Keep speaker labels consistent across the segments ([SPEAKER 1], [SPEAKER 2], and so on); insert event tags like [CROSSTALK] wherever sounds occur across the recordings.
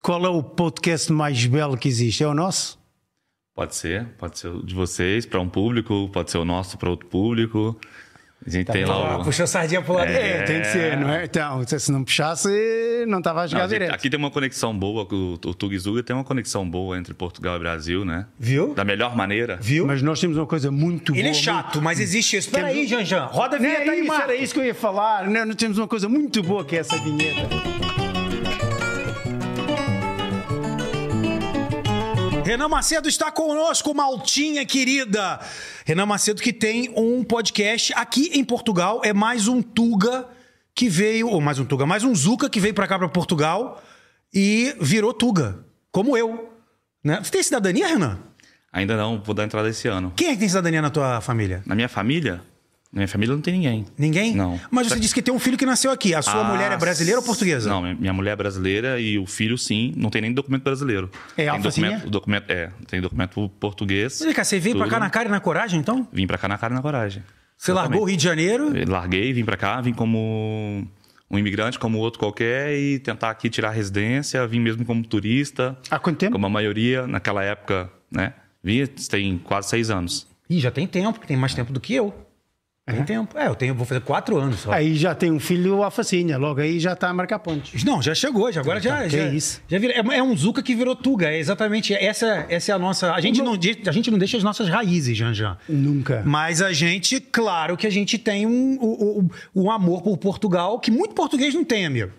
[SPEAKER 1] qual é o podcast mais belo que existe? É o nosso?
[SPEAKER 2] Pode ser, pode ser o de vocês para um público, pode ser o nosso para outro público. A
[SPEAKER 3] Tá
[SPEAKER 2] gente tem lá o.
[SPEAKER 3] Ah, Puxou sardinha pro lado
[SPEAKER 1] É, tem que ser, não é? Então, se se não puxasse, não estava a
[SPEAKER 2] Não,
[SPEAKER 1] jogar
[SPEAKER 2] a
[SPEAKER 3] é
[SPEAKER 2] gente-
[SPEAKER 1] direto.
[SPEAKER 2] aqui tem uma conexão boa, o, o Tugizuga tem uma conexão boa entre Portugal e Brasil, né?
[SPEAKER 3] Viu?
[SPEAKER 2] Da melhor maneira.
[SPEAKER 3] Viu?
[SPEAKER 1] Mas nós temos uma coisa muito boa.
[SPEAKER 3] Ele é chato, mas existe isso. Peraí, Janjan. Roda a
[SPEAKER 1] Não,
[SPEAKER 3] vinheta
[SPEAKER 1] era
[SPEAKER 3] aí,
[SPEAKER 1] isso,
[SPEAKER 3] Marco.
[SPEAKER 1] era isso que eu ia falar. Não, nós temos uma coisa muito boa que é essa vinheta.
[SPEAKER 3] Renan Macedo está conosco, Maltinha querida. Renan Macedo que tem um podcast aqui em Portugal, é mais um Tuga que veio, ou mais um Tuga, mais um Zuca que veio pra cá pra Portugal e virou Tuga, como eu, né? Você tem cidadania, Renan?
[SPEAKER 2] Ainda não, vou dar entrada esse ano.
[SPEAKER 3] Quem é que tem cidadania na tua família?
[SPEAKER 2] Na minha família? Na minha família não tem ninguém.
[SPEAKER 3] Ninguém?
[SPEAKER 2] Não.
[SPEAKER 3] Mas você disse que tem um filho que nasceu aqui. A sua
[SPEAKER 2] Ah,
[SPEAKER 3] mulher é brasileira ou portuguesa?
[SPEAKER 2] Não, minha mulher é brasileira e o filho, sim. Não tem nem documento brasileiro.
[SPEAKER 1] É
[SPEAKER 2] tem
[SPEAKER 1] alfacinha?
[SPEAKER 2] documento, documento- É, tem documento português.
[SPEAKER 3] Vem cá, Você veio pra
[SPEAKER 2] Tudo.
[SPEAKER 3] cá na cara e na coragem, então?
[SPEAKER 2] Vim pra cá na cara e na coragem.
[SPEAKER 3] Você largou o Rio de Janeiro?
[SPEAKER 2] Larguei, vim pra cá, vim como um imigrante, como outro qualquer, e tentar aqui tirar a residência. Vim mesmo como turista,
[SPEAKER 1] Há quanto tempo?
[SPEAKER 3] é
[SPEAKER 2] como a maioria naquela época, né? Vim, tem quase seis anos.
[SPEAKER 3] Ih, já tem tempo, tem mais tempo do que eu. Tem tempo. É, eu tenho, vou fazer quatro anos só.
[SPEAKER 1] Aí já tem um filho à facinha, logo aí já está a marcar pontos.
[SPEAKER 3] Não, já chegou, já agora já.
[SPEAKER 1] que
[SPEAKER 3] já,
[SPEAKER 1] é isso?
[SPEAKER 3] já vira- é, é um Zuca que virou Tuga, é exatamente. Essa, essa é a nossa. A gente, não, de- a gente não deixa as nossas raízes, Janjan.
[SPEAKER 1] Nunca.
[SPEAKER 3] Mas a gente, claro que a gente tem um, um, um- um amor por Portugal que muito português não tem, amigo.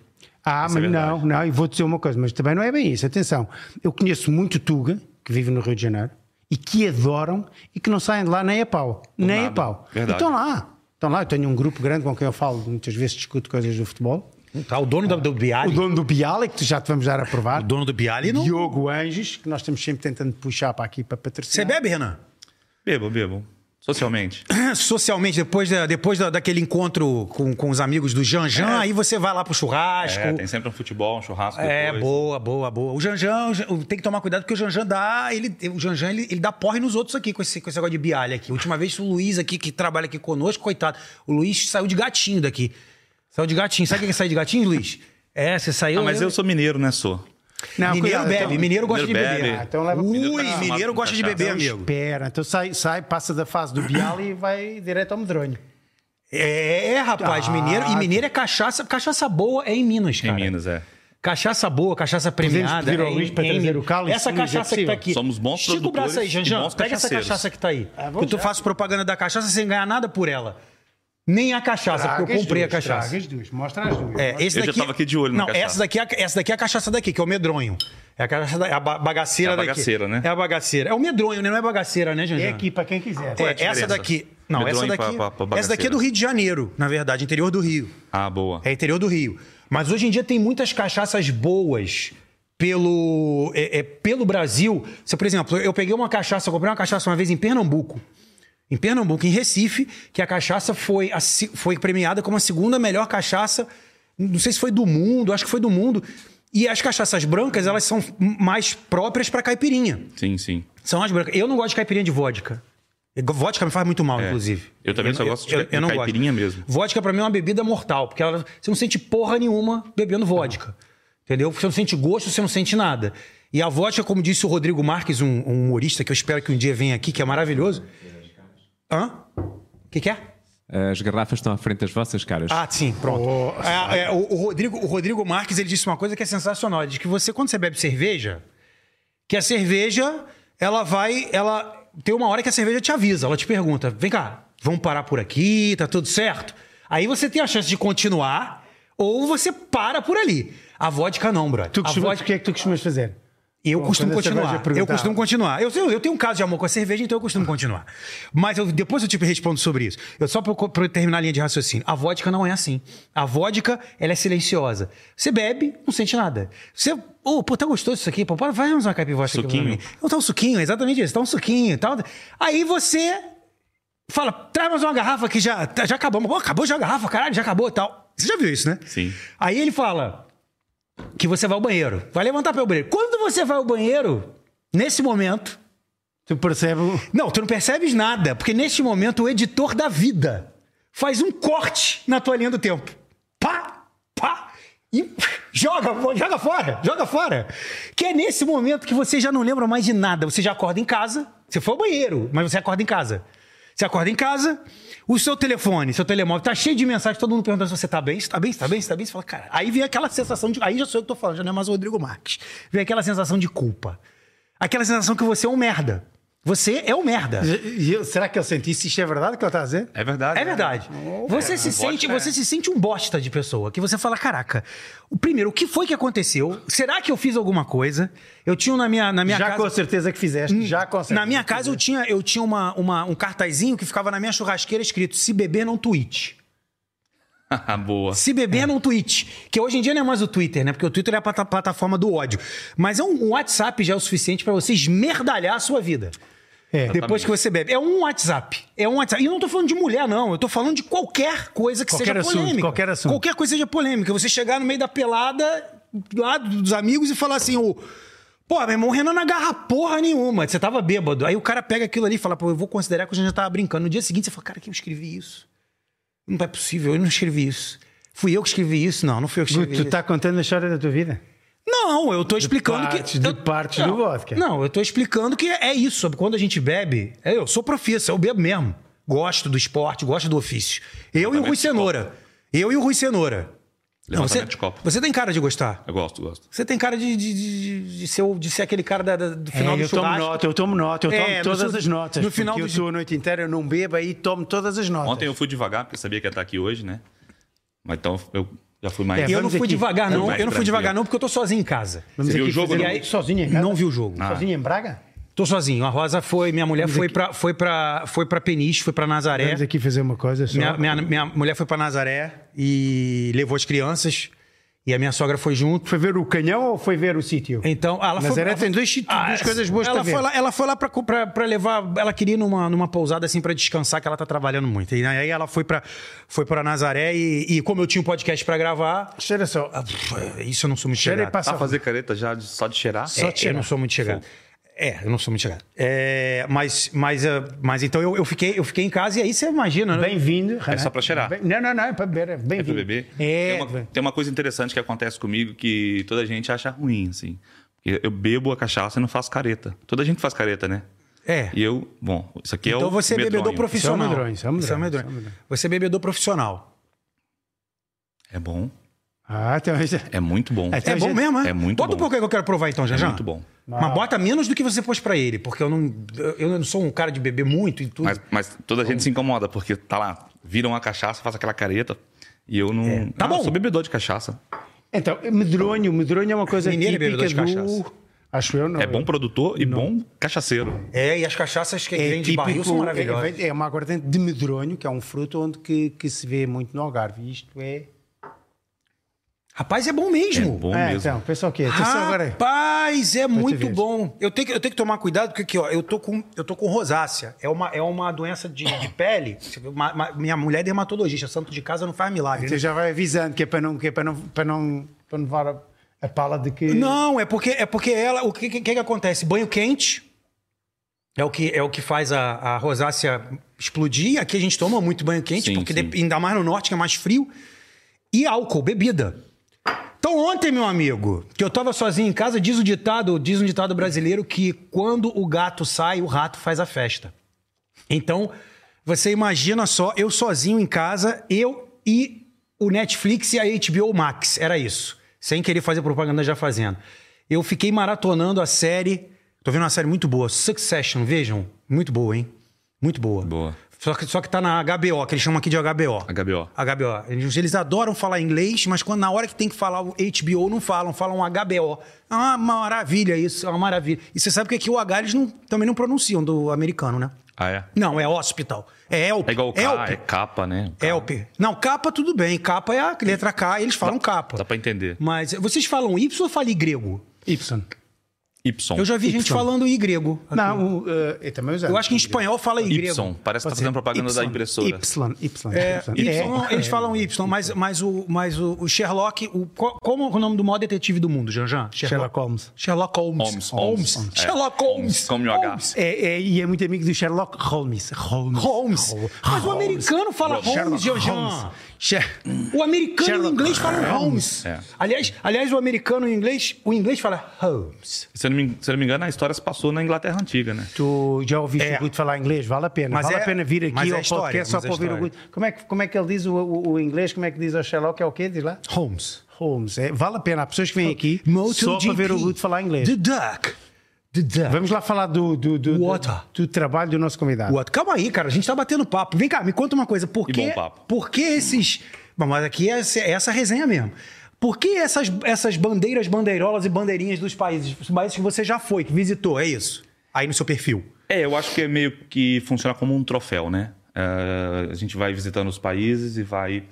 [SPEAKER 1] Ah,
[SPEAKER 2] é
[SPEAKER 1] mas
[SPEAKER 2] verdade.
[SPEAKER 1] não, não, e vou dizer uma coisa, mas também não é bem isso, atenção. Eu conheço muito Tuga, que vive no Rio de Janeiro, e que adoram e que não saem de lá nem a pau. nem a
[SPEAKER 2] nada,
[SPEAKER 1] pau.
[SPEAKER 2] verdade.
[SPEAKER 1] Então lá, estão lá, eu tenho um grupo grande com quem eu falo, muitas vezes discuto coisas do futebol.
[SPEAKER 3] Tá, o dono do, do Bialy.
[SPEAKER 1] O dono do Bialik, que já te vamos dar a provar.
[SPEAKER 3] O dono do Bialy não.
[SPEAKER 1] Diogo Anjos, que nós estamos sempre tentando puxar para aqui para
[SPEAKER 3] Você
[SPEAKER 1] patrocinar.
[SPEAKER 3] bebe, Renan? [CLEARS THROAT]
[SPEAKER 2] Bebo, bebo. Socialmente.
[SPEAKER 3] Socialmente, depois, da- depois da- daquele encontro com, com os amigos do Janjan, aí você vai lá pro churrasco.
[SPEAKER 2] É, tem sempre um futebol, um churrasco.
[SPEAKER 3] É,
[SPEAKER 2] depois.
[SPEAKER 3] boa, boa, boa. O Janjan, o Jan- tem que tomar cuidado porque o Janjan dá, ele, o Janjan, ele, ele dá porre nos outros aqui com esse, com esse negócio de bialha aqui. Última vez o Luiz aqui, que trabalha aqui conosco, coitado, o Luiz saiu de gatinho daqui. Saiu de gatinho. Sabe quem saiu de gatinho, Luiz? É, você saiu...
[SPEAKER 2] Ah, mas eu sou mineiro, né, sou?
[SPEAKER 1] Não,
[SPEAKER 3] Mineiro
[SPEAKER 1] cuidado,
[SPEAKER 3] bebe,
[SPEAKER 1] então-
[SPEAKER 3] mineiro gosta
[SPEAKER 2] mineiro
[SPEAKER 3] de
[SPEAKER 2] bebe.
[SPEAKER 3] beber.
[SPEAKER 1] Ah, então leva-
[SPEAKER 3] Ui,
[SPEAKER 2] Mineiro tá
[SPEAKER 3] mineiro
[SPEAKER 2] chamado
[SPEAKER 3] gosta de
[SPEAKER 2] pra
[SPEAKER 3] beber,
[SPEAKER 2] cachaça.
[SPEAKER 3] amigo.
[SPEAKER 1] Pera, então sai, sai, passa da fase do Bial e vai direto ao medronho.
[SPEAKER 3] É, rapaz,
[SPEAKER 1] Ah,
[SPEAKER 3] mineiro... E mineiro é cachaça... Cachaça boa é em Minas,
[SPEAKER 2] Em
[SPEAKER 3] cara.
[SPEAKER 2] Minas, é.
[SPEAKER 3] Cachaça boa, cachaça premiada.
[SPEAKER 1] pedir ao
[SPEAKER 3] é,
[SPEAKER 1] Luiz um pra
[SPEAKER 3] é,
[SPEAKER 1] trazer o cálice?
[SPEAKER 3] Essa
[SPEAKER 1] Luiz, é
[SPEAKER 3] cachaça que
[SPEAKER 1] possível?
[SPEAKER 3] tá aqui.
[SPEAKER 2] Somos bons
[SPEAKER 3] Estica o
[SPEAKER 2] produtores
[SPEAKER 3] braço aí,
[SPEAKER 2] e
[SPEAKER 3] Janjan.
[SPEAKER 2] bons
[SPEAKER 3] Pega essa
[SPEAKER 2] cachaceiros.
[SPEAKER 3] cachaça que tá aí.
[SPEAKER 1] Ah, vamos
[SPEAKER 3] que eu
[SPEAKER 1] já.
[SPEAKER 3] faço propaganda da cachaça sem ganhar nada por ela. Nem a cachaça, porque eu
[SPEAKER 1] as
[SPEAKER 3] comprei
[SPEAKER 1] duas,
[SPEAKER 3] a cachaça.
[SPEAKER 1] Traga as duas, mostra as duas.
[SPEAKER 3] É, esse
[SPEAKER 2] Eu já
[SPEAKER 3] daqui,
[SPEAKER 2] tava aqui de olho na
[SPEAKER 3] Não,
[SPEAKER 2] cachaça.
[SPEAKER 3] Essa, daqui é, a- essa daqui é a cachaça daqui, que é o medronho. É a, cachaça da, é a ba- bagaceira
[SPEAKER 2] É a
[SPEAKER 3] daqui.
[SPEAKER 2] bagaceira, né?
[SPEAKER 3] É a bagaceira. É o medronho, né? Não é bagaceira, né, Janjan?
[SPEAKER 1] É aqui para quem quiser.
[SPEAKER 3] É,
[SPEAKER 2] é a
[SPEAKER 3] essa
[SPEAKER 2] diferença?
[SPEAKER 3] daqui. Não, essa
[SPEAKER 2] Medronho pra-
[SPEAKER 3] daqui.
[SPEAKER 2] pra- pra
[SPEAKER 3] essa daqui
[SPEAKER 2] bagaceira.
[SPEAKER 3] é do Rio de Janeiro, na verdade, interior do Rio.
[SPEAKER 2] Ah, boa.
[SPEAKER 3] É interior do Rio. Mas hoje em dia tem muitas cachaças boas pelo, é, é, pelo Brasil. Se, por exemplo, eu peguei uma cachaça, eu comprei uma cachaça uma vez em Pernambuco. Em Pernambuco, em Recife, que a cachaça foi, a se- foi premiada como a segunda melhor cachaça. Não sei se foi do mundo, acho que foi do mundo. E as cachaças brancas, elas são mais próprias para caipirinha.
[SPEAKER 2] Sim, sim.
[SPEAKER 3] São as brancas. Eu não gosto de caipirinha de vodka. Vodka me faz muito mal, inclusive.
[SPEAKER 2] É. Eu também só gosto de ca- de caipirinha mesmo.
[SPEAKER 3] Vodka pra mim é uma bebida mortal, porque ela- você não sente porra nenhuma bebendo vodka. Entendeu? Você não sente gosto, você não sente nada. E a vodka, como disse o Rodrigo Marques, um, um humorista que eu espero que um dia venha aqui, que é maravilhoso. Hã? O que, que é?
[SPEAKER 4] As garrafas estão à frente das vossas caras.
[SPEAKER 3] Ah, sim, pronto. É, é, o, o Rodrigo, o Rodrigo Marques ele disse uma coisa que é sensacional. Ele diz que você, quando você bebe cerveja, que a cerveja, ela vai. Ela. Tem uma hora que a cerveja te avisa, ela te pergunta: vem cá, vamos parar por aqui, tá tudo certo? Aí você tem a chance de continuar, ou você para por ali. A vodka não, brother.
[SPEAKER 1] Tu
[SPEAKER 3] a
[SPEAKER 1] costumas,
[SPEAKER 3] vodka-
[SPEAKER 1] O que é que tu costumas fazer?
[SPEAKER 3] eu
[SPEAKER 1] Bom,
[SPEAKER 3] costumo
[SPEAKER 1] quando a cerveja
[SPEAKER 3] continuar. Eu
[SPEAKER 1] perguntar-
[SPEAKER 3] costumo continuar. Eu, eu, eu tenho um caso de amor com a cerveja, então eu costumo continuar. Mas eu- depois eu te respondo sobre isso. Eu só para terminar a linha de raciocínio. A vodka não é assim. A vodka, ela é silenciosa. Você bebe, não sente nada. Você, oh, pô, tá gostoso isso aqui. Pô, para- vai usar uma caipivota aqui pra
[SPEAKER 2] Suquinho.
[SPEAKER 3] mim. Não tá um suquinho, é exatamente isso. Tá um suquinho e tal. Aí você fala, traz mais uma garrafa que já, tá, já acabou. Pô, acabou já a garrafa, caralho, já acabou e tal. Você já viu isso, né?
[SPEAKER 2] Sim.
[SPEAKER 3] Aí ele fala que você vai ao banheiro. Vai levantar para o banheiro. Quando você vai ao banheiro, nesse momento.
[SPEAKER 1] Tu percebes?
[SPEAKER 3] Não, tu não percebes nada, porque neste momento o editor da vida faz um corte na tua linha do tempo. Pá! Pá! e joga, joga fora, joga fora. Que é nesse momento que você já não lembra mais de nada. Você já acorda em casa, você foi ao banheiro, mas você acorda em casa. Você acorda em casa, o seu telefone, seu telemóvel tá cheio de mensagens, todo mundo perguntando se você tá bem, se tá bem, se tá bem, se tá bem. Você fala, cara, aí vem aquela sensação de. Aí já sou eu que tô falando, já não é mais o Rodrigo Marques. Vem aquela sensação de culpa. Aquela sensação que você é um merda. Você é um merda.
[SPEAKER 1] E eu- será que ele sente isso? Isto é verdade o que ele está a dizer?
[SPEAKER 2] É verdade.
[SPEAKER 3] É [LAUGHS] verdade. Você, se
[SPEAKER 2] bosta,
[SPEAKER 3] sente,
[SPEAKER 2] é.
[SPEAKER 3] você se sente um bosta de pessoa, que você fala, caraca, o primeiro, o que foi que aconteceu? Será que eu fiz alguma coisa? Eu tinha um na minha, na minha
[SPEAKER 1] já com
[SPEAKER 3] casa...
[SPEAKER 1] certeza que fizeste. Já com certeza.
[SPEAKER 3] Na minha casa eu tinha, eu tinha uma, uma- um cartazinho que ficava na minha churrasqueira escrito, se beber não tweet.
[SPEAKER 2] Ah, Boa.
[SPEAKER 3] Se
[SPEAKER 1] É.
[SPEAKER 3] beber num tweet. Que hoje em dia não é mais o Twitter, né? Porque o Twitter é a plata- plataforma do ódio. Mas é um, um WhatsApp já é o suficiente pra você esmerdalhar a sua vida.
[SPEAKER 1] É.
[SPEAKER 3] Depois que você bebe. É um WhatsApp. É um WhatsApp. E eu não tô falando de mulher, não. Eu tô falando de qualquer coisa que
[SPEAKER 1] Qualquer
[SPEAKER 3] seja
[SPEAKER 1] assunto,
[SPEAKER 3] polêmica.
[SPEAKER 1] qualquer assunto.
[SPEAKER 3] Qualquer coisa seja polêmica. Você chegar no meio da pelada lá dos amigos e falar assim, ô, Pô, meu irmão, o Renan não agarra porra nenhuma. Você tava bêbado. Aí o cara pega aquilo ali e fala, pô, eu vou considerar que a gente já tava brincando. No dia seguinte você fala, cara, que eu escrevi isso? Não é possível, eu não escrevi isso. Fui eu que escrevi isso? Não, não fui eu que escrevi
[SPEAKER 1] Tu
[SPEAKER 3] isso.
[SPEAKER 1] está contando a história da tua vida?
[SPEAKER 3] Não, eu tô explicando
[SPEAKER 1] partes-
[SPEAKER 3] que.
[SPEAKER 1] de
[SPEAKER 3] eu-
[SPEAKER 1] partes
[SPEAKER 3] não,
[SPEAKER 1] do vodka.
[SPEAKER 3] Não, eu tô explicando que é isso. Sabe? Quando a gente bebe, é, eu sou profissa, eu bebo mesmo. Gosto do esporte, gosto do ofício. Eu e o Rui
[SPEAKER 2] Levantamento de
[SPEAKER 3] Cenoura. Eu e o Rui Cenoura. Não,
[SPEAKER 2] Levantamento
[SPEAKER 3] você,
[SPEAKER 2] de copo.
[SPEAKER 3] você tem cara de gostar.
[SPEAKER 2] Eu gosto, gosto.
[SPEAKER 3] Você tem cara de, de, de, de ser, o- de ser aquele cara da- da- do final do
[SPEAKER 1] É, eu tomo
[SPEAKER 3] churrasco.
[SPEAKER 1] nota, eu tomo nota, eu tomo
[SPEAKER 3] É, no
[SPEAKER 1] todas
[SPEAKER 3] seu-
[SPEAKER 1] as notas.
[SPEAKER 3] no final
[SPEAKER 1] porque
[SPEAKER 3] do-
[SPEAKER 1] eu sou a noite inteira, eu não bebo aí tomo todas as notas.
[SPEAKER 2] Ontem eu fui devagar, porque sabia que ia estar aqui hoje, né? Mas então eu já fui
[SPEAKER 1] É,
[SPEAKER 2] mais.
[SPEAKER 3] E eu não
[SPEAKER 1] Vamos aqui.
[SPEAKER 3] fui devagar, não.
[SPEAKER 2] Vamos mais
[SPEAKER 3] Eu não fui
[SPEAKER 2] tranquilo.
[SPEAKER 3] devagar, não, porque eu tô sozinho em casa.
[SPEAKER 1] Vamos
[SPEAKER 2] Você viu
[SPEAKER 1] aqui
[SPEAKER 2] o jogo
[SPEAKER 1] fazer- um-
[SPEAKER 2] ou não?
[SPEAKER 1] sozinho em casa?
[SPEAKER 3] Não vi o jogo.
[SPEAKER 2] Ah,
[SPEAKER 1] Sozinho em Braga?
[SPEAKER 3] Tô sozinho. A Rosa foi, minha mulher foi pra, foi pra, foi pra Peniche, foi pra Nazaré.
[SPEAKER 1] Vamos aqui fazer uma coisa só.
[SPEAKER 3] Minha, minha, minha mulher foi pra Nazaré e levou as crianças. E a minha sogra foi junto.
[SPEAKER 1] Foi ver o canhão ou foi ver o sítio?
[SPEAKER 3] Então, ela foi-
[SPEAKER 1] Nazaré
[SPEAKER 3] ela-
[SPEAKER 1] tem dois, sítios- duas coisas boas
[SPEAKER 3] ela
[SPEAKER 1] para ver.
[SPEAKER 3] foi lá, ela foi lá pra, co- pra, pra levar. Ela queria ir numa, numa pousada assim pra descansar, que ela tá trabalhando muito. E aí ela foi pra, foi pra Nazaré e, e como eu tinha um podcast pra gravar.
[SPEAKER 1] Cheira só.
[SPEAKER 3] ah, pff, Isso eu não sou muito
[SPEAKER 1] Cheira e
[SPEAKER 3] chegado.
[SPEAKER 1] passa.
[SPEAKER 2] Sabe fazer Tá careta já de- só de cheirar?
[SPEAKER 3] É, eu não sou muito chegado. É, eu não sou muito chegado. É, mas, mas, ah, mas então eu, eu fiquei, eu fiquei em casa e aí você imagina, né?
[SPEAKER 1] Bem-vindo. Renato.
[SPEAKER 2] só pra cheirar.
[SPEAKER 1] Bem- Não, não, não, é para beber. é
[SPEAKER 2] É pra
[SPEAKER 1] Bem-vindo.
[SPEAKER 2] beber.
[SPEAKER 1] É,
[SPEAKER 2] tem, uma, tem uma coisa interessante que acontece comigo que toda gente acha ruim, assim. Porque eu bebo a cachaça e não faço careta. Toda gente faz careta, né?
[SPEAKER 3] É.
[SPEAKER 2] E eu, bom, isso aqui é o.
[SPEAKER 3] Então você é bebedor
[SPEAKER 2] medronho.
[SPEAKER 3] profissional.
[SPEAKER 1] Isso é um medronho, isso é um
[SPEAKER 3] Isso é um
[SPEAKER 1] medronho,
[SPEAKER 3] medronho.
[SPEAKER 1] isso é um medronho.
[SPEAKER 3] Você é bebedor profissional.
[SPEAKER 2] É bom.
[SPEAKER 1] Ah, então isso-
[SPEAKER 2] É muito bom.
[SPEAKER 1] É,
[SPEAKER 3] É bom
[SPEAKER 1] gente,
[SPEAKER 3] mesmo,
[SPEAKER 2] é muito
[SPEAKER 3] Bota
[SPEAKER 2] bom. É
[SPEAKER 3] um pouco aí que eu quero provar então, já já.
[SPEAKER 2] muito bom.
[SPEAKER 3] Mas bota menos do que você pôs pra ele, porque eu não, eu não sou um cara de beber muito e tudo.
[SPEAKER 2] Mas, mas toda gente se incomoda, porque tá lá, viram a cachaça, faz aquela careta. E eu não.
[SPEAKER 3] Tá
[SPEAKER 2] Ah,
[SPEAKER 3] bom.
[SPEAKER 2] Eu sou bebedor de cachaça.
[SPEAKER 1] Então, medronho, medronho é uma coisa
[SPEAKER 3] Mineiro é
[SPEAKER 1] típica
[SPEAKER 3] bebedor de
[SPEAKER 1] do...
[SPEAKER 3] cachaça.
[SPEAKER 1] Acho eu, não.
[SPEAKER 2] É bom produtor e bom cachaceiro.
[SPEAKER 3] É, e as cachaças que vêm de barril são maravilhosas.
[SPEAKER 1] É, é uma aguardente de medronho, que é um fruto onde que, que se vê muito no Algarve. E Isto é...
[SPEAKER 3] Rapaz, é bom mesmo.
[SPEAKER 2] É bom
[SPEAKER 1] ah,
[SPEAKER 2] mesmo.
[SPEAKER 1] então, pensa o quê? Atenção agora.
[SPEAKER 3] Rapaz, é muito
[SPEAKER 1] ver.
[SPEAKER 3] bom. Eu tenho, que, eu tenho que tomar cuidado, porque aqui, ó, eu tô com, eu tô com rosácea. É uma, é uma doença de, de pele. Uma- uma- minha mulher é dermatologista, santo de casa não faz milagre. né?
[SPEAKER 1] Você já vai avisando que é para não, que é para não, para não, para não levar a, a pala de que...
[SPEAKER 3] Não, é porque é porque ela. O que, que, que acontece? Banho quente é o que é o que faz a, a rosácea explodir. Aqui a gente toma muito banho quente,
[SPEAKER 2] Sim,
[SPEAKER 3] porque
[SPEAKER 2] sim.
[SPEAKER 3] de- ainda mais no norte que é mais frio. E álcool, bebida. Então ontem, meu amigo, que eu tava sozinho em casa, diz o ditado, diz um ditado brasileiro que quando o gato sai, o rato faz a festa. Então, você imagina só, eu sozinho em casa, eu e o Netflix e a HBO Max, era isso. Sem querer fazer propaganda já fazendo. Eu fiquei maratonando a série, tô vendo uma série muito boa, Succession, vejam, muito boa, hein? Muito boa.
[SPEAKER 2] Boa.
[SPEAKER 3] Só que, só que tá na HBO, que eles chamam aqui de HBO.
[SPEAKER 2] HBO.
[SPEAKER 3] HBO. Eles, eles adoram falar inglês, mas quando na hora que tem que falar o HBO, não falam, falam HBO. É uma maravilha isso, é uma maravilha. E você sabe que aqui o H eles não- também não pronunciam do americano, né?
[SPEAKER 2] Ah, é?
[SPEAKER 3] Não, é hospital. É help.
[SPEAKER 2] É igual o K,
[SPEAKER 3] help.
[SPEAKER 2] é capa, né?
[SPEAKER 3] help. Não, capa tudo bem. Capa é a letra K, eles falam um capa.
[SPEAKER 2] Dá pra entender.
[SPEAKER 3] Mas vocês falam Y ou falam grego?
[SPEAKER 1] Y.
[SPEAKER 2] Y. Y.
[SPEAKER 3] Eu já vi gente
[SPEAKER 1] Y.
[SPEAKER 3] falando em grego. aqui.
[SPEAKER 1] Não, o, eh, eu também usava.
[SPEAKER 3] Eu acho que em espanhol fala em grego.
[SPEAKER 2] Y. Parece que tá
[SPEAKER 1] Pode
[SPEAKER 2] fazendo
[SPEAKER 1] ser.
[SPEAKER 2] propaganda da
[SPEAKER 1] Y,
[SPEAKER 2] impressora.
[SPEAKER 1] Y, Y. [LAUGHS]
[SPEAKER 3] É,
[SPEAKER 1] Y.
[SPEAKER 3] y,
[SPEAKER 1] É.
[SPEAKER 3] eles falam Y, mas, mas, o, mas o, o Sherlock. O, qual- como é o nome do maior detetive do mundo, Janjan?
[SPEAKER 1] Sherlock Holmes.
[SPEAKER 3] Sherlock
[SPEAKER 2] Holmes,
[SPEAKER 3] Holmes.
[SPEAKER 2] Holmes, é.
[SPEAKER 3] Sherlock Holmes.
[SPEAKER 2] Holmes, come your
[SPEAKER 3] Holmes.
[SPEAKER 1] É, é, e é muito amigo do Sherlock Holmes. Holmes.
[SPEAKER 3] Holmes.
[SPEAKER 1] Hol-
[SPEAKER 3] Mas o
[SPEAKER 1] Holmes.
[SPEAKER 3] americano fala Holmes,
[SPEAKER 1] Sherlock
[SPEAKER 3] Janjan.
[SPEAKER 1] Holmes. Sher-
[SPEAKER 3] O americano e o
[SPEAKER 1] Sherlock
[SPEAKER 3] inglês falam Holmes.
[SPEAKER 1] Holmes.
[SPEAKER 2] É.
[SPEAKER 3] Aliás, aliás, o americano e o inglês, o inglês fala Holmes.
[SPEAKER 2] Se eu, não me, se eu não me engano, a história se passou na Inglaterra Antiga, né?
[SPEAKER 1] Tu já ouviste
[SPEAKER 3] É.
[SPEAKER 1] o Guto falar inglês? Vale a pena.
[SPEAKER 3] Mas
[SPEAKER 1] vale
[SPEAKER 3] é-
[SPEAKER 1] a pena vir aqui ao
[SPEAKER 3] mas é
[SPEAKER 1] podcast
[SPEAKER 3] história,
[SPEAKER 1] só
[SPEAKER 3] mas é
[SPEAKER 1] para ouvir o
[SPEAKER 3] história.
[SPEAKER 1] Guto. Como é, que, como é que ele diz o, o- o inglês? Como é que diz ao Sherlock? É o quê? Diz lá?
[SPEAKER 3] Holmes.
[SPEAKER 1] Holmes. É, vale a pena. Há pessoas que vêm aqui só
[SPEAKER 3] MotoGP.
[SPEAKER 1] para ver o Guto falar inglês.
[SPEAKER 3] The Duck. The Duck.
[SPEAKER 1] Vamos lá falar do, do, do, do,
[SPEAKER 3] Water.
[SPEAKER 1] do trabalho do nosso convidado.
[SPEAKER 3] What? Calma aí, cara. A gente tá batendo papo. Vem cá, me conta uma coisa. Por
[SPEAKER 2] E
[SPEAKER 3] que,
[SPEAKER 2] bom papo.
[SPEAKER 3] por que esses. Bom, Mas aqui é essa- é essa resenha mesmo. Por que essas, essas bandeiras, bandeirolas e bandeirinhas dos países, os países que você já foi, que visitou? É isso? Aí no seu perfil.
[SPEAKER 2] É, eu acho que é meio que funciona como um troféu, né? É, a gente vai visitando os países e vai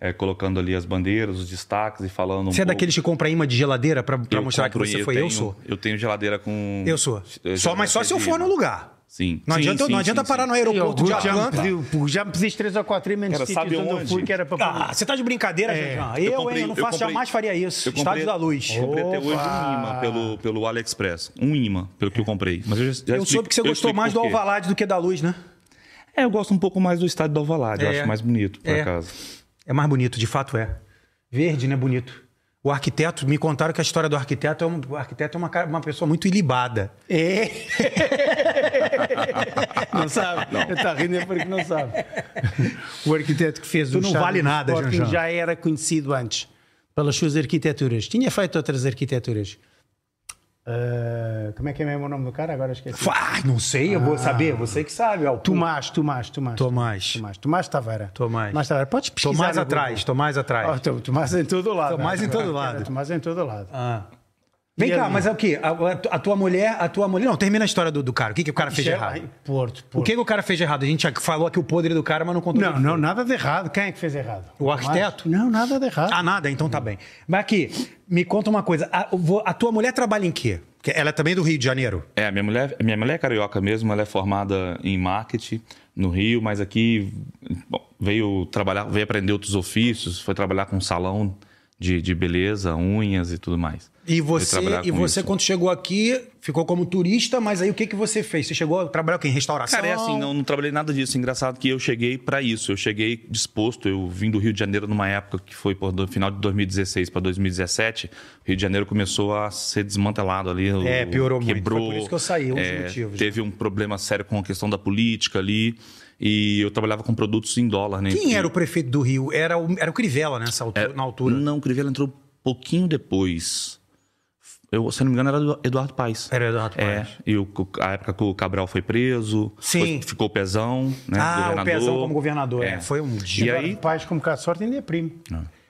[SPEAKER 2] é, colocando ali as bandeiras, os destaques e falando um
[SPEAKER 3] Você é
[SPEAKER 2] pouco.
[SPEAKER 3] daqueles que compra imã de geladeira pra pra
[SPEAKER 2] Eu
[SPEAKER 3] mostrar que
[SPEAKER 2] compro,
[SPEAKER 3] você foi?
[SPEAKER 2] tenho,
[SPEAKER 3] eu sou.
[SPEAKER 2] Eu tenho geladeira com.
[SPEAKER 3] Eu sou.
[SPEAKER 2] eh,
[SPEAKER 3] Só, mas só se eu for
[SPEAKER 2] geladeira
[SPEAKER 3] no
[SPEAKER 2] de-
[SPEAKER 3] lugar.
[SPEAKER 2] Sim.
[SPEAKER 3] Não
[SPEAKER 2] Sim,
[SPEAKER 3] adianta,
[SPEAKER 2] sim,
[SPEAKER 3] não adianta
[SPEAKER 2] sim,
[SPEAKER 3] parar
[SPEAKER 2] sim.
[SPEAKER 3] no
[SPEAKER 1] E o
[SPEAKER 3] aeroporto de
[SPEAKER 1] Guto já me
[SPEAKER 3] Atlanta.
[SPEAKER 1] pediu- já me pediste três ou quatro imensos
[SPEAKER 2] Cara,
[SPEAKER 1] sítios
[SPEAKER 2] sabe
[SPEAKER 1] onde eu
[SPEAKER 2] onde?
[SPEAKER 1] fui que era para
[SPEAKER 3] Ah, você tá de brincadeira,
[SPEAKER 1] É.
[SPEAKER 3] Jorge. Eu, hein, eu não faço,
[SPEAKER 2] comprei-
[SPEAKER 3] jamais faria isso.
[SPEAKER 2] eu comprei-
[SPEAKER 3] Estádio da Luz.
[SPEAKER 2] Eu comprei até hoje um
[SPEAKER 1] Opa!
[SPEAKER 2] imã pelo, pelo AliExpress. Um imã, pelo que eu comprei. Mas eu já, já
[SPEAKER 3] Eu
[SPEAKER 2] explico-
[SPEAKER 3] soube que você
[SPEAKER 2] eu
[SPEAKER 3] gostou
[SPEAKER 2] explico
[SPEAKER 3] mais do
[SPEAKER 2] por quê.
[SPEAKER 3] Alvalade do que da Luz, né?
[SPEAKER 2] É, eu gosto um pouco mais do estádio do Alvalade. Eu
[SPEAKER 3] É.
[SPEAKER 2] acho mais bonito, por
[SPEAKER 3] É.
[SPEAKER 2] acaso.
[SPEAKER 3] É mais bonito, de fato é. Verde, né? Bonito. O arquiteto, me contaram que a história do arquiteto é, um, o arquiteto é uma, cara- uma pessoa muito ilibada.
[SPEAKER 1] É. [LAUGHS] não sabe. Não. Está rindo é porque não sabe. O arquiteto que fez
[SPEAKER 3] Tu
[SPEAKER 1] o
[SPEAKER 3] não
[SPEAKER 1] estádio
[SPEAKER 3] vale
[SPEAKER 1] do
[SPEAKER 3] nada,
[SPEAKER 1] Sporting
[SPEAKER 3] Janjão.
[SPEAKER 1] já era conhecido antes pelas suas arquiteturas. Tinha feito outras arquiteturas. Ah, como é que é mesmo o nome do cara? Agora esqueci.
[SPEAKER 3] Fa- Ai, não sei, eu
[SPEAKER 1] Ah.
[SPEAKER 3] vou saber. Você que sabe, ó.
[SPEAKER 1] Tomás, Tomás, Tomás.
[SPEAKER 3] Tomás.
[SPEAKER 1] Tomás, Tomás Taveira.
[SPEAKER 3] Tomás.
[SPEAKER 1] Taveira. Podes pesquisar.
[SPEAKER 3] Tomás
[SPEAKER 1] no
[SPEAKER 3] atrás,
[SPEAKER 1] Google.
[SPEAKER 3] Tomás
[SPEAKER 1] Ah,
[SPEAKER 3] atrás.
[SPEAKER 1] Tom- Tomás em todo lado.
[SPEAKER 3] Tomás em todo lado.
[SPEAKER 1] Era Tomás em todo lado.
[SPEAKER 3] Ah. Vem
[SPEAKER 1] E
[SPEAKER 3] cá,
[SPEAKER 1] ali?
[SPEAKER 3] mas é o quê? A, a- a tua mulher, a tua mulher... Não, termina a história do, do cara. O que, que o cara fez de
[SPEAKER 1] Michel-
[SPEAKER 3] errado?
[SPEAKER 1] Ah, Ai, Porto, Porto.
[SPEAKER 3] O que, que o cara fez de errado? A gente já falou aqui o podre do cara, mas não contou.
[SPEAKER 1] Não, não, nada de errado. Quem é que fez errado?
[SPEAKER 3] O arquiteto?
[SPEAKER 1] Não, nada de errado.
[SPEAKER 3] Ah, nada? Então tá bem. Mas aqui, me conta uma coisa. A, vo- a tua mulher trabalha em quê? Que Ela é também do Rio de Janeiro.
[SPEAKER 2] É, minha mulher, minha mulher é carioca mesmo, ela é formada em marketing no Rio, mas aqui bom, veio trabalhar, veio aprender outros ofícios, foi trabalhar com salão de, de beleza, unhas e tudo mais.
[SPEAKER 3] E
[SPEAKER 2] Veio
[SPEAKER 3] você,
[SPEAKER 2] trabalhar
[SPEAKER 3] e
[SPEAKER 2] com
[SPEAKER 3] você
[SPEAKER 2] isso.
[SPEAKER 3] quando chegou aqui, ficou como turista, mas aí o que, que você fez? Você chegou a trabalhar o quê? em restauração?
[SPEAKER 2] Cara, é assim, não, não trabalhei nada disso. Engraçado que eu cheguei pra isso. Eu cheguei disposto. Eu vim do Rio de Janeiro numa época que foi por do final de 2016 pra 2017. O Rio de Janeiro começou a ser desmantelado ali.
[SPEAKER 3] É,
[SPEAKER 2] o-
[SPEAKER 3] piorou muito.
[SPEAKER 2] quebrou,
[SPEAKER 3] Foi por isso que eu saí, um dos
[SPEAKER 2] é,
[SPEAKER 3] motivos.
[SPEAKER 2] Teve um problema sério com a questão da política ali. E eu trabalhava com produtos em dólar, né? É,
[SPEAKER 3] Quem era o prefeito do Rio? Era o, era o Crivella né, nessa altura, na altura.
[SPEAKER 2] Não, o Crivella entrou pouquinho depois. Eu, se eu não me engano, era do Eduardo Paes.
[SPEAKER 3] Era Eduardo
[SPEAKER 2] É,
[SPEAKER 3] Paes.
[SPEAKER 2] e o- a época que o Cabral foi preso.
[SPEAKER 3] Sim.
[SPEAKER 2] depois Ficou o Pezão, né?
[SPEAKER 3] ah, o
[SPEAKER 2] governador.
[SPEAKER 3] Pezão como governador. É.
[SPEAKER 2] É.
[SPEAKER 3] Foi um dia.
[SPEAKER 2] E aí,
[SPEAKER 1] Pais com um bocado de sorte ainda é primo.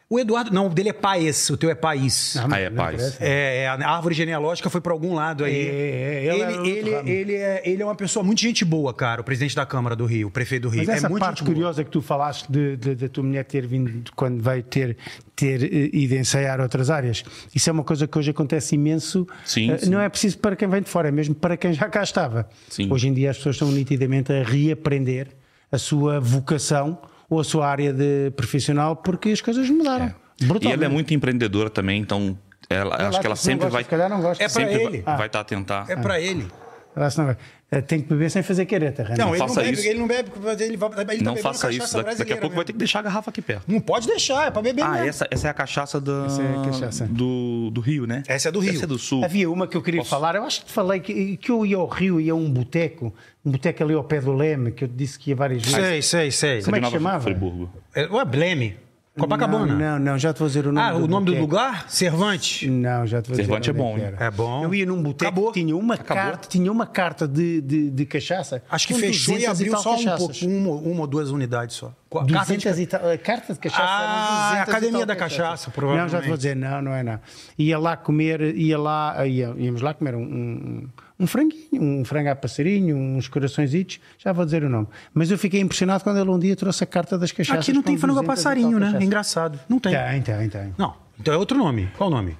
[SPEAKER 3] O Eduardo, não, o dele é Paes, o teu é País.
[SPEAKER 1] Ah, mas
[SPEAKER 2] é
[SPEAKER 1] não
[SPEAKER 2] paz.
[SPEAKER 1] interessa.
[SPEAKER 3] É, é, a árvore genealógica foi pra algum lado aí.
[SPEAKER 1] É, é, ela era
[SPEAKER 3] ele,
[SPEAKER 1] outro
[SPEAKER 3] ele,
[SPEAKER 1] ramo.
[SPEAKER 3] ele é, ele é uma pessoa muito gente boa, cara, o presidente da Câmara do Rio, o prefeito do Rio.
[SPEAKER 1] Mas essa
[SPEAKER 3] é muito
[SPEAKER 1] parte
[SPEAKER 3] gente boa.
[SPEAKER 1] curiosa que tu falaste de- de- da tua mulher ter vindo de quando veio ter, ter eh, ido ensaiar outras áreas, isso é uma coisa que hoje acontece imenso.
[SPEAKER 2] Sim,
[SPEAKER 1] Eh,
[SPEAKER 2] sim.
[SPEAKER 1] Não é preciso para quem vem de fora, é mesmo para quem já cá estava.
[SPEAKER 2] Sim.
[SPEAKER 1] Hoje em dia as pessoas estão nitidamente a reaprender a sua vocação ou a sua área de profissional porque as coisas mudaram.
[SPEAKER 2] e
[SPEAKER 1] Brutalmente.
[SPEAKER 2] ela é muito empreendedora também, então ela, acho que ela
[SPEAKER 1] se não
[SPEAKER 2] sempre
[SPEAKER 1] gosta,
[SPEAKER 2] vai.
[SPEAKER 1] se calhar não Ah. gosta.
[SPEAKER 3] É pra
[SPEAKER 2] sempre
[SPEAKER 3] ele.
[SPEAKER 2] Vai estar tentar.
[SPEAKER 3] É pra ele.
[SPEAKER 1] Ela se não gosta. Eh, Tem que beber sem fazer careta, Renan.
[SPEAKER 3] Não, ele não,
[SPEAKER 2] faça
[SPEAKER 3] bebe,
[SPEAKER 2] isso.
[SPEAKER 3] ele não bebe, porque ele, vai, ele tá
[SPEAKER 2] não
[SPEAKER 3] bebendo
[SPEAKER 2] faça
[SPEAKER 3] cachaça
[SPEAKER 2] isso. Daqui, daqui a
[SPEAKER 3] brasileira né?
[SPEAKER 2] pouco vai
[SPEAKER 3] mesmo.
[SPEAKER 2] ter que
[SPEAKER 1] né?
[SPEAKER 2] deixar a garrafa aqui perto.
[SPEAKER 3] Não pode deixar, é pra beber
[SPEAKER 2] Ah,
[SPEAKER 3] mesmo.
[SPEAKER 2] essa, essa é a cachaça, da,
[SPEAKER 1] Essa é a cachaça.
[SPEAKER 2] Do, do Rio, né?
[SPEAKER 3] Essa é do Rio.
[SPEAKER 2] Essa é do Sul.
[SPEAKER 1] Havia uma que eu queria falar, eu acho que te falei que, que eu ia ao Rio, ia a um boteco, um boteco ali ao pé do Leme, que eu te disse que ia várias vezes.
[SPEAKER 3] Sei, sei, sei.
[SPEAKER 1] Como é que
[SPEAKER 2] Nova
[SPEAKER 1] chamava?
[SPEAKER 2] Friburgo.
[SPEAKER 3] É, Ué, Bleme. Copacabana.
[SPEAKER 1] Não, não, não, já te vou dizer o nome
[SPEAKER 3] Ah, o nome do
[SPEAKER 1] boteco.
[SPEAKER 3] lugar? Cervantes.
[SPEAKER 1] Não, já te vou
[SPEAKER 2] Cervantes
[SPEAKER 1] dizer.
[SPEAKER 2] é
[SPEAKER 1] onde
[SPEAKER 2] bom,
[SPEAKER 1] que
[SPEAKER 2] hein?
[SPEAKER 1] era.
[SPEAKER 3] É bom.
[SPEAKER 1] Eu ia num boteco
[SPEAKER 3] Acabou.
[SPEAKER 1] que tinha uma
[SPEAKER 2] Acabou.
[SPEAKER 1] carta, tinha uma carta de, de, de cachaça. Um
[SPEAKER 3] Acho que
[SPEAKER 1] com
[SPEAKER 3] fechou e
[SPEAKER 1] 200
[SPEAKER 3] abriu
[SPEAKER 1] tal
[SPEAKER 3] só um
[SPEAKER 1] cachaças.
[SPEAKER 3] pouco, uma, uma ou duas unidades só. Qua- carta de-
[SPEAKER 1] 200 e tal, a carta de cachaça.
[SPEAKER 3] Ah,
[SPEAKER 1] eram 200 e
[SPEAKER 3] Academia
[SPEAKER 1] tal
[SPEAKER 3] da
[SPEAKER 1] cachaças.
[SPEAKER 3] Cachaça, provavelmente.
[SPEAKER 1] Não, já te vou dizer, não, não é não. Ia lá comer, ia lá, ia- íamos lá comer um, um, um franguinho, um frango a passarinho, uns coraçõezitos, já vou dizer o nome. Mas eu fiquei impressionado quando ele um dia trouxe a carta das cachaças.
[SPEAKER 3] Aqui não tem
[SPEAKER 1] com
[SPEAKER 3] frango
[SPEAKER 1] 200
[SPEAKER 3] a
[SPEAKER 1] e tal
[SPEAKER 3] passarinho, né?
[SPEAKER 1] cachaças.
[SPEAKER 3] Engraçado. Não tem.
[SPEAKER 1] Tem, tem, tem.
[SPEAKER 3] Não. Então é outro nome. Qual o nome?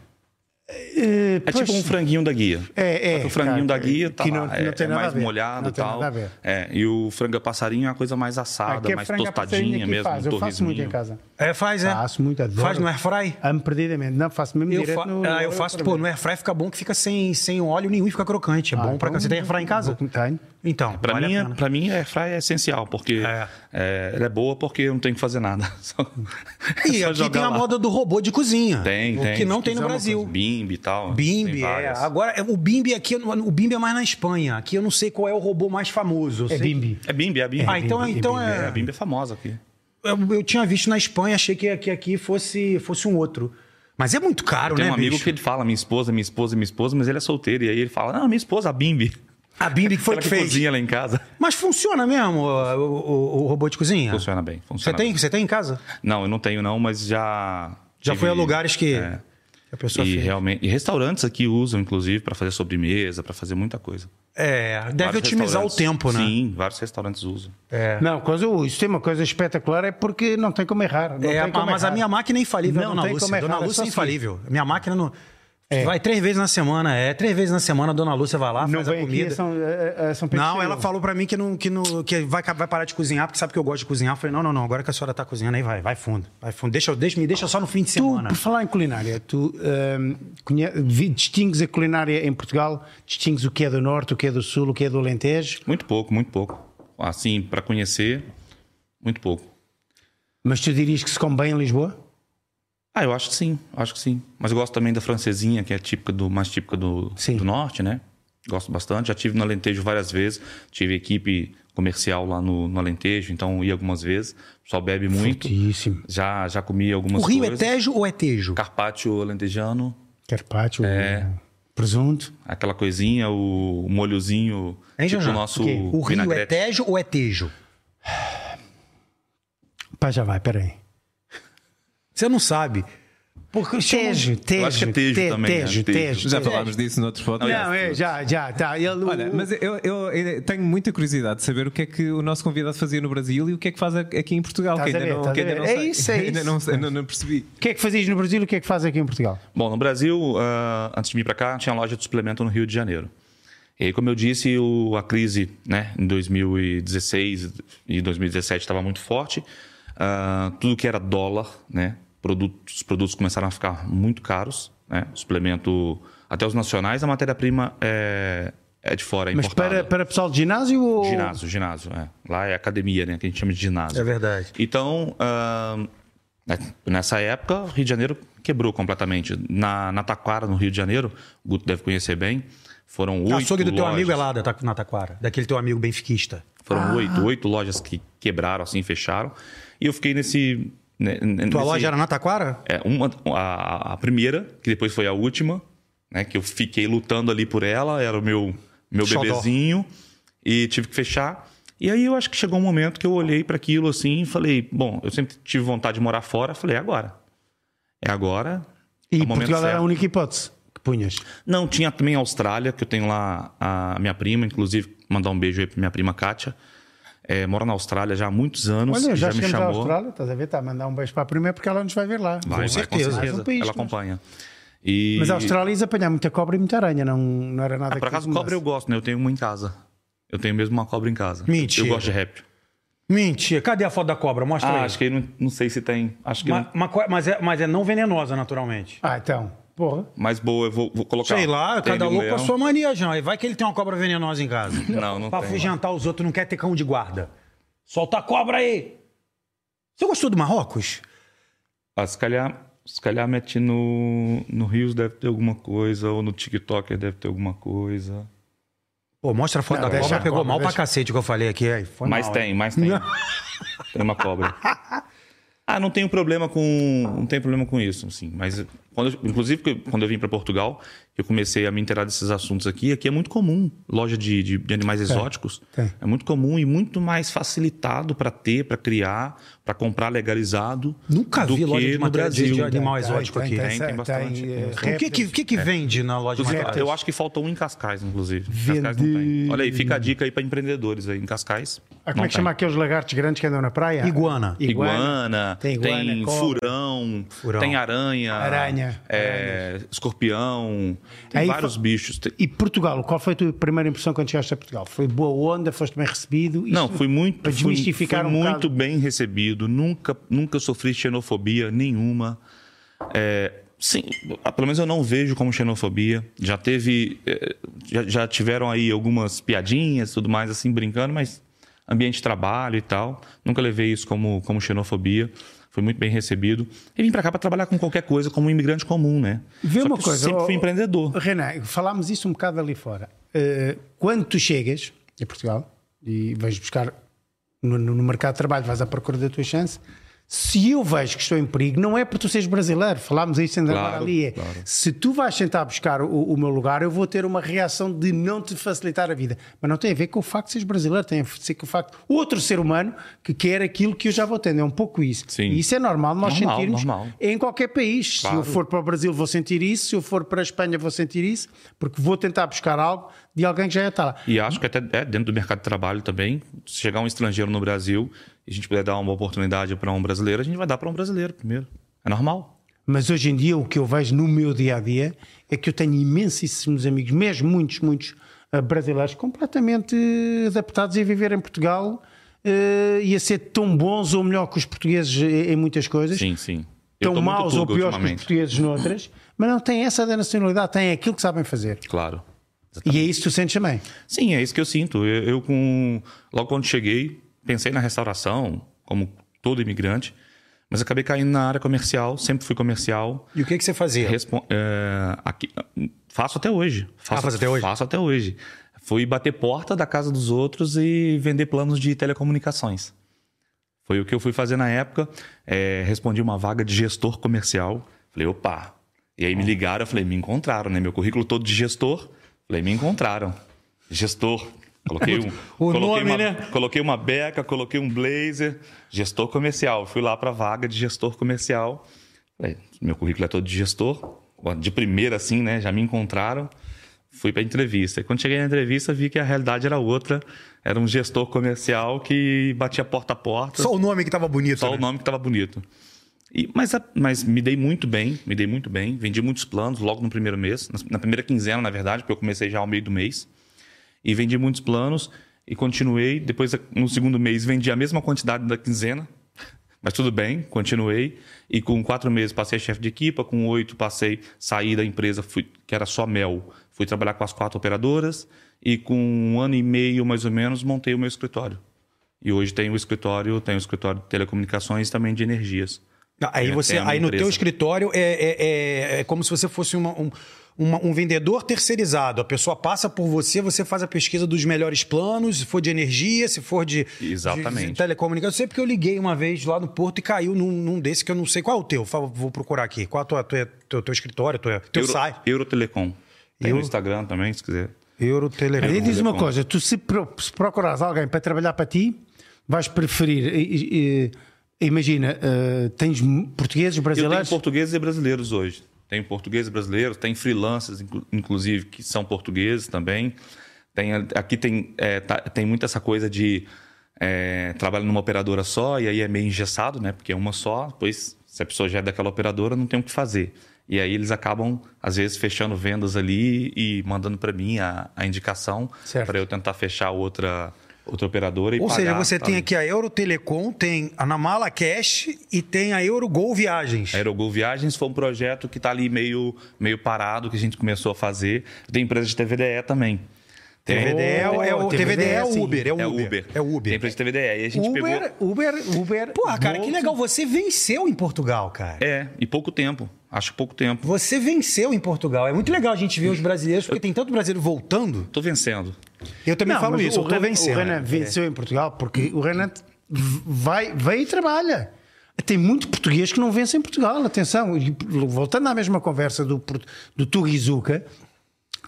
[SPEAKER 1] Eh,
[SPEAKER 2] É
[SPEAKER 1] pois,
[SPEAKER 2] tipo um franguinho da guia.
[SPEAKER 1] É, é,
[SPEAKER 2] Só que o franguinho
[SPEAKER 1] cara,
[SPEAKER 2] da guia tá
[SPEAKER 1] que não-
[SPEAKER 2] lá,
[SPEAKER 1] não
[SPEAKER 2] é,
[SPEAKER 1] tem
[SPEAKER 2] é
[SPEAKER 1] nada a
[SPEAKER 2] mais
[SPEAKER 1] ver,
[SPEAKER 2] molhado
[SPEAKER 1] não
[SPEAKER 2] e
[SPEAKER 1] tem
[SPEAKER 2] tal.
[SPEAKER 1] nada a ver.
[SPEAKER 2] É, e o franga passarinho é uma coisa mais assada,
[SPEAKER 1] aqui é
[SPEAKER 2] mais
[SPEAKER 1] frango à passarinha
[SPEAKER 2] tostadinha
[SPEAKER 1] que
[SPEAKER 2] mesmo,
[SPEAKER 1] faz. Eu faço muito em
[SPEAKER 2] torresminho.
[SPEAKER 1] casa.
[SPEAKER 3] É, faz, é.
[SPEAKER 1] Faço muito, adoro.
[SPEAKER 3] Faz no airfry?
[SPEAKER 1] Amo perdidamente. Não, faço mesmo
[SPEAKER 3] Eu,
[SPEAKER 1] direto
[SPEAKER 3] fa-
[SPEAKER 1] no...
[SPEAKER 3] ah, eu faço, pô, no airfry fica bom que fica sem, sem óleo nenhum e fica crocante. É bom pra
[SPEAKER 1] então,
[SPEAKER 3] cá. Você tem airfry em casa?
[SPEAKER 1] vou- Tenho.
[SPEAKER 3] Então,
[SPEAKER 2] Pra
[SPEAKER 3] vale
[SPEAKER 2] mim,
[SPEAKER 3] a
[SPEAKER 2] é-
[SPEAKER 3] pena.
[SPEAKER 2] pra mim, a airfryer é essencial, porque
[SPEAKER 3] É.
[SPEAKER 2] é, ela é boa porque eu não tenho que fazer nada. [LAUGHS] Só, é
[SPEAKER 3] E
[SPEAKER 2] [LAUGHS] só
[SPEAKER 3] aqui
[SPEAKER 2] jogar
[SPEAKER 3] tem a
[SPEAKER 2] lá.
[SPEAKER 3] moda do robô de cozinha.
[SPEAKER 2] Tem,
[SPEAKER 3] o
[SPEAKER 2] tem.
[SPEAKER 3] Que não
[SPEAKER 2] Se
[SPEAKER 3] tem
[SPEAKER 2] quiser
[SPEAKER 3] no
[SPEAKER 2] uma
[SPEAKER 3] Brasil.
[SPEAKER 2] coisa, Bimby e tal.
[SPEAKER 3] Bimbi,
[SPEAKER 2] tem
[SPEAKER 3] é.
[SPEAKER 2] várias.
[SPEAKER 3] Agora, é, o Bimbi aqui, eu não- o Bimbi é mais na Espanha. Aqui eu não sei qual é o robô mais famoso. eu
[SPEAKER 1] É
[SPEAKER 3] sei
[SPEAKER 1] bimbi.
[SPEAKER 2] É Bimby, é a Bimby.
[SPEAKER 3] Ah, então,
[SPEAKER 1] Bimby,
[SPEAKER 3] então
[SPEAKER 1] Bimby,
[SPEAKER 3] é.
[SPEAKER 2] É, a Bimby é famosa aqui.
[SPEAKER 3] Eu, eu tinha visto na Espanha, achei que aqui, aqui fosse, fosse um outro. Mas é muito caro,
[SPEAKER 2] Tem
[SPEAKER 3] né,
[SPEAKER 2] um amigo
[SPEAKER 3] bicho?
[SPEAKER 2] que ele fala, minha esposa, minha esposa, minha esposa, mas ele é solteiro. E aí ele fala, não, minha esposa, a
[SPEAKER 3] [LAUGHS]
[SPEAKER 2] Bimby.
[SPEAKER 3] A Bimbi que foi
[SPEAKER 2] Ela
[SPEAKER 3] que fez.
[SPEAKER 2] cozinha lá em casa.
[SPEAKER 3] Mas funciona mesmo ó, o, o- o robô de cozinha?
[SPEAKER 2] Funciona bem,
[SPEAKER 3] Ah. Você
[SPEAKER 2] funciona
[SPEAKER 3] tem,
[SPEAKER 2] bem.
[SPEAKER 3] você tem em casa?
[SPEAKER 2] Não, eu não tenho não, mas já...
[SPEAKER 3] Já
[SPEAKER 2] tive-
[SPEAKER 3] foi a lugares que
[SPEAKER 2] É.
[SPEAKER 3] a pessoa
[SPEAKER 2] E
[SPEAKER 3] fez.
[SPEAKER 2] realmente, e restaurantes aqui usam, inclusive, para fazer sobremesa, para fazer muita coisa.
[SPEAKER 3] É, deve
[SPEAKER 2] Vários
[SPEAKER 3] otimizar o
[SPEAKER 2] restaurantes-
[SPEAKER 3] tempo, né?
[SPEAKER 2] Sim, vários restaurantes usam.
[SPEAKER 3] É,
[SPEAKER 1] Não, coisa, isso tem uma coisa espetacular, é porque não tem como errar. Não
[SPEAKER 3] É,
[SPEAKER 1] tem como
[SPEAKER 3] mas a
[SPEAKER 1] errar.
[SPEAKER 3] minha máquina é infalível,
[SPEAKER 1] Não
[SPEAKER 3] dona
[SPEAKER 1] tem como
[SPEAKER 3] Lúcia.
[SPEAKER 1] errar,
[SPEAKER 3] Dona
[SPEAKER 1] é só
[SPEAKER 3] Lúcia é
[SPEAKER 1] seguir. É.
[SPEAKER 3] infalível. Minha máquina não. Vai três vezes na semana, é. Três vezes na semana a dona Lúcia vai lá,
[SPEAKER 1] Não
[SPEAKER 3] faz a
[SPEAKER 1] vem aqui
[SPEAKER 3] comida.
[SPEAKER 1] a São, a- a- a São Pedro
[SPEAKER 3] Não,
[SPEAKER 1] Silva.
[SPEAKER 3] ela falou pra mim que, não, que, não, que vai, vai parar de cozinhar, porque sabe que eu gosto de cozinhar. Eu falei, não, não, não, agora que a senhora tá cozinhando, aí vai, vai fundo. Vai fundo. Deixa, eu- deixa, me deixa só no fim de
[SPEAKER 1] Tu,
[SPEAKER 3] semana.
[SPEAKER 1] por falar em culinária, tu ahm, conhe- vi- distingues a culinária em Portugal, distingues o que é do Norte, o que é do Sul, o que é do Alentejo,
[SPEAKER 2] Muito pouco, muito pouco. Assim, para conhecer, muito pouco.
[SPEAKER 1] mas tu dirias que se come bem em Lisboa?
[SPEAKER 2] Ah, eu acho que sim, acho que sim. Mas eu gosto também da francesinha, que é típica do mais típica do,
[SPEAKER 1] Sim.
[SPEAKER 2] do norte, né? Gosto bastante. Já tive no Alentejo várias vezes. Tive equipe comercial lá no, no Alentejo, então ia algumas vezes. O pessoal bebe muito.
[SPEAKER 1] Muitíssimo.
[SPEAKER 2] Já já comi
[SPEAKER 3] O
[SPEAKER 2] algumas
[SPEAKER 3] Rio é
[SPEAKER 2] coisas.
[SPEAKER 3] Tejo ou é Tejo?
[SPEAKER 2] Carpaccio alentejano,
[SPEAKER 1] Carpaccio,
[SPEAKER 3] É.
[SPEAKER 1] presunto.
[SPEAKER 2] aquela coisinha, o molhozinho,
[SPEAKER 3] Hein,
[SPEAKER 2] tipo
[SPEAKER 3] Janjá?
[SPEAKER 2] o nosso
[SPEAKER 1] O quê? O
[SPEAKER 3] É O Rio é
[SPEAKER 2] vinagrete.
[SPEAKER 3] Tejo ou é Tejo?
[SPEAKER 1] Pá, já vai, peraí.
[SPEAKER 3] Você não sabe. Porque um
[SPEAKER 1] Tejo, Tejo.
[SPEAKER 2] acho que é Tejo
[SPEAKER 1] te-
[SPEAKER 2] também, né?
[SPEAKER 1] Tejo,
[SPEAKER 2] Tejo.
[SPEAKER 1] Tejo.
[SPEAKER 4] Já
[SPEAKER 1] Tejo.
[SPEAKER 4] falámos disso noutros fotos.
[SPEAKER 1] é. Não, é, já, já, tá. Ele,
[SPEAKER 4] Olha, mas eu, eu- eu tenho muita curiosidade de saber o que é que o nosso convidado fazia no Brasil e o que é que faz aqui em Portugal.
[SPEAKER 1] Estás
[SPEAKER 4] que
[SPEAKER 1] a ver,
[SPEAKER 4] ainda não,
[SPEAKER 1] estás
[SPEAKER 4] que
[SPEAKER 1] a
[SPEAKER 4] ainda
[SPEAKER 1] ver.
[SPEAKER 4] não
[SPEAKER 1] É
[SPEAKER 4] sei.
[SPEAKER 1] isso, é
[SPEAKER 4] [LAUGHS] Ainda
[SPEAKER 1] isso.
[SPEAKER 4] não sei, não- não percebi.
[SPEAKER 1] O que é que fazias no Brasil e o que é que fazes aqui em Portugal?
[SPEAKER 2] Bom, no Brasil, ah, antes de vir para cá, tinha loja de suplemento no Rio de Janeiro. E aí, como eu disse, o- a crise né, em 2016 e 2017 estava muito forte. Ah, tudo que era dólar, né, produtos, os produtos começaram a ficar muito caros. Né, suplemento, até os nacionais, a matéria-prima é, é de fora, é
[SPEAKER 1] Mas
[SPEAKER 2] importada.
[SPEAKER 1] para, para pessoal de ginásio ou...
[SPEAKER 2] Ginásio, ginásio. é. Lá é academia, né? Que a gente chama de ginásio.
[SPEAKER 3] É verdade.
[SPEAKER 2] Então, ahn, né, nessa época, o Rio de Janeiro quebrou completamente. Na, na Taquara, no Rio de Janeiro, o Guto deve conhecer bem, foram oito
[SPEAKER 3] O açougue do teu
[SPEAKER 2] lojas-
[SPEAKER 3] amigo é lá Ah. da Ta- na Taquara, daquele teu amigo benfiquista.
[SPEAKER 2] Foram oito, oito lojas que quebraram, assim, fecharam. E eu fiquei nesse... né, n-
[SPEAKER 3] Tua
[SPEAKER 2] nesse-
[SPEAKER 3] loja era na Taquara?
[SPEAKER 2] é, uma, a, a primeira, que depois foi a última, né? Que eu fiquei lutando ali por ela, era o meu, meu
[SPEAKER 3] Xodó.
[SPEAKER 2] bebezinho, e tive que fechar. E aí eu acho que chegou um momento que eu olhei para aquilo assim e falei, bom, eu sempre tive vontade de morar fora, falei, é agora. É agora.
[SPEAKER 1] E
[SPEAKER 2] é o momento
[SPEAKER 1] Portugal era
[SPEAKER 2] certo.
[SPEAKER 1] a única hipótese que punhas.
[SPEAKER 2] Não, tinha também a Austrália, que eu tenho lá a minha prima, inclusive mandar um beijo aí pra minha prima Kátia. É, mora na Austrália já há muitos anos,
[SPEAKER 1] Olha,
[SPEAKER 2] e
[SPEAKER 1] já,
[SPEAKER 2] já me
[SPEAKER 1] chegamos à
[SPEAKER 2] chamou.
[SPEAKER 1] Austrália, estás a ver? Está a mandar um beijo para a primeira porque ela nos vai ver lá.
[SPEAKER 2] Vai, vai, com certeza.
[SPEAKER 1] Mais um país,
[SPEAKER 2] Ela
[SPEAKER 1] mas-
[SPEAKER 2] acompanha. E-
[SPEAKER 1] Mas a Austrália ia apanhar muita cobra e muita aranha, não, não era nada
[SPEAKER 2] Ah, por
[SPEAKER 1] que
[SPEAKER 2] acaso,
[SPEAKER 1] incomodasse.
[SPEAKER 2] cobra eu gosto, né? Eu tenho uma em casa. Eu tenho mesmo uma cobra em casa.
[SPEAKER 3] Mentira.
[SPEAKER 2] Eu gosto de réptil.
[SPEAKER 3] Mentira. Cadê a foto da cobra? Mostra
[SPEAKER 2] Ah,
[SPEAKER 3] aí.
[SPEAKER 2] acho que não, não sei se tem. Acho que
[SPEAKER 3] Ma-
[SPEAKER 2] não.
[SPEAKER 3] ma- co- mas, é, mas é não venenosa, naturalmente.
[SPEAKER 1] Ah, então. Porra.
[SPEAKER 2] Mas boa, eu vou, vou colocar.
[SPEAKER 3] Sei lá,
[SPEAKER 2] Tem
[SPEAKER 3] cada
[SPEAKER 2] ali um
[SPEAKER 3] louco com a
[SPEAKER 2] leão.
[SPEAKER 3] sua mania, Jean. E vai que ele tem uma cobra venenosa em casa.
[SPEAKER 2] Não, não
[SPEAKER 3] pra
[SPEAKER 2] tem.
[SPEAKER 3] afugentar os outros, não quer ter cão de guarda. Solta a cobra aí! Você gostou do Marrocos?
[SPEAKER 2] Ah, se calhar, se calhar meti no, no Rios deve ter alguma coisa, ou no TikToker deve ter alguma coisa.
[SPEAKER 3] Pô, mostra a foto
[SPEAKER 1] Não,
[SPEAKER 3] da
[SPEAKER 1] deixa
[SPEAKER 3] cobra.
[SPEAKER 1] a
[SPEAKER 3] Pegou
[SPEAKER 1] cobra,
[SPEAKER 3] mal
[SPEAKER 1] deixa.
[SPEAKER 3] pra cacete o que eu falei aqui. aí, Foi
[SPEAKER 2] mas
[SPEAKER 3] mal, hein?
[SPEAKER 2] tem, mas tem. [LAUGHS] tem uma cobra. Ah, não tenho problema com. Não tenho problema com isso, assim. Mas, quando eu- inclusive, quando eu vim para Portugal, eu comecei a me inteirar desses assuntos aqui. Aqui é muito comum loja de, de, de animais exóticos.
[SPEAKER 1] tem.
[SPEAKER 2] É muito comum e muito mais facilitado para ter, para criar, para comprar legalizado
[SPEAKER 3] Nunca
[SPEAKER 2] do
[SPEAKER 3] vi
[SPEAKER 2] que
[SPEAKER 3] loja de
[SPEAKER 2] no
[SPEAKER 3] material de-
[SPEAKER 2] Brasil.
[SPEAKER 3] de animal exótico aqui.
[SPEAKER 2] Tem, tem bastante, tem um
[SPEAKER 1] eh,
[SPEAKER 2] bastante.
[SPEAKER 3] O que, que, o que que vende na loja de
[SPEAKER 2] Inclusive,
[SPEAKER 3] material?
[SPEAKER 2] eu acho que falta um em Cascais, inclusive. Em Cascais não tem. Olha aí, fica a dica aí para empreendedores aí em Cascais.
[SPEAKER 1] Ah, como
[SPEAKER 2] Não
[SPEAKER 1] é que
[SPEAKER 2] tem.
[SPEAKER 1] chama aqueles lagartos grandes que andam na praia?
[SPEAKER 3] Iguana.
[SPEAKER 2] Iguana,
[SPEAKER 1] Tem
[SPEAKER 2] tem,
[SPEAKER 1] iguana, é cobra.
[SPEAKER 2] furão,
[SPEAKER 3] Furão.
[SPEAKER 2] tem aranha,
[SPEAKER 1] Aranha.
[SPEAKER 2] é, escorpião, tem
[SPEAKER 1] Aí
[SPEAKER 2] vários
[SPEAKER 1] fa-
[SPEAKER 2] bichos. Tem-
[SPEAKER 1] E Portugal, qual foi a tua primeira impressão quando chegaste a Portugal? Foi boa onda, foste bem recebido? Isto-
[SPEAKER 2] Não, fui muito,
[SPEAKER 1] Para
[SPEAKER 2] fui,
[SPEAKER 1] desmistificar
[SPEAKER 2] fui
[SPEAKER 1] um
[SPEAKER 2] muito
[SPEAKER 1] bocado.
[SPEAKER 2] bem recebido. Nunca, nunca sofri xenofobia nenhuma. É, sim, pelo menos eu não vejo como xenofobia. Já teve, é, já, já tiveram aí algumas piadinhas, tudo mais assim brincando, mas ambiente de trabalho e tal. Nunca levei isso como, como xenofobia. Fui muito bem recebido. E vim para cá para trabalhar com qualquer coisa, como um imigrante comum, né?
[SPEAKER 1] Vê
[SPEAKER 2] Só
[SPEAKER 1] uma
[SPEAKER 2] que eu
[SPEAKER 1] coisa,
[SPEAKER 2] Sempre
[SPEAKER 1] ó-
[SPEAKER 2] fui empreendedor.
[SPEAKER 1] Renan, falámos isso um bocado ali fora. Eh, quando tu chegas a Portugal e vais buscar no, no- no mercado de trabalho, vais à procura da tua chance. Se eu vejo que estou em perigo, não é porque tu seres brasileiro, falámos isso ainda
[SPEAKER 2] Claro,
[SPEAKER 1] agora ali. é,
[SPEAKER 2] claro.
[SPEAKER 1] Se tu vais tentar buscar o, o meu lugar, eu vou ter uma reação de não te facilitar a vida. Mas não tem a ver com o facto de seres brasileiro, tem a ver com o facto outro ser humano que quer aquilo que eu já vou tendo. É um pouco isso.
[SPEAKER 2] Sim.
[SPEAKER 1] E isso é normal nós
[SPEAKER 2] Normal,
[SPEAKER 1] sentirmos
[SPEAKER 2] normal.
[SPEAKER 1] em qualquer país. Se
[SPEAKER 2] Claro.
[SPEAKER 1] eu for para o Brasil, vou sentir isso. Se eu for para a Espanha, vou sentir isso. Porque vou tentar buscar algo de alguém que já está lá.
[SPEAKER 2] E acho que até é, dentro do mercado de trabalho também, se chegar um estrangeiro no Brasil e a gente puder dar uma oportunidade para um brasileiro, a gente vai dar para um brasileiro primeiro. É normal.
[SPEAKER 1] Mas hoje em dia, o que eu vejo no meu dia a dia é que eu tenho imensíssimos amigos, mesmo muitos, muitos ah, brasileiros, completamente eh, adaptados a viver em Portugal eh, e a ser tão bons ou melhor que os portugueses em em muitas coisas.
[SPEAKER 2] Sim, sim. Eu
[SPEAKER 1] Tão
[SPEAKER 2] tô muito
[SPEAKER 1] maus ou
[SPEAKER 2] turco
[SPEAKER 1] piores que os
[SPEAKER 2] ultimamente.
[SPEAKER 1] portugueses noutras, mas não têm essa da nacionalidade, têm aquilo que sabem fazer.
[SPEAKER 2] Claro.
[SPEAKER 1] E é isso que tu sentes também.
[SPEAKER 2] Sim, é isso que eu sinto. Eu, eu com logo quando cheguei, pensei na restauração, como todo imigrante, mas acabei caindo na área comercial, sempre fui comercial.
[SPEAKER 3] E o que, que você fazia?
[SPEAKER 2] Respon- é, aqui- faço até hoje. Faço,
[SPEAKER 3] Ah, faz até hoje?
[SPEAKER 2] Faço até hoje. Fui bater porta da casa dos outros e vender planos de telecomunicações. Foi o que eu fui fazer na época. É, respondi uma vaga de gestor comercial. Falei, opa. E aí me ligaram, eu falei, me encontraram, né? Meu currículo todo de gestor. Falei, me encontraram. Gestor. Coloquei um.
[SPEAKER 3] [LAUGHS] O
[SPEAKER 2] coloquei
[SPEAKER 3] nome,
[SPEAKER 2] uma,
[SPEAKER 3] né?
[SPEAKER 2] Coloquei uma beca, coloquei um blazer. Gestor comercial. Fui lá pra vaga de gestor comercial. Falei, meu currículo é todo de gestor. De primeira, assim, né? Já me encontraram. Fui pra entrevista. E quando cheguei na entrevista, vi que a realidade era outra. Era um gestor comercial que batia porta a porta.
[SPEAKER 3] Só o nome que tava bonito.
[SPEAKER 2] Só o
[SPEAKER 3] né?
[SPEAKER 2] nome que estava bonito. E- mas, a- mas me dei muito bem, me dei muito bem. Vendi muitos planos logo no primeiro mês, na, na primeira quinzena, na verdade, porque eu comecei já ao meio do mês. E vendi muitos planos e continuei. Depois, no segundo mês, vendi a mesma quantidade da quinzena. Mas tudo bem, continuei. E com quatro meses passei a chefe de equipa, com oito passei, saí da empresa, fui, que era só mel. Fui trabalhar com as quatro operadoras e com um ano e meio, mais ou menos, montei o meu escritório. E hoje tem o escritório, tem o escritório de telecomunicações e também de energias.
[SPEAKER 3] Aí,
[SPEAKER 2] É,
[SPEAKER 3] você,
[SPEAKER 2] tem uma
[SPEAKER 3] aí no
[SPEAKER 2] empresa.
[SPEAKER 3] teu escritório é, é- é- é como se você fosse uma- um, uma- um vendedor terceirizado. A pessoa passa por você, você faz a pesquisa dos melhores planos, se for de energia, se for de,
[SPEAKER 2] Exatamente.
[SPEAKER 3] de telecomunicação. Eu sei porque eu liguei uma vez lá no Porto e caiu num, num desse que eu não sei qual é o teu. Fala, Vou procurar aqui. Qual é o tua, tua- teu, teu escritório, tua, teu
[SPEAKER 2] Euro,
[SPEAKER 3] site?
[SPEAKER 2] Eurotelecom. Tem
[SPEAKER 3] Euro-
[SPEAKER 2] no Instagram também, se quiser.
[SPEAKER 1] Mas aí
[SPEAKER 3] Eurotelecom.
[SPEAKER 1] diz uma
[SPEAKER 2] Telecom.
[SPEAKER 1] coisa: tu se, pro, se procurares alguém para trabalhar para ti, vais preferir. e- e- e- imagina, eh, tens m- portugueses,
[SPEAKER 2] Eu tenho
[SPEAKER 1] brasileiros.
[SPEAKER 2] portugueses e brasileiros hoje. Tem portugueses e brasileiros, tem freelancers, inclu- inclusive, que são portugueses também. Tem, a- aqui tem, é, tá- tem muito essa coisa de é, trabalho numa operadora só e aí é meio engessado, né? Porque é uma só, depois, se a pessoa já é daquela operadora, não tem o que fazer. E aí eles acabam, às vezes, fechando vendas ali e mandando para mim a, a indicação
[SPEAKER 1] Certo.
[SPEAKER 2] para eu tentar fechar outra, outra operadora e
[SPEAKER 3] Ou
[SPEAKER 2] pagar.
[SPEAKER 3] seja, você tem
[SPEAKER 2] sabe?
[SPEAKER 3] aqui a Eurotelecom, tem a Namala Cash e tem a Eurogol Viagens.
[SPEAKER 2] A Aerogol Viagens foi um projeto que está ali meio, meio parado, que a gente começou a fazer. Tem empresa de TVDE também. Tem-
[SPEAKER 3] TVDE é, o- é o
[SPEAKER 1] Oh,
[SPEAKER 3] TVDE é
[SPEAKER 1] sim.
[SPEAKER 3] o Uber, é o Uber. É o
[SPEAKER 2] Tem
[SPEAKER 3] Uber. é-
[SPEAKER 2] empresa de TVDE. E a gente pegou...
[SPEAKER 1] Uber, Uber, Uber.
[SPEAKER 3] Porra, cara, que
[SPEAKER 1] Bolt.
[SPEAKER 3] legal. Você venceu em Portugal, cara.
[SPEAKER 2] É, e pouco tempo. Acho pouco tempo.
[SPEAKER 3] Você venceu em Portugal. É muito legal a gente ver os brasileiros, porque tem tanto brasileiro voltando.
[SPEAKER 2] Tô vencendo.
[SPEAKER 3] Eu também
[SPEAKER 1] Não,
[SPEAKER 3] falo
[SPEAKER 1] mas
[SPEAKER 3] isso,
[SPEAKER 1] o
[SPEAKER 3] eu tô
[SPEAKER 1] Renan-
[SPEAKER 3] vencendo.
[SPEAKER 1] O Renan venceu em Portugal porque o Renan v- vai, vai e trabalha. Tem muito português que não vence em Portugal, atenção. E, Voltando à mesma conversa do, Port- do Tugizuka,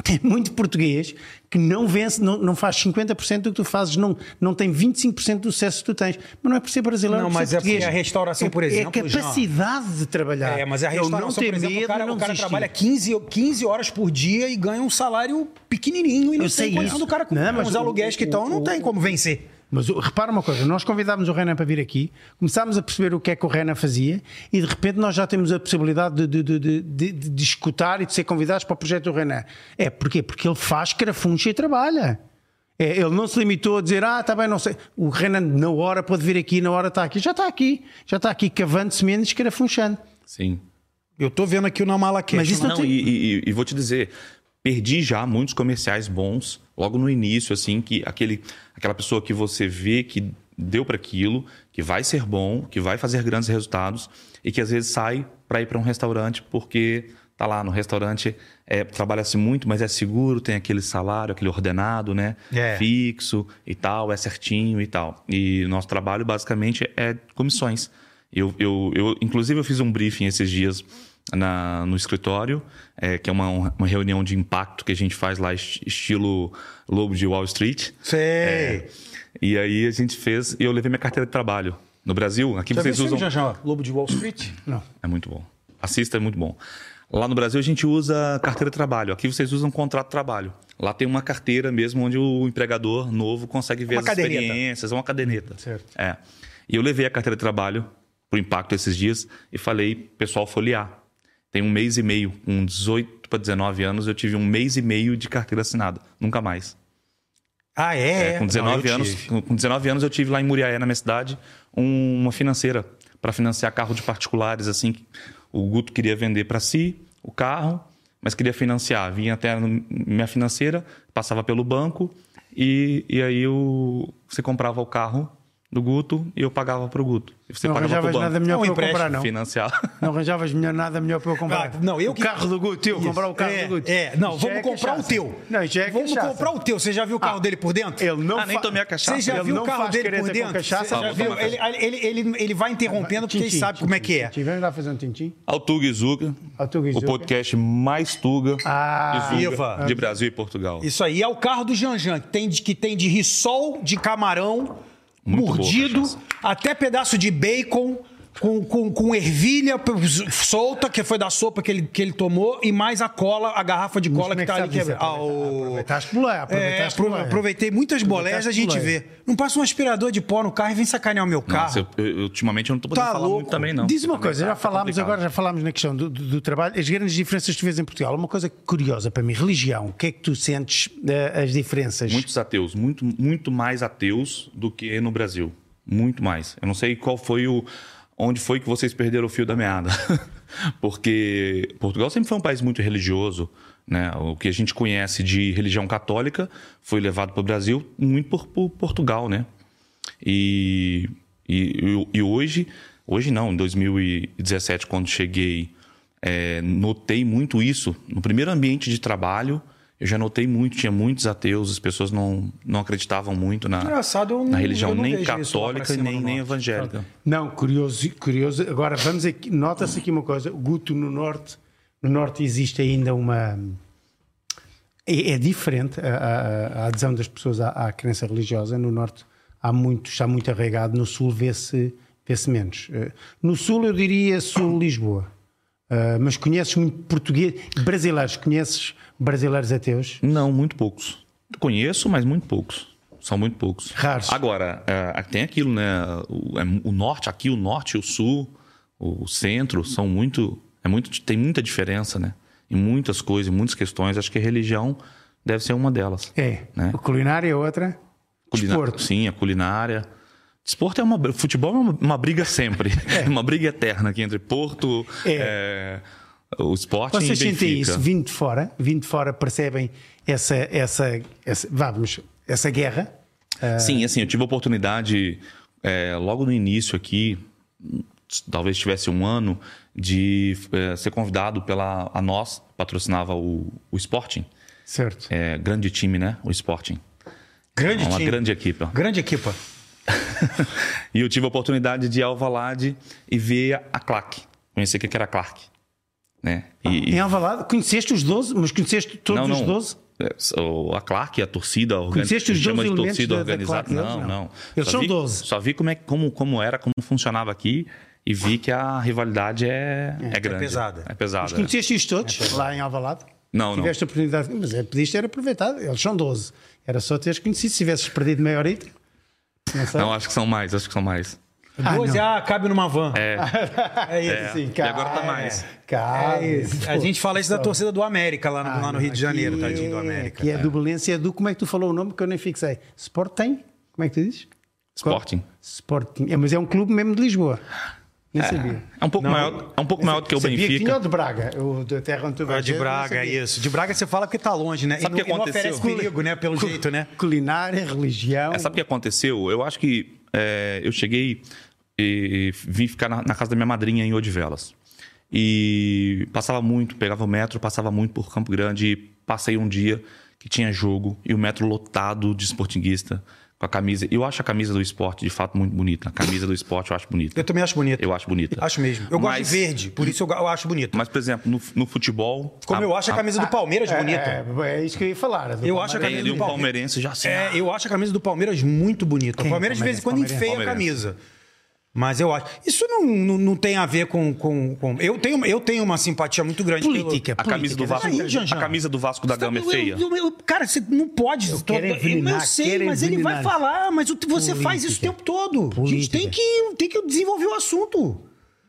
[SPEAKER 1] Tem muito português que não vence, não, não faz 50% do que tu fazes, não, não tem 25% do sucesso que tu tens. Mas não é por ser brasileiro,
[SPEAKER 3] Não,
[SPEAKER 1] é por
[SPEAKER 3] mas
[SPEAKER 1] ser
[SPEAKER 3] é porque
[SPEAKER 1] português.
[SPEAKER 3] a restauração,
[SPEAKER 1] É-
[SPEAKER 3] por exemplo,
[SPEAKER 1] É a capacidade de trabalhar.
[SPEAKER 3] É, mas a
[SPEAKER 1] Eu não
[SPEAKER 3] restauração,
[SPEAKER 1] ter
[SPEAKER 3] por exemplo,
[SPEAKER 1] medo,
[SPEAKER 3] o cara,
[SPEAKER 1] não
[SPEAKER 3] o cara
[SPEAKER 1] desistir.
[SPEAKER 3] trabalha 15, 15 horas por dia e ganha um salário pequenininho e não
[SPEAKER 1] Eu sei
[SPEAKER 3] tem condição
[SPEAKER 1] isso.
[SPEAKER 3] do cara com
[SPEAKER 1] Não, mas
[SPEAKER 3] os
[SPEAKER 1] o-
[SPEAKER 3] aluguéis que
[SPEAKER 1] o-
[SPEAKER 3] estão, não
[SPEAKER 1] o-
[SPEAKER 3] tem como vencer.
[SPEAKER 1] Mas o- repara uma coisa, nós convidámos o Renan para vir aqui, começámos a perceber o que é que o Renan fazia e de repente nós já temos a possibilidade de, de, de, de, de- de escutar e de ser convidados para o projeto do Renan. É, porquê? Porque ele faz carafuncha e trabalha. É, ele não se limitou a dizer, ah, está bem, não sei. O Renan, na hora, pode vir aqui, na hora está aqui. Já está aqui. Já está aqui cavando-se menos, carafunchando.
[SPEAKER 2] Sim.
[SPEAKER 3] Eu tô vendo aqui o Namalaquete.
[SPEAKER 1] Mas isso não,
[SPEAKER 2] Não,
[SPEAKER 1] tem.
[SPEAKER 2] e, e- e vou te dizer, perdi já muitos comerciais bons logo no início, assim, que aquele, aquela pessoa que você vê que deu para aquilo, que vai ser bom, que vai fazer grandes resultados e que às vezes sai para ir para um restaurante porque tá lá no restaurante é, trabalha-se muito, mas é seguro, tem aquele salário, aquele ordenado, né,
[SPEAKER 3] É.
[SPEAKER 2] fixo e tal, é certinho e tal. E nosso trabalho basicamente é comissões. Eu, eu, eu inclusive eu fiz um briefing esses dias na, no escritório, é, que é uma, uma reunião de impacto que a gente faz lá, est- estilo Lobo de Wall Street.
[SPEAKER 3] Sei.
[SPEAKER 2] É, E aí a gente fez, e eu levei minha carteira de trabalho. No Brasil, aqui
[SPEAKER 3] Já viu
[SPEAKER 2] vocês
[SPEAKER 3] esse filme,
[SPEAKER 2] usam.
[SPEAKER 3] Janjão? Lobo de Wall Street?
[SPEAKER 1] Não.
[SPEAKER 2] É muito bom. Assista, é muito bom. Lá no Brasil a gente usa carteira de trabalho. Aqui vocês usam contrato de trabalho. Lá tem uma carteira mesmo onde o empregador novo consegue ver
[SPEAKER 3] Uma
[SPEAKER 2] as
[SPEAKER 3] caderneta.
[SPEAKER 2] experiências, é uma caderneta.
[SPEAKER 1] Certo.
[SPEAKER 2] É. E eu levei a carteira de trabalho pro impacto esses dias e falei, pessoal, folhear. Tem um mês e meio, com 18 para 19 anos, eu tive um mês e meio de carteira assinada. Nunca mais.
[SPEAKER 3] Ah, é?
[SPEAKER 2] É, com 19
[SPEAKER 3] Não, eu
[SPEAKER 2] anos,
[SPEAKER 3] tive.
[SPEAKER 2] com com 19 anos eu tive lá em Muriaé, na minha cidade, um- uma financeira para financiar carro de particulares assim. que O Guto queria vender para si o carro, mas queria financiar. Vinha até no- minha financeira, passava pelo banco e, e aí eu, você comprava o carro do Guto e eu pagava para o Guto. E você
[SPEAKER 1] Não
[SPEAKER 2] pagava para o
[SPEAKER 1] arranjavas
[SPEAKER 2] banco.
[SPEAKER 1] nada melhor
[SPEAKER 3] É um
[SPEAKER 1] para eu
[SPEAKER 3] empréstimo
[SPEAKER 1] comprar, não.
[SPEAKER 2] Financiar. [LAUGHS]
[SPEAKER 1] Não arranjavas melhor, nada melhor para eu comprar.
[SPEAKER 3] Ah, não, eu
[SPEAKER 1] o
[SPEAKER 3] que-
[SPEAKER 1] carro do Guto, eu
[SPEAKER 3] Isso.
[SPEAKER 1] comprar o carro
[SPEAKER 3] é,
[SPEAKER 1] do Guto.
[SPEAKER 3] É, não,
[SPEAKER 1] Isso já
[SPEAKER 3] vamos
[SPEAKER 1] é
[SPEAKER 3] comprar
[SPEAKER 1] cachaça.
[SPEAKER 3] o teu.
[SPEAKER 1] Não, isso já é
[SPEAKER 3] vamos
[SPEAKER 1] cachaça.
[SPEAKER 3] comprar o teu. Você já viu o carro dele por dentro?
[SPEAKER 1] Ele não
[SPEAKER 2] Ah, nem
[SPEAKER 1] fa-
[SPEAKER 2] tomei a cachaça.
[SPEAKER 3] Você já
[SPEAKER 1] Ele
[SPEAKER 3] viu o
[SPEAKER 1] não
[SPEAKER 3] carro
[SPEAKER 1] faz
[SPEAKER 3] dele por
[SPEAKER 1] careta com
[SPEAKER 3] dentro?
[SPEAKER 1] cachaça,
[SPEAKER 3] Você
[SPEAKER 2] Ah,
[SPEAKER 3] já
[SPEAKER 2] vou tomar
[SPEAKER 3] viu? Ele, ele, ele, ele vai interrompendo porque ele
[SPEAKER 1] Tintim,
[SPEAKER 3] sabe como é que é.
[SPEAKER 1] tintim. Vamos lá fazer um tintim?
[SPEAKER 2] Ao Tuga e Zuga,
[SPEAKER 1] Ao Tuga e
[SPEAKER 2] o
[SPEAKER 1] Zuga.
[SPEAKER 2] podcast mais Tuga
[SPEAKER 1] Ah,
[SPEAKER 2] e Zuga
[SPEAKER 3] Viva.
[SPEAKER 2] de Brasil e Portugal.
[SPEAKER 3] Isso aí é o carro do Janjan, que tem de, que tem de rissol, de camarão,
[SPEAKER 2] Muito boa
[SPEAKER 3] mordido,
[SPEAKER 2] cachaça.
[SPEAKER 3] até pedaço de bacon, com, com, com ervilha p- solta, que foi da sopa que ele, que ele tomou, e mais a cola, a garrafa de cola
[SPEAKER 1] como
[SPEAKER 3] que,
[SPEAKER 1] é que
[SPEAKER 3] tá ali
[SPEAKER 1] sabe disso?
[SPEAKER 3] quebrada. Ah, o-
[SPEAKER 1] Aproveitaste boleia,
[SPEAKER 3] É,
[SPEAKER 1] aproveitaste
[SPEAKER 3] apro-
[SPEAKER 1] boleia.
[SPEAKER 3] aproveitei muitas boleias a gente
[SPEAKER 1] boleia.
[SPEAKER 3] vê. Não passa um aspirador de pó no carro e vem sacanear o meu carro.
[SPEAKER 2] Nossa, eu- eu- eu- ultimamente eu não tô podendo
[SPEAKER 3] Tá
[SPEAKER 2] falar
[SPEAKER 3] louco.
[SPEAKER 2] muito também, não.
[SPEAKER 1] Diz uma
[SPEAKER 2] Também
[SPEAKER 1] coisa,
[SPEAKER 2] tá-
[SPEAKER 1] já
[SPEAKER 2] tá
[SPEAKER 1] falámos
[SPEAKER 2] complicado.
[SPEAKER 1] agora, já falámos na questão do, do- do trabalho, as grandes diferenças que tu vês em Portugal. Uma coisa curiosa para mim, religião, o que é que tu sentes eh, as diferenças?
[SPEAKER 2] Muitos ateus, muito, muito mais ateus do que no Brasil. Muito mais. Eu não sei qual foi o. onde foi que vocês perderam o fio da meada. [LAUGHS] Porque Portugal sempre foi um país muito religioso. Né? O que a gente conhece de religião católica foi levado para o Brasil muito por, por Portugal, né? E, e, e hoje, hoje não, em 2017, quando cheguei, é, notei muito isso. No primeiro ambiente de trabalho, eu já notei muito, tinha muitos ateus, as pessoas não, não acreditavam muito na,
[SPEAKER 3] Engraçado, eu não-
[SPEAKER 2] na religião
[SPEAKER 3] eu não
[SPEAKER 2] nem
[SPEAKER 3] vejo isso lá pra
[SPEAKER 2] católica e
[SPEAKER 3] cima
[SPEAKER 2] nem,
[SPEAKER 3] no
[SPEAKER 2] nem
[SPEAKER 3] norte.
[SPEAKER 2] evangélica.
[SPEAKER 1] Não, curioso, curioso. Agora vamos aqui, nota-se aqui uma coisa, o Guto no Norte, no Norte existe ainda uma... É, é diferente a, a- a adesão das pessoas à, à crença religiosa. No Norte há muito, está muito arraigado, no Sul vê-se vê-se menos. Eh, No Sul eu diria Sul-Lisboa. Eh, mas conheces muito português, brasileiros, conheces brasileiros ateus?
[SPEAKER 2] Não, muito poucos. Conheço, mas muito poucos. São muito poucos.
[SPEAKER 1] Raros.
[SPEAKER 2] Agora, é, tem aquilo, né? O, é, o norte, aqui o norte e o sul, o centro, são muito, é muito. Tem muita diferença, né? Em muitas coisas, em muitas questões. Acho que a religião deve ser uma delas.
[SPEAKER 1] É.
[SPEAKER 2] Né?
[SPEAKER 1] O culinário é outra.
[SPEAKER 2] Culina-
[SPEAKER 1] Desporto.
[SPEAKER 2] Sim, a culinária. Desporto é uma. br- Futebol é uma, uma briga
[SPEAKER 1] [LAUGHS]
[SPEAKER 2] sempre. É. [LAUGHS] uma briga eterna aqui entre Porto. é, o esporte e
[SPEAKER 1] Vocês
[SPEAKER 2] Benfica.
[SPEAKER 1] sentem isso vindo de fora? Vindo de fora percebem essa, essa, essa, vamos, essa guerra?
[SPEAKER 3] É.
[SPEAKER 2] Sim, assim, eu tive a oportunidade é, logo no início aqui, talvez tivesse um ano, de é, ser convidado pela a nós, patrocinava o, o Sporting.
[SPEAKER 1] Certo.
[SPEAKER 2] É, grande time, né? O Sporting.
[SPEAKER 3] Grande
[SPEAKER 2] É uma
[SPEAKER 3] time.
[SPEAKER 2] grande equipe.
[SPEAKER 3] [LAUGHS]
[SPEAKER 2] ó.
[SPEAKER 3] Grande equipa.
[SPEAKER 2] E eu tive a oportunidade de ir ao Alvalade e ver a Clark. Conhecer o que que era a Clark. Né? E,
[SPEAKER 1] Em Alvalade, conheceste os 12, mas conheceste todos
[SPEAKER 2] não,
[SPEAKER 1] os
[SPEAKER 2] não.
[SPEAKER 1] 12?
[SPEAKER 2] É, o- A Clark, a torcida organizada.
[SPEAKER 1] Conheceste os
[SPEAKER 2] Chama
[SPEAKER 1] 12
[SPEAKER 2] de
[SPEAKER 1] elementos
[SPEAKER 2] torcida
[SPEAKER 1] da- da
[SPEAKER 2] organizada.
[SPEAKER 1] Clark, eles
[SPEAKER 2] não,
[SPEAKER 1] não.
[SPEAKER 2] não.
[SPEAKER 1] Eles
[SPEAKER 2] Só
[SPEAKER 1] são
[SPEAKER 2] vi,
[SPEAKER 1] 12.
[SPEAKER 2] Só vi como, é, como, como era, como funcionava aqui e vi que a rivalidade é, é, grande.
[SPEAKER 3] pesada.
[SPEAKER 2] É pesada. é.
[SPEAKER 1] Conheceste os todos lá em Alvalade?
[SPEAKER 2] Não, não.
[SPEAKER 1] Tiveste a oportunidade, mas é, pediste era aproveitado, eles são 12. Era só teres conhecido, se tivesses perdido meia horita. Não sei.
[SPEAKER 2] Não, acho que são mais, acho que são mais.
[SPEAKER 1] Ah,
[SPEAKER 3] Duas,
[SPEAKER 1] não.
[SPEAKER 3] ah, cabe numa van. É, isso.
[SPEAKER 2] É, e agora tá mais.
[SPEAKER 1] Cara,
[SPEAKER 3] A gente fala isso da torcida do América lá no, lá no Rio de Janeiro, tadinho do América.
[SPEAKER 1] Que é do Belenense, é do. Como é que tu falou o nome que eu nem fixei? Sporting? Como é que tu dizes?
[SPEAKER 2] Sporting.
[SPEAKER 1] Sporting. É, mas é um clube mesmo de Lisboa. Nem sabia.
[SPEAKER 2] É um pouco, maior, é um pouco maior do que o
[SPEAKER 1] sabia Que tinha o
[SPEAKER 2] Benfica.
[SPEAKER 1] de Braga, o da terra onde tu
[SPEAKER 3] Ah,
[SPEAKER 1] vais
[SPEAKER 3] de
[SPEAKER 1] ver, não
[SPEAKER 3] Braga,
[SPEAKER 1] sabia.
[SPEAKER 3] isso. De Braga você fala porque tá longe, né?
[SPEAKER 2] Sabe
[SPEAKER 3] e
[SPEAKER 2] o
[SPEAKER 3] não,
[SPEAKER 2] que
[SPEAKER 3] e não
[SPEAKER 2] aconteceu?
[SPEAKER 3] oferece perigo, né? Pelo jeito, né?
[SPEAKER 1] Culinária, religião.
[SPEAKER 2] É, sabe o que aconteceu? Eu acho que é, eu cheguei e vim ficar na, na casa da minha madrinha em Odivelas. E passava muito, pegava o metro, passava muito por Campo Grande. E passei um dia que tinha jogo e o metro lotado de esportinguista com a camisa. Eu acho a camisa do esporte de fato muito bonita. A camisa do esporte eu acho bonita.
[SPEAKER 3] Eu também acho bonito.
[SPEAKER 2] Eu acho bonita.
[SPEAKER 3] Acho mesmo. Eu gosto
[SPEAKER 2] Mas-
[SPEAKER 3] de verde, por isso eu, eu acho bonito.
[SPEAKER 2] Mas, por exemplo, no, no futebol.
[SPEAKER 3] Como eu acho a camisa do Palmeiras bonita.
[SPEAKER 1] É, é isso que eu ia falar. do
[SPEAKER 3] Eu acho
[SPEAKER 1] Palmeiras.
[SPEAKER 2] Tem
[SPEAKER 3] a camisa
[SPEAKER 2] ali
[SPEAKER 3] do
[SPEAKER 2] um
[SPEAKER 3] Palmeiras.
[SPEAKER 2] palmeirense já assim.
[SPEAKER 3] É, eu acho a camisa do Palmeiras muito bonita. O Palmeiras de vez em quando
[SPEAKER 1] Palmeiras?
[SPEAKER 3] enfeia a
[SPEAKER 2] Palmeirense.
[SPEAKER 3] camisa. Mas eu acho. Isso não, não, não tem a ver com. com, com- Eu, tenho, eu tenho uma simpatia muito grande
[SPEAKER 1] Política,
[SPEAKER 2] A camisa do Vasco,
[SPEAKER 3] Aí, Janjan.
[SPEAKER 2] a camisa do Vasco da
[SPEAKER 3] Então,
[SPEAKER 2] Gama é
[SPEAKER 3] eu-
[SPEAKER 2] feia.
[SPEAKER 3] eu- eu- cara, você não pode. Eu,
[SPEAKER 1] quero envenenar,
[SPEAKER 3] sei,
[SPEAKER 1] quero
[SPEAKER 3] mas ele vai
[SPEAKER 1] envenenar.
[SPEAKER 3] falar, mas o- você faz isso o tempo todo. A gente
[SPEAKER 1] Política.
[SPEAKER 3] tem que, tem que desenvolver o assunto.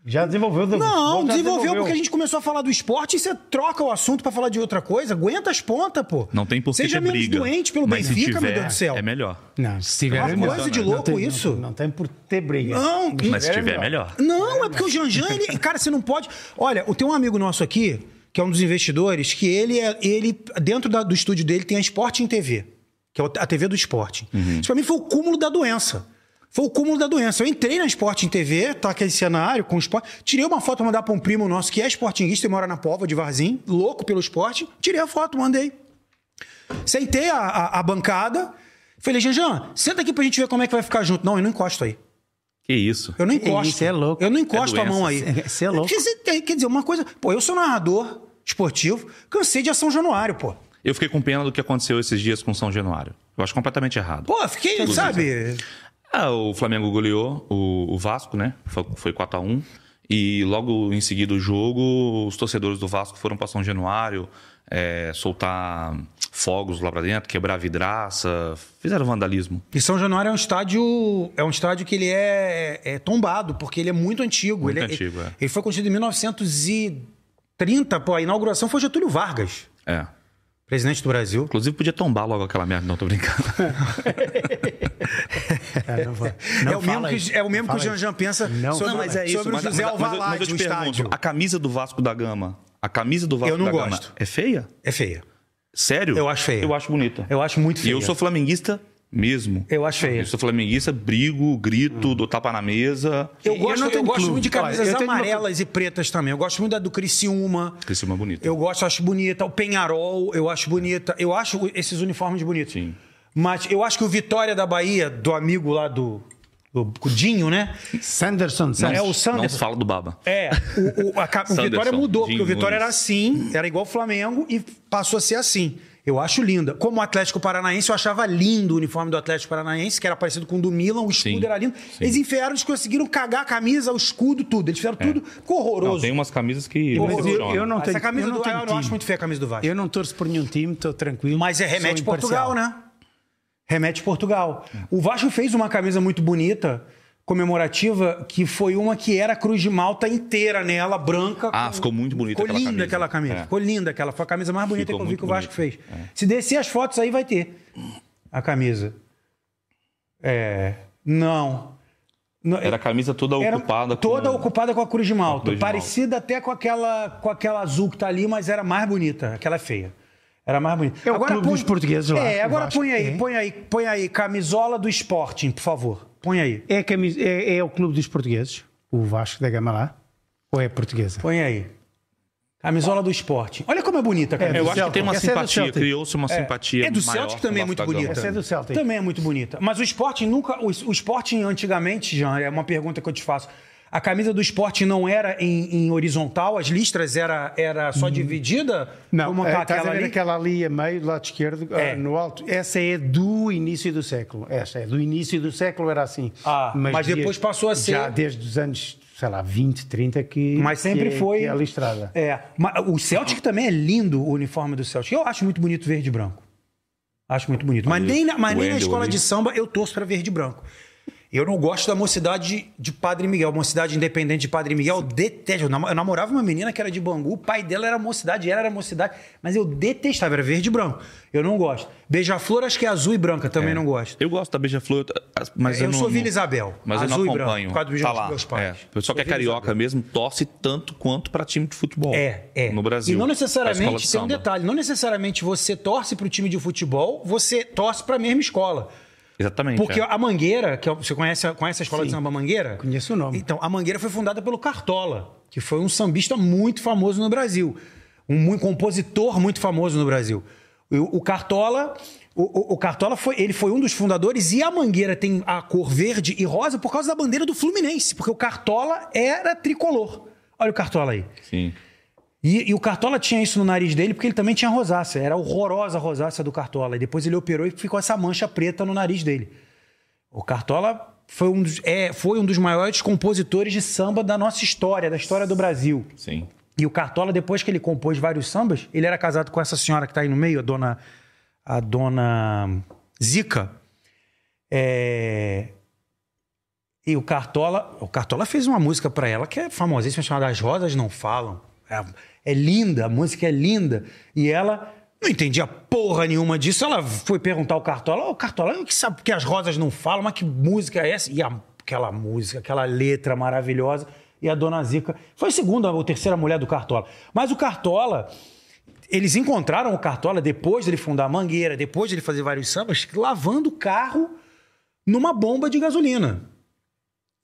[SPEAKER 1] Já desenvolveu do
[SPEAKER 3] Não,
[SPEAKER 1] já
[SPEAKER 3] desenvolveu porque a gente começou a falar do esporte e você troca o assunto pra falar de outra coisa. Aguenta as pontas, pô.
[SPEAKER 2] Não tem por que
[SPEAKER 3] Seja
[SPEAKER 2] ter
[SPEAKER 3] menos
[SPEAKER 2] briga.
[SPEAKER 3] doente pelo
[SPEAKER 2] Mas se
[SPEAKER 3] Benfica, meu
[SPEAKER 2] tiver,
[SPEAKER 3] Deus do céu.
[SPEAKER 2] É melhor.
[SPEAKER 1] Não, se tiver.
[SPEAKER 3] É uma
[SPEAKER 1] é melhor.
[SPEAKER 3] coisa de
[SPEAKER 1] Não
[SPEAKER 3] louco
[SPEAKER 1] tem-
[SPEAKER 3] isso.
[SPEAKER 1] Não, não tem por ter briga.
[SPEAKER 3] Não,
[SPEAKER 2] Mas se tiver, é
[SPEAKER 1] melhor.
[SPEAKER 2] melhor.
[SPEAKER 3] Não, é porque o Janjan, ele. Cara, você não pode. Olha, tem um amigo nosso aqui, que é um dos investidores, que ele é. Ele, dentro da- do estúdio dele, tem a Esporte em TV, que é o- a TV do esporte. Isso pra mim foi o cúmulo da doença. Foi o cúmulo da doença. Eu entrei na Esporte em TV, tá aquele cenário com o esporte. Tirei uma foto, mandar pra um primo nosso que é esportinguista e mora na Pova de Varzim, louco pelo esporte. Tirei a foto, mandei. Sentei a, a- a bancada. Falei, Janjan, senta aqui pra gente ver como é que vai ficar junto. Não, eu não encosto aí.
[SPEAKER 2] Que isso.
[SPEAKER 3] Eu não
[SPEAKER 1] Que
[SPEAKER 3] encosto.
[SPEAKER 1] isso, é louco.
[SPEAKER 3] Eu não encosto
[SPEAKER 2] É
[SPEAKER 3] a mão aí.
[SPEAKER 2] doença.
[SPEAKER 1] Você é louco.
[SPEAKER 3] Quer dizer, quer dizer, uma coisa. Pô, eu sou narrador esportivo, cansei de São Januário, pô.
[SPEAKER 2] Eu fiquei com pena do que aconteceu esses dias com São Januário. Eu acho completamente errado.
[SPEAKER 3] Pô, fiquei, sabe?
[SPEAKER 2] Ah, o Flamengo goleou o, o Vasco, né? Foi, foi 4x1. E logo em seguida o jogo, os torcedores do Vasco foram para São Januário é, soltar fogos lá pra dentro, quebrar vidraça, fizeram vandalismo.
[SPEAKER 3] E São Januário é um estádio. É um estádio que ele é, é tombado, porque ele é muito antigo.
[SPEAKER 2] Muito
[SPEAKER 3] ele
[SPEAKER 2] antigo, é.
[SPEAKER 3] ele foi construído em 1930, pô. A inauguração foi Getúlio Vargas,
[SPEAKER 2] É.
[SPEAKER 3] presidente do Brasil.
[SPEAKER 2] Inclusive podia tombar logo aquela merda, não tô brincando.
[SPEAKER 1] É, não vai. Não
[SPEAKER 3] é, o mesmo
[SPEAKER 1] fala isso.
[SPEAKER 3] que, é o mesmo
[SPEAKER 1] Não
[SPEAKER 3] que o
[SPEAKER 1] fala isso.
[SPEAKER 3] Janjan pensa
[SPEAKER 1] Não
[SPEAKER 3] sobre,
[SPEAKER 1] fala
[SPEAKER 3] mas é
[SPEAKER 1] isso.
[SPEAKER 3] sobre o José
[SPEAKER 2] eu-
[SPEAKER 3] Alvalade,
[SPEAKER 2] eu te
[SPEAKER 3] o
[SPEAKER 2] pergunto,
[SPEAKER 3] estádio.
[SPEAKER 2] a camisa do Vasco da Gama, a camisa do Vasco
[SPEAKER 3] Eu não
[SPEAKER 2] da
[SPEAKER 3] gosto.
[SPEAKER 2] Gama é feia?
[SPEAKER 3] É feia.
[SPEAKER 2] Sério?
[SPEAKER 3] Eu acho feia.
[SPEAKER 2] Eu acho bonita.
[SPEAKER 3] Eu acho muito
[SPEAKER 2] E
[SPEAKER 3] feia.
[SPEAKER 2] eu sou flamenguista mesmo.
[SPEAKER 3] Eu acho feia.
[SPEAKER 2] Eu sou flamenguista, brigo, grito, dou tapa na mesa.
[SPEAKER 3] Eu
[SPEAKER 1] Eu
[SPEAKER 3] gosto,
[SPEAKER 1] não
[SPEAKER 3] eu
[SPEAKER 1] tenho
[SPEAKER 3] gosto
[SPEAKER 1] clube.
[SPEAKER 3] muito de
[SPEAKER 1] Olha,
[SPEAKER 3] camisas
[SPEAKER 1] eu tenho
[SPEAKER 3] amarelas e pretas também. Eu gosto muito da do Criciúma.
[SPEAKER 2] Criciúma é bonita.
[SPEAKER 3] Eu gosto, acho bonita. O Penharol, eu acho bonita. Eu acho o- esses uniformes bonitos.
[SPEAKER 2] Sim.
[SPEAKER 3] Mas eu acho que o Vitória da Bahia, do amigo lá do, do Dinho, né?
[SPEAKER 1] Sanderson,
[SPEAKER 2] Não,
[SPEAKER 1] Sanderson.
[SPEAKER 3] é o
[SPEAKER 2] Não
[SPEAKER 3] Sanders.
[SPEAKER 2] se fala do baba.
[SPEAKER 3] É, o, o- a ca- o
[SPEAKER 2] Sanderson,
[SPEAKER 3] Vitória mudou,
[SPEAKER 2] Dinho
[SPEAKER 3] porque o Vitória
[SPEAKER 2] Nunes.
[SPEAKER 3] era assim, era igual o Flamengo e passou a ser assim. Eu acho linda. Como o Atlético Paranaense, eu achava lindo o uniforme do Atlético Paranaense, que era parecido com o do Milan, o escudo
[SPEAKER 2] Sim,
[SPEAKER 3] era lindo.
[SPEAKER 2] sim.
[SPEAKER 3] Eles enfiaram, eles conseguiram cagar a camisa, o escudo, tudo. Eles fizeram tudo ficou horroroso.
[SPEAKER 2] É. Não, tem um umas camisas que.
[SPEAKER 1] Mas eu-
[SPEAKER 2] funcionam.
[SPEAKER 1] eu não-
[SPEAKER 3] Essa
[SPEAKER 1] tenho-
[SPEAKER 3] camisa
[SPEAKER 1] eu não
[SPEAKER 3] do
[SPEAKER 1] tenho
[SPEAKER 3] eu não acho
[SPEAKER 1] time.
[SPEAKER 3] muito feia a camisa do Vasco.
[SPEAKER 1] Eu não torço por nenhum time, estou tranquilo.
[SPEAKER 3] Mas é
[SPEAKER 1] Sou
[SPEAKER 3] remete
[SPEAKER 1] imparcial.
[SPEAKER 3] Portugal, né? Remete Portugal. O Vasco fez uma camisa muito bonita, comemorativa, que foi uma que era a Cruz de Malta inteira nela, branca.
[SPEAKER 2] Ah, ficou muito bonita
[SPEAKER 3] Ficou
[SPEAKER 2] aquela
[SPEAKER 3] linda
[SPEAKER 2] camisa.
[SPEAKER 3] aquela camisa.
[SPEAKER 2] É.
[SPEAKER 3] Ficou linda aquela. Foi a camisa mais bonita
[SPEAKER 2] Ficou
[SPEAKER 3] que eu vi
[SPEAKER 2] muito
[SPEAKER 3] que o Vasco fez.
[SPEAKER 2] bonita. é.
[SPEAKER 3] Se descer as fotos aí, vai ter a camisa. É. Não. Não,
[SPEAKER 2] Era a camisa toda
[SPEAKER 3] era
[SPEAKER 2] ocupada. com-
[SPEAKER 3] toda ocupada com a cruz de malta,
[SPEAKER 2] cruz de malta.
[SPEAKER 3] parecida até com aquela com aquela azul que tá ali, mas era mais bonita, aquela é feia. Era mais bonita.
[SPEAKER 1] É o clube dos portugueses lá,
[SPEAKER 3] É,
[SPEAKER 1] eu
[SPEAKER 3] agora
[SPEAKER 1] acho.
[SPEAKER 3] põe aí,
[SPEAKER 1] É.
[SPEAKER 3] põe aí, põe aí camisola do Sporting, por favor. Põe aí.
[SPEAKER 1] É, a camis- é- é o clube dos portugueses, o Vasco da Gama lá? Ou é portuguesa?
[SPEAKER 3] Põe aí. Camisola do Sporting. Olha como é bonita a
[SPEAKER 1] É,
[SPEAKER 2] Eu
[SPEAKER 3] camisa.
[SPEAKER 1] do
[SPEAKER 2] acho que tem uma
[SPEAKER 1] Celtic. Essa é do
[SPEAKER 2] simpatia.
[SPEAKER 1] Celtic.
[SPEAKER 2] Criou-se uma simpatia.
[SPEAKER 3] É do
[SPEAKER 2] maior
[SPEAKER 3] Celtic
[SPEAKER 2] com o
[SPEAKER 3] também é
[SPEAKER 2] Vasco
[SPEAKER 3] muito
[SPEAKER 2] da Gama.
[SPEAKER 3] bonita.
[SPEAKER 1] Essa é do Celtic.
[SPEAKER 3] Também é muito bonita. Mas o Sporting nunca. O, o Sporting antigamente, Jean, é uma pergunta que eu te faço. a camisa do esporte não era em, em horizontal, as listras era, era só dividida?
[SPEAKER 1] Hum. Não,
[SPEAKER 3] como
[SPEAKER 1] é,
[SPEAKER 3] tá
[SPEAKER 1] estás
[SPEAKER 3] aquela
[SPEAKER 1] a ver
[SPEAKER 3] ali?
[SPEAKER 1] aquela ali a meio, do lado esquerdo,
[SPEAKER 3] É.
[SPEAKER 1] ah, no alto. Essa é do início do século. Essa é do início do século, era assim.
[SPEAKER 3] Ah, mas depois passou a ser-
[SPEAKER 1] Já desde os anos, sei lá, 20, 30 que.
[SPEAKER 3] Mas sempre
[SPEAKER 1] que é-
[SPEAKER 3] foi.
[SPEAKER 1] Que é listrada.
[SPEAKER 3] É. Mas o Celtic também é lindo o uniforme do Celtic. Eu acho muito bonito verde e branco. Acho muito bonito. Mas
[SPEAKER 2] Ali,
[SPEAKER 3] nem na, mas
[SPEAKER 2] o
[SPEAKER 3] nem na
[SPEAKER 2] Wendel
[SPEAKER 3] escola
[SPEAKER 2] ali.
[SPEAKER 3] de samba eu torço para verde e branco. Eu não gosto da mocidade de Padre Miguel. Mocidade independente de Padre Miguel, eu detesto. Eu namo- eu namorava uma menina que era de Bangu, o pai dela era mocidade, ela era mocidade, mas eu detestava, era verde e branco. Eu não gosto. Beija-flor, acho que é azul e branca, também não gosto.
[SPEAKER 2] Eu gosto da Beija-Flor, mas
[SPEAKER 3] É,
[SPEAKER 2] eu,
[SPEAKER 3] eu
[SPEAKER 2] não...
[SPEAKER 3] sou Vila
[SPEAKER 2] não-
[SPEAKER 3] Isabel,
[SPEAKER 2] Mas
[SPEAKER 3] azul e
[SPEAKER 2] eu não
[SPEAKER 3] branco,
[SPEAKER 2] acompanho.
[SPEAKER 3] por causa dos
[SPEAKER 2] tá
[SPEAKER 3] meus-
[SPEAKER 2] lá.
[SPEAKER 3] meus pais.
[SPEAKER 2] É. O pessoal que é
[SPEAKER 3] Sou Vila
[SPEAKER 2] carioca
[SPEAKER 3] Isabel.
[SPEAKER 2] mesmo torce tanto quanto pra time de futebol.
[SPEAKER 3] É, é.
[SPEAKER 2] No Brasil.
[SPEAKER 3] E não
[SPEAKER 2] A escola
[SPEAKER 3] necessariamente,
[SPEAKER 2] de
[SPEAKER 3] tem um
[SPEAKER 2] samba.
[SPEAKER 3] detalhe, não necessariamente você torce pro time de futebol, você torce pra mesma escola.
[SPEAKER 2] Exatamente.
[SPEAKER 3] Porque
[SPEAKER 2] é.
[SPEAKER 3] a Mangueira, que é- você conhece, a- conhece a escola de samba Mangueira?
[SPEAKER 1] Conheço o nome.
[SPEAKER 3] Então, a Mangueira foi fundada pelo Cartola, que foi um sambista muito famoso no Brasil. Um mu- compositor muito famoso no Brasil. E O, o Cartola... O, o- o Cartola foi, ele foi um dos fundadores e a Mangueira tem a cor verde e rosa por causa da bandeira do Fluminense, porque o Cartola era tricolor. Olha o Cartola aí.
[SPEAKER 2] Sim.
[SPEAKER 3] E, e o Cartola tinha isso no nariz dele porque ele também tinha rosácea. Era horrorosa a rosácea do Cartola. E depois ele operou e ficou essa mancha preta no nariz dele. O Cartola foi um dos, é, foi um dos maiores compositores de samba da nossa história, da história do Brasil.
[SPEAKER 2] Sim.
[SPEAKER 3] E o Cartola, depois que ele compôs vários sambas, ele era casado com essa senhora que tá aí no meio, a dona, a dona Zica. É, E o Cartola, o Cartola fez uma música pra ela que é famosíssima, chamada As Rosas Não Falam. É, é linda, a música é linda. E ela não entendia porra nenhuma disso. Ela foi perguntar ao Cartola, ô Cartola, que sabe que as rosas não falam, mas que música é essa? E a- aquela música, aquela letra maravilhosa. E a dona Zica foi a segunda ou terceira mulher do Cartola. Mas o Cartola, eles encontraram o Cartola depois dele fundar a Mangueira, depois dele fazer vários sambas, lavando o carro numa bomba de gasolina.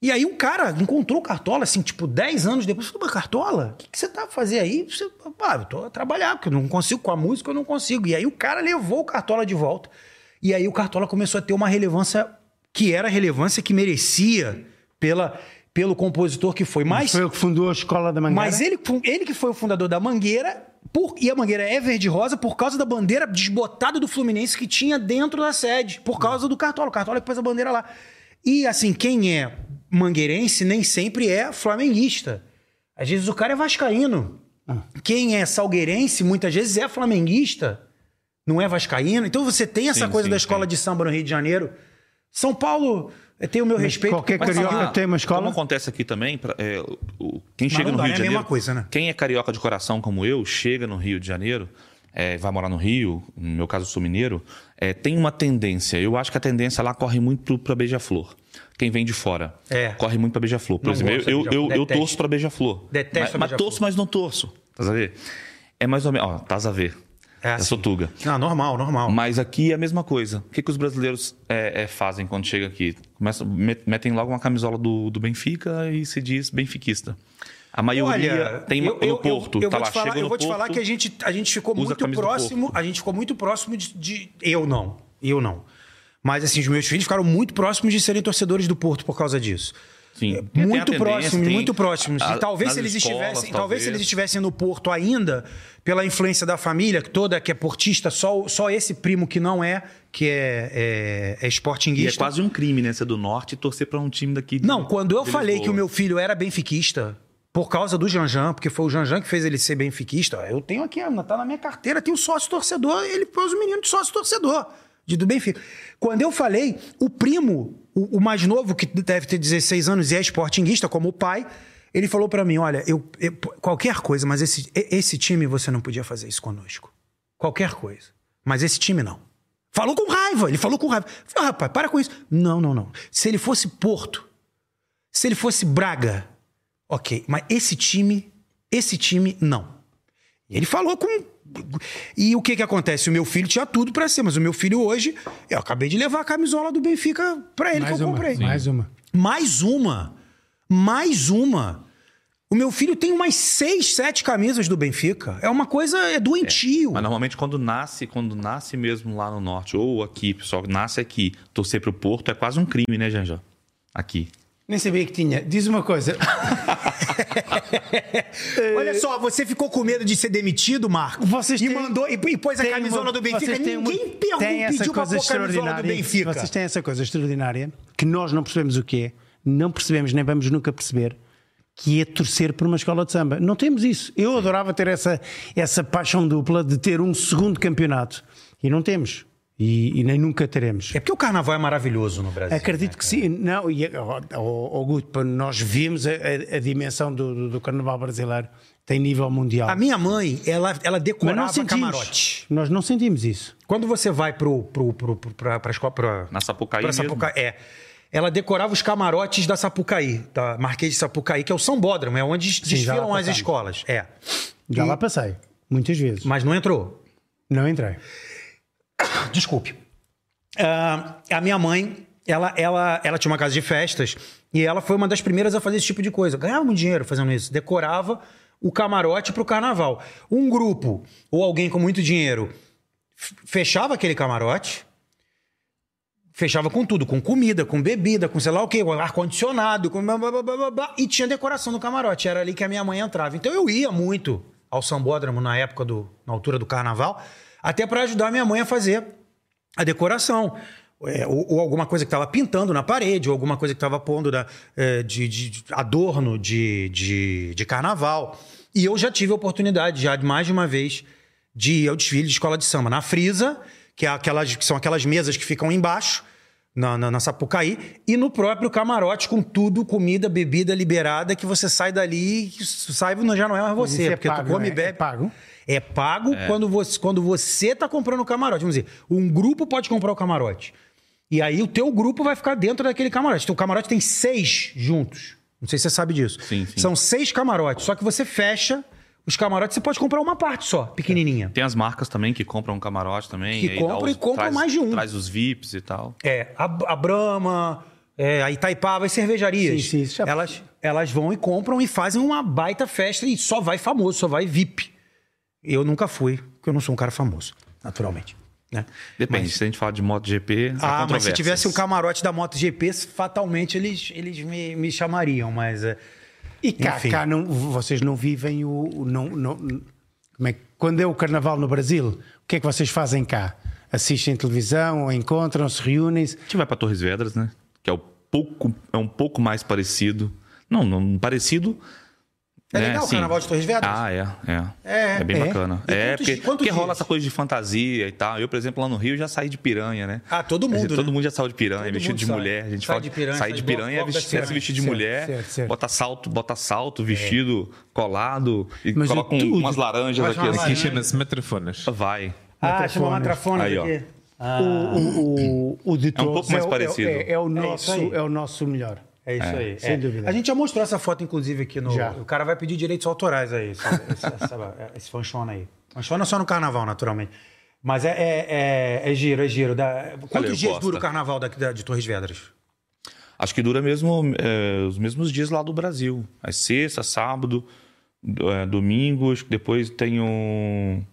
[SPEAKER 3] E aí um cara encontrou o Cartola, assim, tipo, 10 anos depois, falou, "Mas, Cartola, o que, que você tá fazendo aí? Você, pá, eu tô a trabalhar, porque eu não consigo, com a música eu não consigo. E aí o cara levou o Cartola de volta. E aí o Cartola começou a ter uma relevância que era a relevância que merecia pela, pelo compositor que foi. Mas
[SPEAKER 1] Foi ele que fundou a escola da Mangueira.
[SPEAKER 3] mas é ele, ele que foi o fundador da Mangueira, por- e a Mangueira é verde e rosa por causa da bandeira desbotada do Fluminense que tinha dentro da sede, por causa do Cartola. O Cartola é que pôs a bandeira lá. E assim, quem é mangueirense nem sempre é flamenguista. Às vezes o cara é vascaíno.
[SPEAKER 2] Ah.
[SPEAKER 3] Quem é salgueirense muitas vezes é flamenguista, não é vascaíno. Então você tem essa
[SPEAKER 2] Sim,
[SPEAKER 3] coisa
[SPEAKER 2] sim,
[SPEAKER 3] da escola
[SPEAKER 2] sim.
[SPEAKER 3] de samba no Rio de Janeiro. São Paulo eh, tem o meu respeito.
[SPEAKER 1] qualquer
[SPEAKER 3] porque-
[SPEAKER 1] é carioca tem uma escola?
[SPEAKER 2] assim, Como acontece aqui também, pra- é, o- o- quem
[SPEAKER 3] Mas
[SPEAKER 2] chega
[SPEAKER 3] não
[SPEAKER 2] no
[SPEAKER 3] dá,
[SPEAKER 2] Rio
[SPEAKER 3] né?
[SPEAKER 2] de
[SPEAKER 3] É a mesma
[SPEAKER 2] Janeiro,
[SPEAKER 3] coisa, né?
[SPEAKER 2] quem é carioca de coração como eu, chega no Rio de Janeiro, é, vai morar no Rio, no meu caso eu sou mineiro, é, tem uma tendência. Eu acho que a tendência lá corre muito para Beija-Flor. Quem vem de fora
[SPEAKER 3] É.
[SPEAKER 2] corre muito para Beija-Flor. Por
[SPEAKER 3] Não
[SPEAKER 2] exemplo,
[SPEAKER 3] gosto
[SPEAKER 2] eu, eu, eu,
[SPEAKER 3] de Beija-Flor.
[SPEAKER 2] eu
[SPEAKER 3] Detesto.
[SPEAKER 2] torço para Beija-Flor.
[SPEAKER 3] Detesto
[SPEAKER 2] mas,
[SPEAKER 3] a
[SPEAKER 2] mas
[SPEAKER 3] Beija-Flor.
[SPEAKER 2] torço, mas não torço. Tás a ver? É mais ou menos. Ó, tás a ver.
[SPEAKER 3] É
[SPEAKER 2] Eu sou
[SPEAKER 3] assim.
[SPEAKER 2] tuga.
[SPEAKER 3] Não, normal, normal.
[SPEAKER 2] Mas aqui é a mesma coisa. O que, que os brasileiros é, é, fazem quando chega aqui? Começam, met- metem logo uma camisola do, do Benfica e se diz benfiquista. A maioria tem uma- no Porto.
[SPEAKER 3] Eu, eu
[SPEAKER 2] tá
[SPEAKER 3] vou
[SPEAKER 2] lá,
[SPEAKER 3] te falar,
[SPEAKER 2] chega
[SPEAKER 3] eu
[SPEAKER 2] no
[SPEAKER 3] vou te
[SPEAKER 2] Porto, é
[SPEAKER 3] falar que é a gente, a gente ficou
[SPEAKER 2] usa a
[SPEAKER 3] muito
[SPEAKER 2] camisa do
[SPEAKER 3] próximo. A gente ficou muito próximo de, de- Eu não. Eu não. Mas assim, os meus filhos ficaram muito próximos de serem torcedores do Porto por causa disso. É,
[SPEAKER 2] Sim. Tem a
[SPEAKER 3] Muito
[SPEAKER 2] tendência,
[SPEAKER 3] próximos,
[SPEAKER 2] tem
[SPEAKER 3] muito próximos.
[SPEAKER 2] a-
[SPEAKER 3] E talvez
[SPEAKER 2] nas
[SPEAKER 3] se eles
[SPEAKER 2] escolas,
[SPEAKER 3] estivessem, talvez. se eles
[SPEAKER 2] talvez.
[SPEAKER 3] estivessem no Porto ainda, pela influência da família toda que é portista, só, o- só esse primo que não é, que é, é, é
[SPEAKER 2] E é
[SPEAKER 3] sportinguista.
[SPEAKER 2] quase um crime, né? Ser do Norte e torcer pra um time daqui. de-
[SPEAKER 3] Não, quando eu
[SPEAKER 2] de
[SPEAKER 3] falei
[SPEAKER 2] Lisboa.
[SPEAKER 3] que o meu filho era benfiquista, por causa do Janjan, porque foi o Janjan que fez ele ser benfiquista, eu tenho aqui, ó, tá na minha carteira, tem o sócio torcedor, ele pôs o menino de sócio torcedor de, do Benfica. Quando eu falei, o primo, o, o mais novo, que deve ter 16 anos e é esportinguista, como o pai, ele falou pra mim: olha, eu, eu- qualquer coisa, mas esse, e- esse time você não podia fazer isso conosco. Qualquer coisa. Mas esse time não. Falou com raiva, ele falou com raiva. Falei, ah, rapaz, para com isso. Não, não, não. Se ele fosse Porto, se ele fosse Braga, ok, mas esse time, esse time, não. E ele falou com. E o que que acontece? O meu filho tinha tudo pra ser, mas o meu filho hoje, eu acabei de levar a camisola do Benfica pra ele
[SPEAKER 1] mais
[SPEAKER 3] que eu
[SPEAKER 1] uma,
[SPEAKER 3] comprei.
[SPEAKER 1] mais uma.
[SPEAKER 3] Mais uma. Mais uma. O meu filho tem umas seis, sete camisas do Benfica. É uma coisa, é doentio.
[SPEAKER 2] Mas normalmente quando nasce, quando nasce mesmo lá no Norte ou aqui, pessoal, nasce aqui, torcer pro Porto é quase um crime, né, Janja? Aqui.
[SPEAKER 1] Nem sabia que tinha. Diz uma coisa.
[SPEAKER 3] Olha só, você ficou com medo de ser demitido, Marco?
[SPEAKER 1] Vocês
[SPEAKER 3] e
[SPEAKER 1] têm-
[SPEAKER 3] mandou e, e pôs a
[SPEAKER 1] Tem
[SPEAKER 3] camisola
[SPEAKER 1] uma-
[SPEAKER 3] do Benfica.
[SPEAKER 1] vocês têm
[SPEAKER 3] Ninguém
[SPEAKER 1] uma-
[SPEAKER 3] pegou,
[SPEAKER 1] têm essa
[SPEAKER 3] pediu pra
[SPEAKER 1] coisa
[SPEAKER 3] pôr a camisola do
[SPEAKER 1] extraordinária.
[SPEAKER 3] Benfica.
[SPEAKER 1] Vocês têm essa coisa extraordinária que nós não percebemos o que é, não percebemos, nem vamos nunca perceber. Que é torcer por uma escola de samba. Não temos isso. Eu adorava ter essa, essa paixão dupla de ter um segundo campeonato. E não temos. E, e nem nunca teremos.
[SPEAKER 3] É porque o carnaval é maravilhoso no Brasil.
[SPEAKER 1] Acredito que sim. Não, e, ó, ó, ó, Guto, pá, nós vimos a, a- a dimensão do, do- do carnaval brasileiro. Tem nível mundial.
[SPEAKER 3] A minha mãe, ela, ela
[SPEAKER 1] Mas não
[SPEAKER 3] decorava
[SPEAKER 1] sentimos.
[SPEAKER 3] camarote.
[SPEAKER 1] Nós não sentimos isso.
[SPEAKER 3] Quando você vai pro, pro, pro, pro, pra, pra escola. Pra,
[SPEAKER 2] Na Sapucaí
[SPEAKER 3] pra
[SPEAKER 2] mesmo.
[SPEAKER 3] Sapuca- É. Ela decorava os camarotes da Sapucaí, da Marquês de Sapucaí, que é o São Bódromo, é onde
[SPEAKER 1] já lá
[SPEAKER 3] desfilam as
[SPEAKER 1] passamos.
[SPEAKER 3] escolas. É.
[SPEAKER 1] Já lá passei. Muitas vezes.
[SPEAKER 3] Mas não entrou.
[SPEAKER 1] Não entrei.
[SPEAKER 3] Desculpe. Ah, a minha mãe, ela, ela, ela tinha uma casa de festas e ela foi uma das primeiras a fazer esse tipo de coisa. Ganhava muito dinheiro fazendo isso. Decorava o camarote pro carnaval. Um grupo ou alguém com muito dinheiro f- fechava aquele camarote, fechava com tudo, com comida, com bebida, com sei lá o quê, com ar-condicionado, com blá, blá, blá, blá, blá, blá, e tinha decoração do camarote. Era ali que a minha mãe entrava. Então eu ia muito ao sambódromo na época do, na altura do carnaval, até para ajudar a minha mãe a fazer a decoração. É, ou, ou alguma coisa que estava pintando na parede, ou alguma coisa que estava pondo da- é, de, de- de adorno de, de, de carnaval. E eu já tive a oportunidade, já de mais de uma vez, de ir ao desfile de escola de samba na Frisa, que, é aquelas, que são aquelas mesas que ficam embaixo, na, na, na Sapucaí, e no próprio camarote, com tudo, comida, bebida liberada, que você sai dali e sai, já não é mais
[SPEAKER 1] Isso
[SPEAKER 3] você,
[SPEAKER 1] é
[SPEAKER 3] porque
[SPEAKER 1] pago,
[SPEAKER 3] tu come e
[SPEAKER 1] né?
[SPEAKER 3] bebe.
[SPEAKER 1] É pago?
[SPEAKER 3] É pago quando você quando você tá comprando o camarote. Vamos dizer, um grupo pode comprar o camarote. E aí o teu grupo vai ficar dentro daquele camarote. Então, o camarote tem seis juntos. Não sei se você sabe disso.
[SPEAKER 2] Sim, sim.
[SPEAKER 3] São seis camarotes. Só que você fecha os camarotes, você pode comprar uma parte só, pequenininha.
[SPEAKER 2] Tem as marcas também que compram um camarote também.
[SPEAKER 3] Que
[SPEAKER 2] aí dá
[SPEAKER 3] compram
[SPEAKER 2] os-
[SPEAKER 3] e compram
[SPEAKER 2] traz-
[SPEAKER 3] mais de um.
[SPEAKER 2] Traz os VIPs e tal.
[SPEAKER 3] É, a, a Brahma, é, a Itaipava, as cervejarias.
[SPEAKER 1] Sim, sim, isso já-
[SPEAKER 3] Elas, elas vão e compram e fazem uma baita festa e só vai famoso, só vai VIP. Eu nunca fui, porque eu não sou um cara famoso, naturalmente. Né?
[SPEAKER 2] Depende, se a gente falar de MotoGP, há
[SPEAKER 3] Ah, mas se
[SPEAKER 2] controvérsias.
[SPEAKER 3] tivesse um camarote da MotoGP, fatalmente eles, eles me, me chamariam, mas... é,
[SPEAKER 1] E cá,
[SPEAKER 3] Enfim.
[SPEAKER 1] cá não, vocês não vivem o. o- Não, não, como é que- quando é o carnaval no Brasil, o que é que vocês fazem cá? Assistem televisão, encontram-se, reúnem-se.
[SPEAKER 2] A gente vai para Torres Vedras, né? Que é, o pouco, é um pouco mais parecido. Não, não parecido.
[SPEAKER 3] É
[SPEAKER 2] né,
[SPEAKER 3] legal o
[SPEAKER 2] assim.
[SPEAKER 3] Carnaval de Torres Vedras?
[SPEAKER 2] Ah, é, é.
[SPEAKER 3] É,
[SPEAKER 2] bem
[SPEAKER 1] é.
[SPEAKER 2] bacana.
[SPEAKER 3] E
[SPEAKER 2] é,
[SPEAKER 3] quantos-
[SPEAKER 2] porque,
[SPEAKER 3] quantos
[SPEAKER 2] porque rola
[SPEAKER 3] dias?
[SPEAKER 2] essa coisa de fantasia e tal. Eu, por exemplo, lá no Rio já saí de piranha, né?
[SPEAKER 3] Ah, todo
[SPEAKER 2] Quer dizer,
[SPEAKER 3] mundo, né?
[SPEAKER 2] Todo mundo já saiu de piranha,
[SPEAKER 3] Todo
[SPEAKER 2] vestido
[SPEAKER 3] mundo
[SPEAKER 2] de
[SPEAKER 3] sai.
[SPEAKER 2] mulher. A gente
[SPEAKER 3] Sai
[SPEAKER 2] fala
[SPEAKER 3] de piranha,
[SPEAKER 2] sair
[SPEAKER 3] sai
[SPEAKER 2] de
[SPEAKER 3] de bloco-
[SPEAKER 2] piranha é
[SPEAKER 3] bloco das
[SPEAKER 2] vestir, é se
[SPEAKER 3] piranhas.
[SPEAKER 2] vestir de
[SPEAKER 1] Certo,
[SPEAKER 2] mulher,
[SPEAKER 1] certo, certo.
[SPEAKER 2] bota salto, bota
[SPEAKER 3] É.
[SPEAKER 2] salto, vestido colado e
[SPEAKER 1] Mas o
[SPEAKER 2] coloca um-
[SPEAKER 1] tudo-
[SPEAKER 2] umas laranjas
[SPEAKER 3] Faz
[SPEAKER 2] aqui.
[SPEAKER 3] uma
[SPEAKER 2] assim.
[SPEAKER 3] laranja.
[SPEAKER 4] Aqui chama-se matrafonas.
[SPEAKER 2] Vai.
[SPEAKER 3] Ah, chama
[SPEAKER 1] Matrafonas.
[SPEAKER 3] matrafona
[SPEAKER 2] Aí, ó.
[SPEAKER 3] aqui.
[SPEAKER 1] O, o, o, o de todos
[SPEAKER 2] Ah. um pouco mais
[SPEAKER 1] o-
[SPEAKER 2] parecido.
[SPEAKER 1] É, é o
[SPEAKER 3] isso
[SPEAKER 1] nosso,
[SPEAKER 3] aí.
[SPEAKER 1] é o nosso melhor.
[SPEAKER 3] É isso aí.
[SPEAKER 1] sem
[SPEAKER 3] é.
[SPEAKER 1] dúvida.
[SPEAKER 3] A gente já mostrou essa foto, inclusive, aqui no.
[SPEAKER 1] Já.
[SPEAKER 3] O cara vai pedir direitos autorais aí, [LAUGHS] esse, esse, essa- esse fanchona aí. Fanchona só no carnaval, naturalmente. Mas é, é, é, é giro, é giro. Dá-
[SPEAKER 2] Valeu,
[SPEAKER 3] Quantos dias
[SPEAKER 2] Costa.
[SPEAKER 3] dura o carnaval daqui da- de Torres Vedras?
[SPEAKER 2] Acho que dura mesmo eh, os mesmos dias lá do Brasil. As sexta, sábado, do- eh, domingo, acho que depois tem um-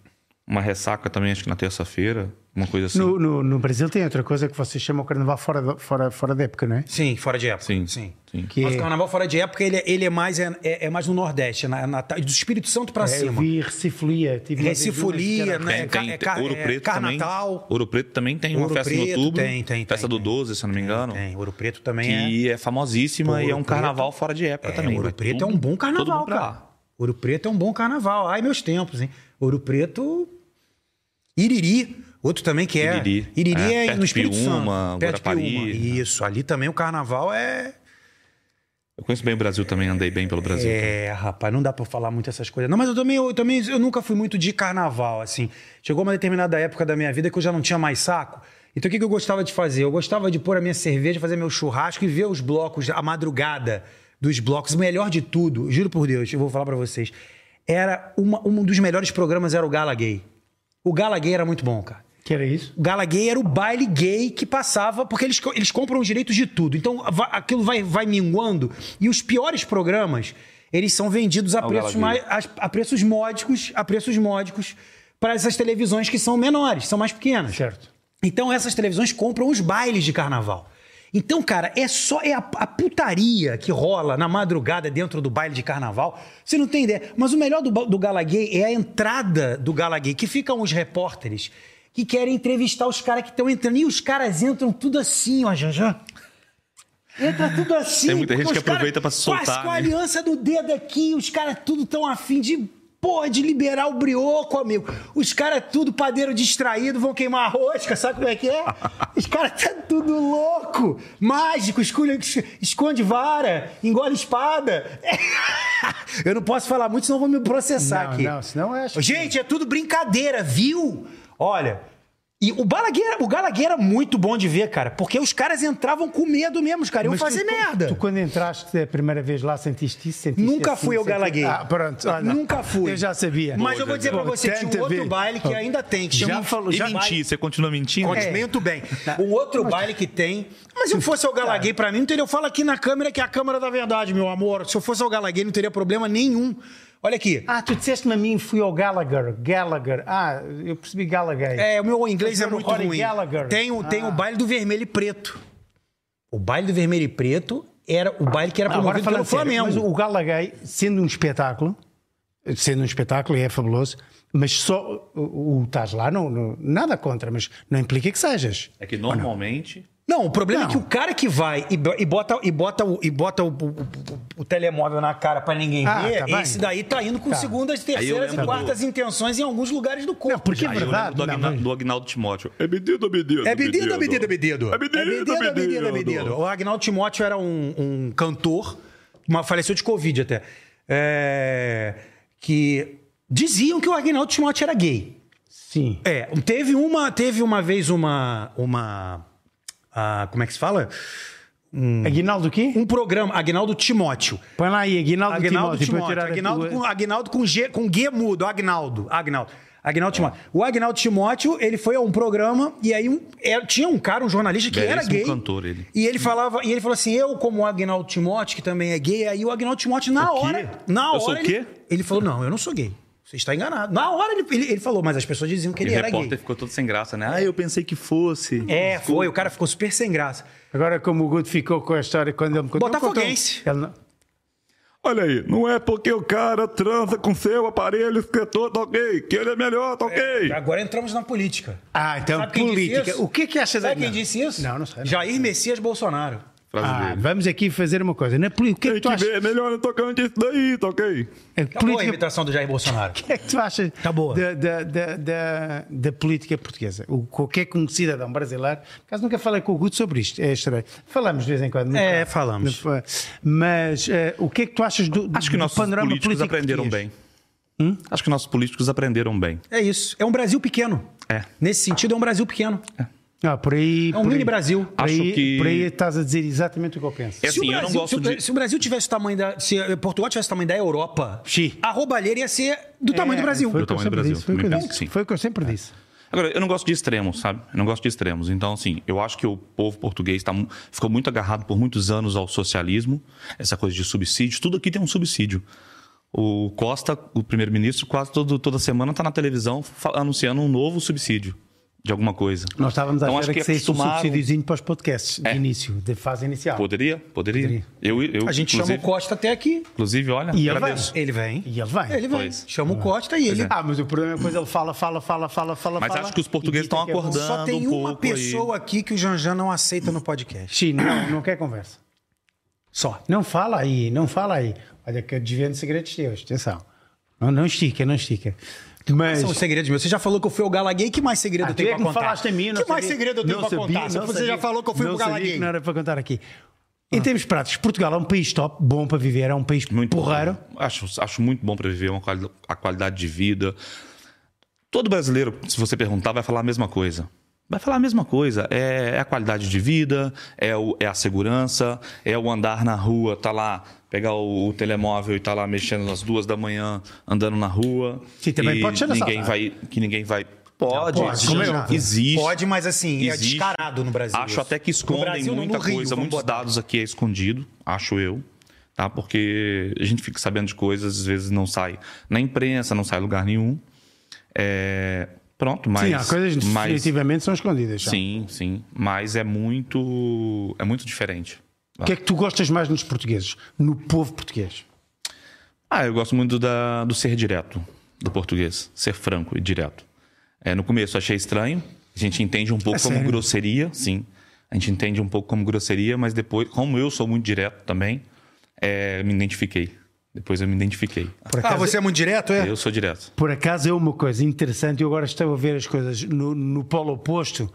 [SPEAKER 2] uma ressaca também, acho que na terça-feira, uma coisa assim.
[SPEAKER 1] No, no, no Brasil tem outra coisa que vocês chamam o carnaval fora, da- fora, fora da época, não é?
[SPEAKER 3] Sim, fora de época.
[SPEAKER 2] Sim,
[SPEAKER 3] Sim.
[SPEAKER 2] sim.
[SPEAKER 1] Que
[SPEAKER 3] Mas
[SPEAKER 1] é-
[SPEAKER 3] o carnaval fora de época, ele, é- ele é, mais, é, é- é mais no Nordeste, na, na- do Espírito Santo pra
[SPEAKER 1] é, eu
[SPEAKER 3] cima.
[SPEAKER 1] vi Recifolia. tive uma vez uma que
[SPEAKER 3] Recifolia,
[SPEAKER 1] era-
[SPEAKER 3] né?
[SPEAKER 2] Tem, tem, tem-
[SPEAKER 3] é, ca-
[SPEAKER 2] Ouro
[SPEAKER 3] é
[SPEAKER 2] Preto também.
[SPEAKER 3] Carnatal.
[SPEAKER 2] Ouro Preto também tem uma
[SPEAKER 3] Ouro
[SPEAKER 2] festa
[SPEAKER 3] Preto,
[SPEAKER 2] em outubro.
[SPEAKER 3] tem, tem,
[SPEAKER 2] Festa
[SPEAKER 3] tem,
[SPEAKER 2] do
[SPEAKER 3] tem.
[SPEAKER 2] 12, se eu não me engano.
[SPEAKER 3] Tem, Ouro Preto também é.
[SPEAKER 2] Que é famosíssima e é
[SPEAKER 3] Ouro
[SPEAKER 2] um
[SPEAKER 3] Preto.
[SPEAKER 2] carnaval fora de época
[SPEAKER 3] É,
[SPEAKER 2] também.
[SPEAKER 3] Ouro
[SPEAKER 2] Vai
[SPEAKER 3] Preto
[SPEAKER 2] tudo-
[SPEAKER 3] é um bom
[SPEAKER 2] todo
[SPEAKER 3] carnaval,
[SPEAKER 2] mundo pra
[SPEAKER 3] cara.
[SPEAKER 2] lá.
[SPEAKER 3] Ouro Preto é um bom carnaval. Ai, meus tempos, hein? Ouro Preto. Iriri, outro também que é.
[SPEAKER 2] Iriri.
[SPEAKER 3] Iriri
[SPEAKER 2] É,
[SPEAKER 3] é,
[SPEAKER 2] perto
[SPEAKER 3] no
[SPEAKER 2] de
[SPEAKER 3] Espírito
[SPEAKER 2] Piúma,
[SPEAKER 3] Santo. Perto de
[SPEAKER 2] Guarapari,
[SPEAKER 3] Piúma.
[SPEAKER 2] né?
[SPEAKER 3] Isso, ali também o carnaval é.
[SPEAKER 2] Eu conheço bem o Brasil também, andei bem pelo Brasil.
[SPEAKER 3] É, rapaz, não dá pra eu falar muito essas coisas. Não, mas eu também, eu também eu nunca fui muito de carnaval, assim. Chegou uma determinada época da minha vida que eu já não tinha mais saco. Então o que, que eu gostava de fazer? Eu gostava de pôr a minha cerveja, fazer meu churrasco e ver os blocos, a madrugada dos blocos. O melhor de tudo, juro por Deus, eu vou falar pra vocês. Era uma- um dos melhores programas era o Gala Gay. O Gala Gay era muito bom, cara.
[SPEAKER 1] Que era isso?
[SPEAKER 3] O Gala Gay era o baile gay que passava, porque eles, co- eles compram os direitos de tudo. Então va- aquilo vai, vai minguando e os piores programas, eles são vendidos a,
[SPEAKER 2] Ao
[SPEAKER 3] preços,
[SPEAKER 2] Gala
[SPEAKER 3] mais,
[SPEAKER 2] Gay.
[SPEAKER 3] a, a preços módicos, a preços módicos para essas televisões que são menores, são mais pequenas.
[SPEAKER 1] Certo.
[SPEAKER 3] Então essas televisões compram os bailes de carnaval. Então, cara, é só é a, a putaria que rola na madrugada dentro do baile de carnaval. Você não tem ideia. Mas o melhor do, ba- do Gala Gay é a entrada do Gala Gay, que ficam os repórteres que querem entrevistar os caras que estão entrando. E os caras entram tudo assim, ó, Janjan. Entra tudo assim.
[SPEAKER 2] Tem muita gente
[SPEAKER 3] porque
[SPEAKER 2] que
[SPEAKER 3] os caras
[SPEAKER 2] aproveita pra se soltar,
[SPEAKER 3] quase Com a
[SPEAKER 2] né?
[SPEAKER 3] aliança do dedo aqui, os caras tudo tão afim de. Porra, de liberar o brioco, amigo. Os caras tudo padeiro distraído, vão queimar a rosca, sabe como é que é? Os caras tá tudo louco, mágico, escolhe- esconde vara, engole espada. [LAUGHS] Eu não posso falar muito, senão vão me processar
[SPEAKER 1] Não,
[SPEAKER 3] aqui.
[SPEAKER 1] não, senão eu acho que-
[SPEAKER 3] Gente, é tudo brincadeira, viu? Olha, e o Balagueira, o Galagueira era muito bom de ver, cara, porque os caras entravam com medo mesmo, os caras iam
[SPEAKER 1] Mas
[SPEAKER 3] fazer
[SPEAKER 1] tu,
[SPEAKER 3] merda.
[SPEAKER 1] Tu, quando entraste a primeira vez lá, sentiste isso? Sentiste
[SPEAKER 3] Nunca
[SPEAKER 1] assim,
[SPEAKER 3] fui ao
[SPEAKER 1] sentiste-
[SPEAKER 3] Galaguei.
[SPEAKER 1] Ah, pronto. olha.
[SPEAKER 3] Nunca fui.
[SPEAKER 1] Eu já sabia.
[SPEAKER 3] Mas eu vou dizer pra
[SPEAKER 1] Bom,
[SPEAKER 3] você, tinha
[SPEAKER 1] tenta
[SPEAKER 3] um outro
[SPEAKER 1] ver. Ah.
[SPEAKER 3] baile que ainda tem, que chama
[SPEAKER 1] Já falou,
[SPEAKER 2] E
[SPEAKER 1] já É. Tá.
[SPEAKER 2] mentir, você continua mentindo? É.
[SPEAKER 3] Conte muito bem. Um outro baile que tem. Mas se eu fosse ao Galaguei pra mim, não teria. Eu falo aqui na câmera que é a câmera da verdade, meu amor. Se eu fosse ao Galaguei, não teria problema nenhum. Olha aqui.
[SPEAKER 1] Ah, tu disseste-me a mim, fui ao Gallagher. Gallagher. Ah, eu percebi Gallagher.
[SPEAKER 3] É, o meu inglês é
[SPEAKER 1] Era o
[SPEAKER 3] muito
[SPEAKER 1] Rory
[SPEAKER 3] ruim.
[SPEAKER 1] Gallagher. Ah.
[SPEAKER 3] Tem, o- tem o baile do vermelho e preto. O baile do vermelho e preto era o baile que era
[SPEAKER 1] Agora
[SPEAKER 3] promovido
[SPEAKER 1] falando
[SPEAKER 3] pelo Flamengo.
[SPEAKER 1] Flamengo. mas o Gallagher, sendo um espetáculo, sendo um espetáculo, e é fabuloso, mas só o, o estás lá, não, não- nada contra, mas não implica que sejas.
[SPEAKER 2] É
[SPEAKER 3] Ah,
[SPEAKER 2] que normalmente.
[SPEAKER 3] Não, o problema
[SPEAKER 1] Não.
[SPEAKER 3] é que o cara que vai e, bo- e bota, e bota, o, e bota o, o- o- o telemóvel na cara pra ninguém
[SPEAKER 1] Ah,
[SPEAKER 3] ver,
[SPEAKER 1] tá bem.
[SPEAKER 3] esse daí tá indo com
[SPEAKER 1] Tá.
[SPEAKER 3] segundas,
[SPEAKER 2] eu
[SPEAKER 3] terceiras e
[SPEAKER 2] lembro
[SPEAKER 3] quartas
[SPEAKER 2] do-
[SPEAKER 3] intenções em alguns lugares do corpo.
[SPEAKER 1] Não, porque é
[SPEAKER 2] Aí eu lembro
[SPEAKER 1] verdade.
[SPEAKER 2] um do
[SPEAKER 1] não,
[SPEAKER 2] Aguinaldo,
[SPEAKER 1] mas-
[SPEAKER 2] do Aguinaldo Timóteo. É medido, medido.
[SPEAKER 3] É medido, medido, medido.
[SPEAKER 2] É medido,
[SPEAKER 3] é medido, é medido. O Agnaldo Timóteo era um, um cantor, uma, faleceu de Covid até, é, que diziam que o Agnaldo Timóteo era gay.
[SPEAKER 1] Sim.
[SPEAKER 3] É, teve uma, teve uma vez uma, uma, ah, como é que se fala?
[SPEAKER 1] Aguinaldo o quê?
[SPEAKER 3] Um programa, Agnaldo Timóteo.
[SPEAKER 1] Põe lá aí, Hum. Aguinaldo,
[SPEAKER 3] Agnaldo
[SPEAKER 1] Timóteo. para
[SPEAKER 3] Timóteo.
[SPEAKER 1] tirar a
[SPEAKER 3] Agnaldo,
[SPEAKER 1] tua-
[SPEAKER 3] com, Agnaldo com G, com G mudo. Agnaldo. Agnaldo. Agnaldo Timóteo. O Agnaldo Timóteo, ele foi a um programa e aí um- era- tinha um cara, um jornalista que era
[SPEAKER 2] Belíssimo
[SPEAKER 3] gay.
[SPEAKER 2] cantor, ele.
[SPEAKER 3] E ele falava, e ele falou assim: "Eu como o Agnaldo Timóteo, que também é gay". Aí o Agnaldo Timóteo na
[SPEAKER 2] O quê?
[SPEAKER 3] hora, na hora
[SPEAKER 2] Eu sou o
[SPEAKER 3] ele,
[SPEAKER 2] quê?
[SPEAKER 3] ele falou: "Não, eu não sou gay". Você está enganado. Na hora ele, ele, ele falou, mas as pessoas diziam que
[SPEAKER 2] E
[SPEAKER 3] ele
[SPEAKER 2] o
[SPEAKER 3] era
[SPEAKER 2] repórter
[SPEAKER 3] gay.
[SPEAKER 2] ficou todo sem graça, né? Ah, eu pensei que fosse.
[SPEAKER 3] É, foi, o cara ficou super sem graça.
[SPEAKER 1] Agora, como o Guto ficou com a história quando ele me contou. um-
[SPEAKER 3] Botafoguense.
[SPEAKER 1] Ele não-
[SPEAKER 2] Olha aí, não é porque o cara transa com seu aparelho escritor, tá ok? Que ele é melhor, tá ok?
[SPEAKER 3] Agora entramos na política.
[SPEAKER 1] Ah, então,
[SPEAKER 3] Sabe quem disse
[SPEAKER 1] política.
[SPEAKER 3] isso?
[SPEAKER 1] O que é que achas
[SPEAKER 3] Sabe quem
[SPEAKER 1] Aguinaldo?
[SPEAKER 3] disse isso?
[SPEAKER 1] Não, não sei. não.
[SPEAKER 3] Jair Messias Bolsonaro.
[SPEAKER 2] Frase
[SPEAKER 1] Ah,
[SPEAKER 2] dele.
[SPEAKER 1] vamos aqui fazer uma coisa. Na poli- O que é que tu achas?
[SPEAKER 2] melhor no tocante isso daí, tá ok?
[SPEAKER 1] A
[SPEAKER 3] Acabou a
[SPEAKER 1] política
[SPEAKER 3] imitação do Jair Bolsonaro.
[SPEAKER 1] O que é que tu achas
[SPEAKER 3] Tá boa.
[SPEAKER 1] Da, da, da, da, da política portuguesa? O, o que é que um cidadão brasileiro. Por acaso nunca falei com o Guto sobre isto, é estranho. Falamos de vez em quando. muito
[SPEAKER 3] É,
[SPEAKER 1] raro.
[SPEAKER 3] falamos.
[SPEAKER 1] Não fa- Mas eh, o que é que tu achas do, do-
[SPEAKER 2] Acho que
[SPEAKER 1] do
[SPEAKER 2] nossos
[SPEAKER 1] panorama
[SPEAKER 2] políticos
[SPEAKER 1] político
[SPEAKER 2] aprenderam
[SPEAKER 1] português?
[SPEAKER 2] bem. Acho que nossos políticos aprenderam bem.
[SPEAKER 3] É isso. É um Brasil pequeno.
[SPEAKER 2] É.
[SPEAKER 3] Nesse sentido, é um Brasil pequeno.
[SPEAKER 1] Ah, por aí,
[SPEAKER 3] É um
[SPEAKER 1] por
[SPEAKER 3] mini
[SPEAKER 1] aí-
[SPEAKER 3] Brasil.
[SPEAKER 1] Por aí,
[SPEAKER 2] Acho que-
[SPEAKER 1] por aí estás a dizer exatamente o que eu penso.
[SPEAKER 2] É assim, eu não gosto
[SPEAKER 3] se, o,
[SPEAKER 2] de.
[SPEAKER 3] se o Brasil tivesse o tamanho da. Se eh, Portugal tivesse o tamanho da Europa,
[SPEAKER 1] Sim.
[SPEAKER 3] a roubalheira ia ser do tamanho do Brasil.
[SPEAKER 1] É, Foi o que eu
[SPEAKER 2] tamanho
[SPEAKER 1] sempre
[SPEAKER 2] do Brasil,
[SPEAKER 1] disse. Foi o que eu
[SPEAKER 2] também
[SPEAKER 1] disse.
[SPEAKER 2] penso que sim.
[SPEAKER 1] Foi o que eu sempre disse.
[SPEAKER 2] Agora, eu não gosto de extremos, sabe? Eu não gosto de extremos. Então, assim, eu acho que o povo português tá, mu- ficou muito agarrado por muitos anos ao socialismo, essa coisa de subsídio. Tudo aqui tem um subsídio. O Costa, o primeiro-ministro, quase todo- toda semana está na televisão fa- anunciando um novo subsídio de alguma coisa.
[SPEAKER 1] Nós estávamos à
[SPEAKER 2] Então,
[SPEAKER 1] espera
[SPEAKER 2] acho
[SPEAKER 1] que,
[SPEAKER 2] que É.
[SPEAKER 1] saísse um
[SPEAKER 2] acostumaram-
[SPEAKER 1] subsídiozinho para os podcasts de início, de fase inicial.
[SPEAKER 2] Poderia? Poderia. Eu, eu,
[SPEAKER 3] A gente
[SPEAKER 2] inclusive,
[SPEAKER 3] chama o Costa até aqui.
[SPEAKER 2] Inclusive, olha,
[SPEAKER 1] E ele
[SPEAKER 2] agradeço.
[SPEAKER 3] Ele vem.
[SPEAKER 1] E ele vem.
[SPEAKER 3] Ele vem.
[SPEAKER 2] Pois.
[SPEAKER 3] Chama o Costa e ele. tá.
[SPEAKER 1] Ah, mas o problema é quando ele fala, fala, fala, fala, fala.
[SPEAKER 2] Mas
[SPEAKER 1] fala,
[SPEAKER 2] acho que os portugueses
[SPEAKER 1] e dita
[SPEAKER 2] estão
[SPEAKER 1] que é bom.
[SPEAKER 2] acordando.
[SPEAKER 3] Só tem
[SPEAKER 2] um
[SPEAKER 3] uma
[SPEAKER 2] pouco aí.
[SPEAKER 3] pessoa aqui que o Janjan não aceita no podcast.
[SPEAKER 1] Sim, não, não quer conversa.
[SPEAKER 3] Só.
[SPEAKER 1] Não fala aí, não fala aí. Olha que eu desvendo segredos teus, atenção. Não, não estica, não estica. Mas.
[SPEAKER 3] São os segredos meus. Você já falou que eu fui ao Galaguei. Que mais segredo eu
[SPEAKER 1] É Ah, tu
[SPEAKER 3] tenho
[SPEAKER 1] é
[SPEAKER 3] pra
[SPEAKER 1] que me
[SPEAKER 3] contar?
[SPEAKER 1] falaste a mim, eu não
[SPEAKER 3] que mais
[SPEAKER 1] sabia.
[SPEAKER 3] segredo eu tenho
[SPEAKER 1] Não
[SPEAKER 3] pra
[SPEAKER 1] sabia,
[SPEAKER 3] contar? Se
[SPEAKER 1] não
[SPEAKER 3] você
[SPEAKER 1] sabia.
[SPEAKER 3] já falou que eu fui
[SPEAKER 1] não
[SPEAKER 3] pro
[SPEAKER 1] sabia
[SPEAKER 3] Galaguei.
[SPEAKER 1] que não era para contar aqui. Em termos práticos, Portugal é um país top, bom para viver, é um país
[SPEAKER 2] Muito
[SPEAKER 1] porreiro.
[SPEAKER 2] bom. Acho, acho muito bom para viver uma quali- a qualidade de vida. Todo brasileiro, se você perguntar, vai falar a mesma coisa. Vai falar a mesma coisa. É, é a qualidade de vida, é, o- é a segurança, é o andar na rua, tá lá, pegar o, o telemóvel e tá lá mexendo às duas da manhã, andando na rua.
[SPEAKER 1] Sim, também
[SPEAKER 2] E
[SPEAKER 1] pode ser
[SPEAKER 2] ninguém
[SPEAKER 1] assaltado.
[SPEAKER 2] vai Que ninguém vai. Pode,
[SPEAKER 1] pode, como é óbvio.
[SPEAKER 2] existe.
[SPEAKER 3] Pode, mas assim, é
[SPEAKER 2] Existe.
[SPEAKER 3] descarado no Brasil.
[SPEAKER 2] Acho
[SPEAKER 3] isso.
[SPEAKER 2] até que
[SPEAKER 3] No
[SPEAKER 2] escondem
[SPEAKER 3] Brasil, não,
[SPEAKER 2] muita
[SPEAKER 3] no Rio,
[SPEAKER 2] coisa,
[SPEAKER 3] vamos
[SPEAKER 2] muitos
[SPEAKER 3] botar.
[SPEAKER 2] dados aqui é escondido, acho eu, tá? Porque a gente fica sabendo de coisas, às vezes não sai na imprensa, não sai em lugar nenhum. É, Pronto, mas.
[SPEAKER 1] Sim, é há coisas que
[SPEAKER 2] mas,
[SPEAKER 1] definitivamente são escondidas. são.
[SPEAKER 2] Sim, sim. Mas é muito. É muito diferente.
[SPEAKER 1] O que é que tu gostas mais nos portugueses? No povo português?
[SPEAKER 2] Ah, eu gosto muito da, do ser direto do português, ser franco e direto. É, no começo eu achei estranho, a gente entende um
[SPEAKER 3] É
[SPEAKER 2] pouco como
[SPEAKER 1] sério?
[SPEAKER 2] grosseria, sim. A gente entende um pouco como grosseria, mas depois, como eu sou muito direto também, é, eu me identifiquei. Depois eu me identifiquei.
[SPEAKER 3] Ah, você é muito direto, é?
[SPEAKER 2] Eu sou direto.
[SPEAKER 1] Por acaso é uma coisa interessante, eu agora estou a ver as coisas no, no polo oposto.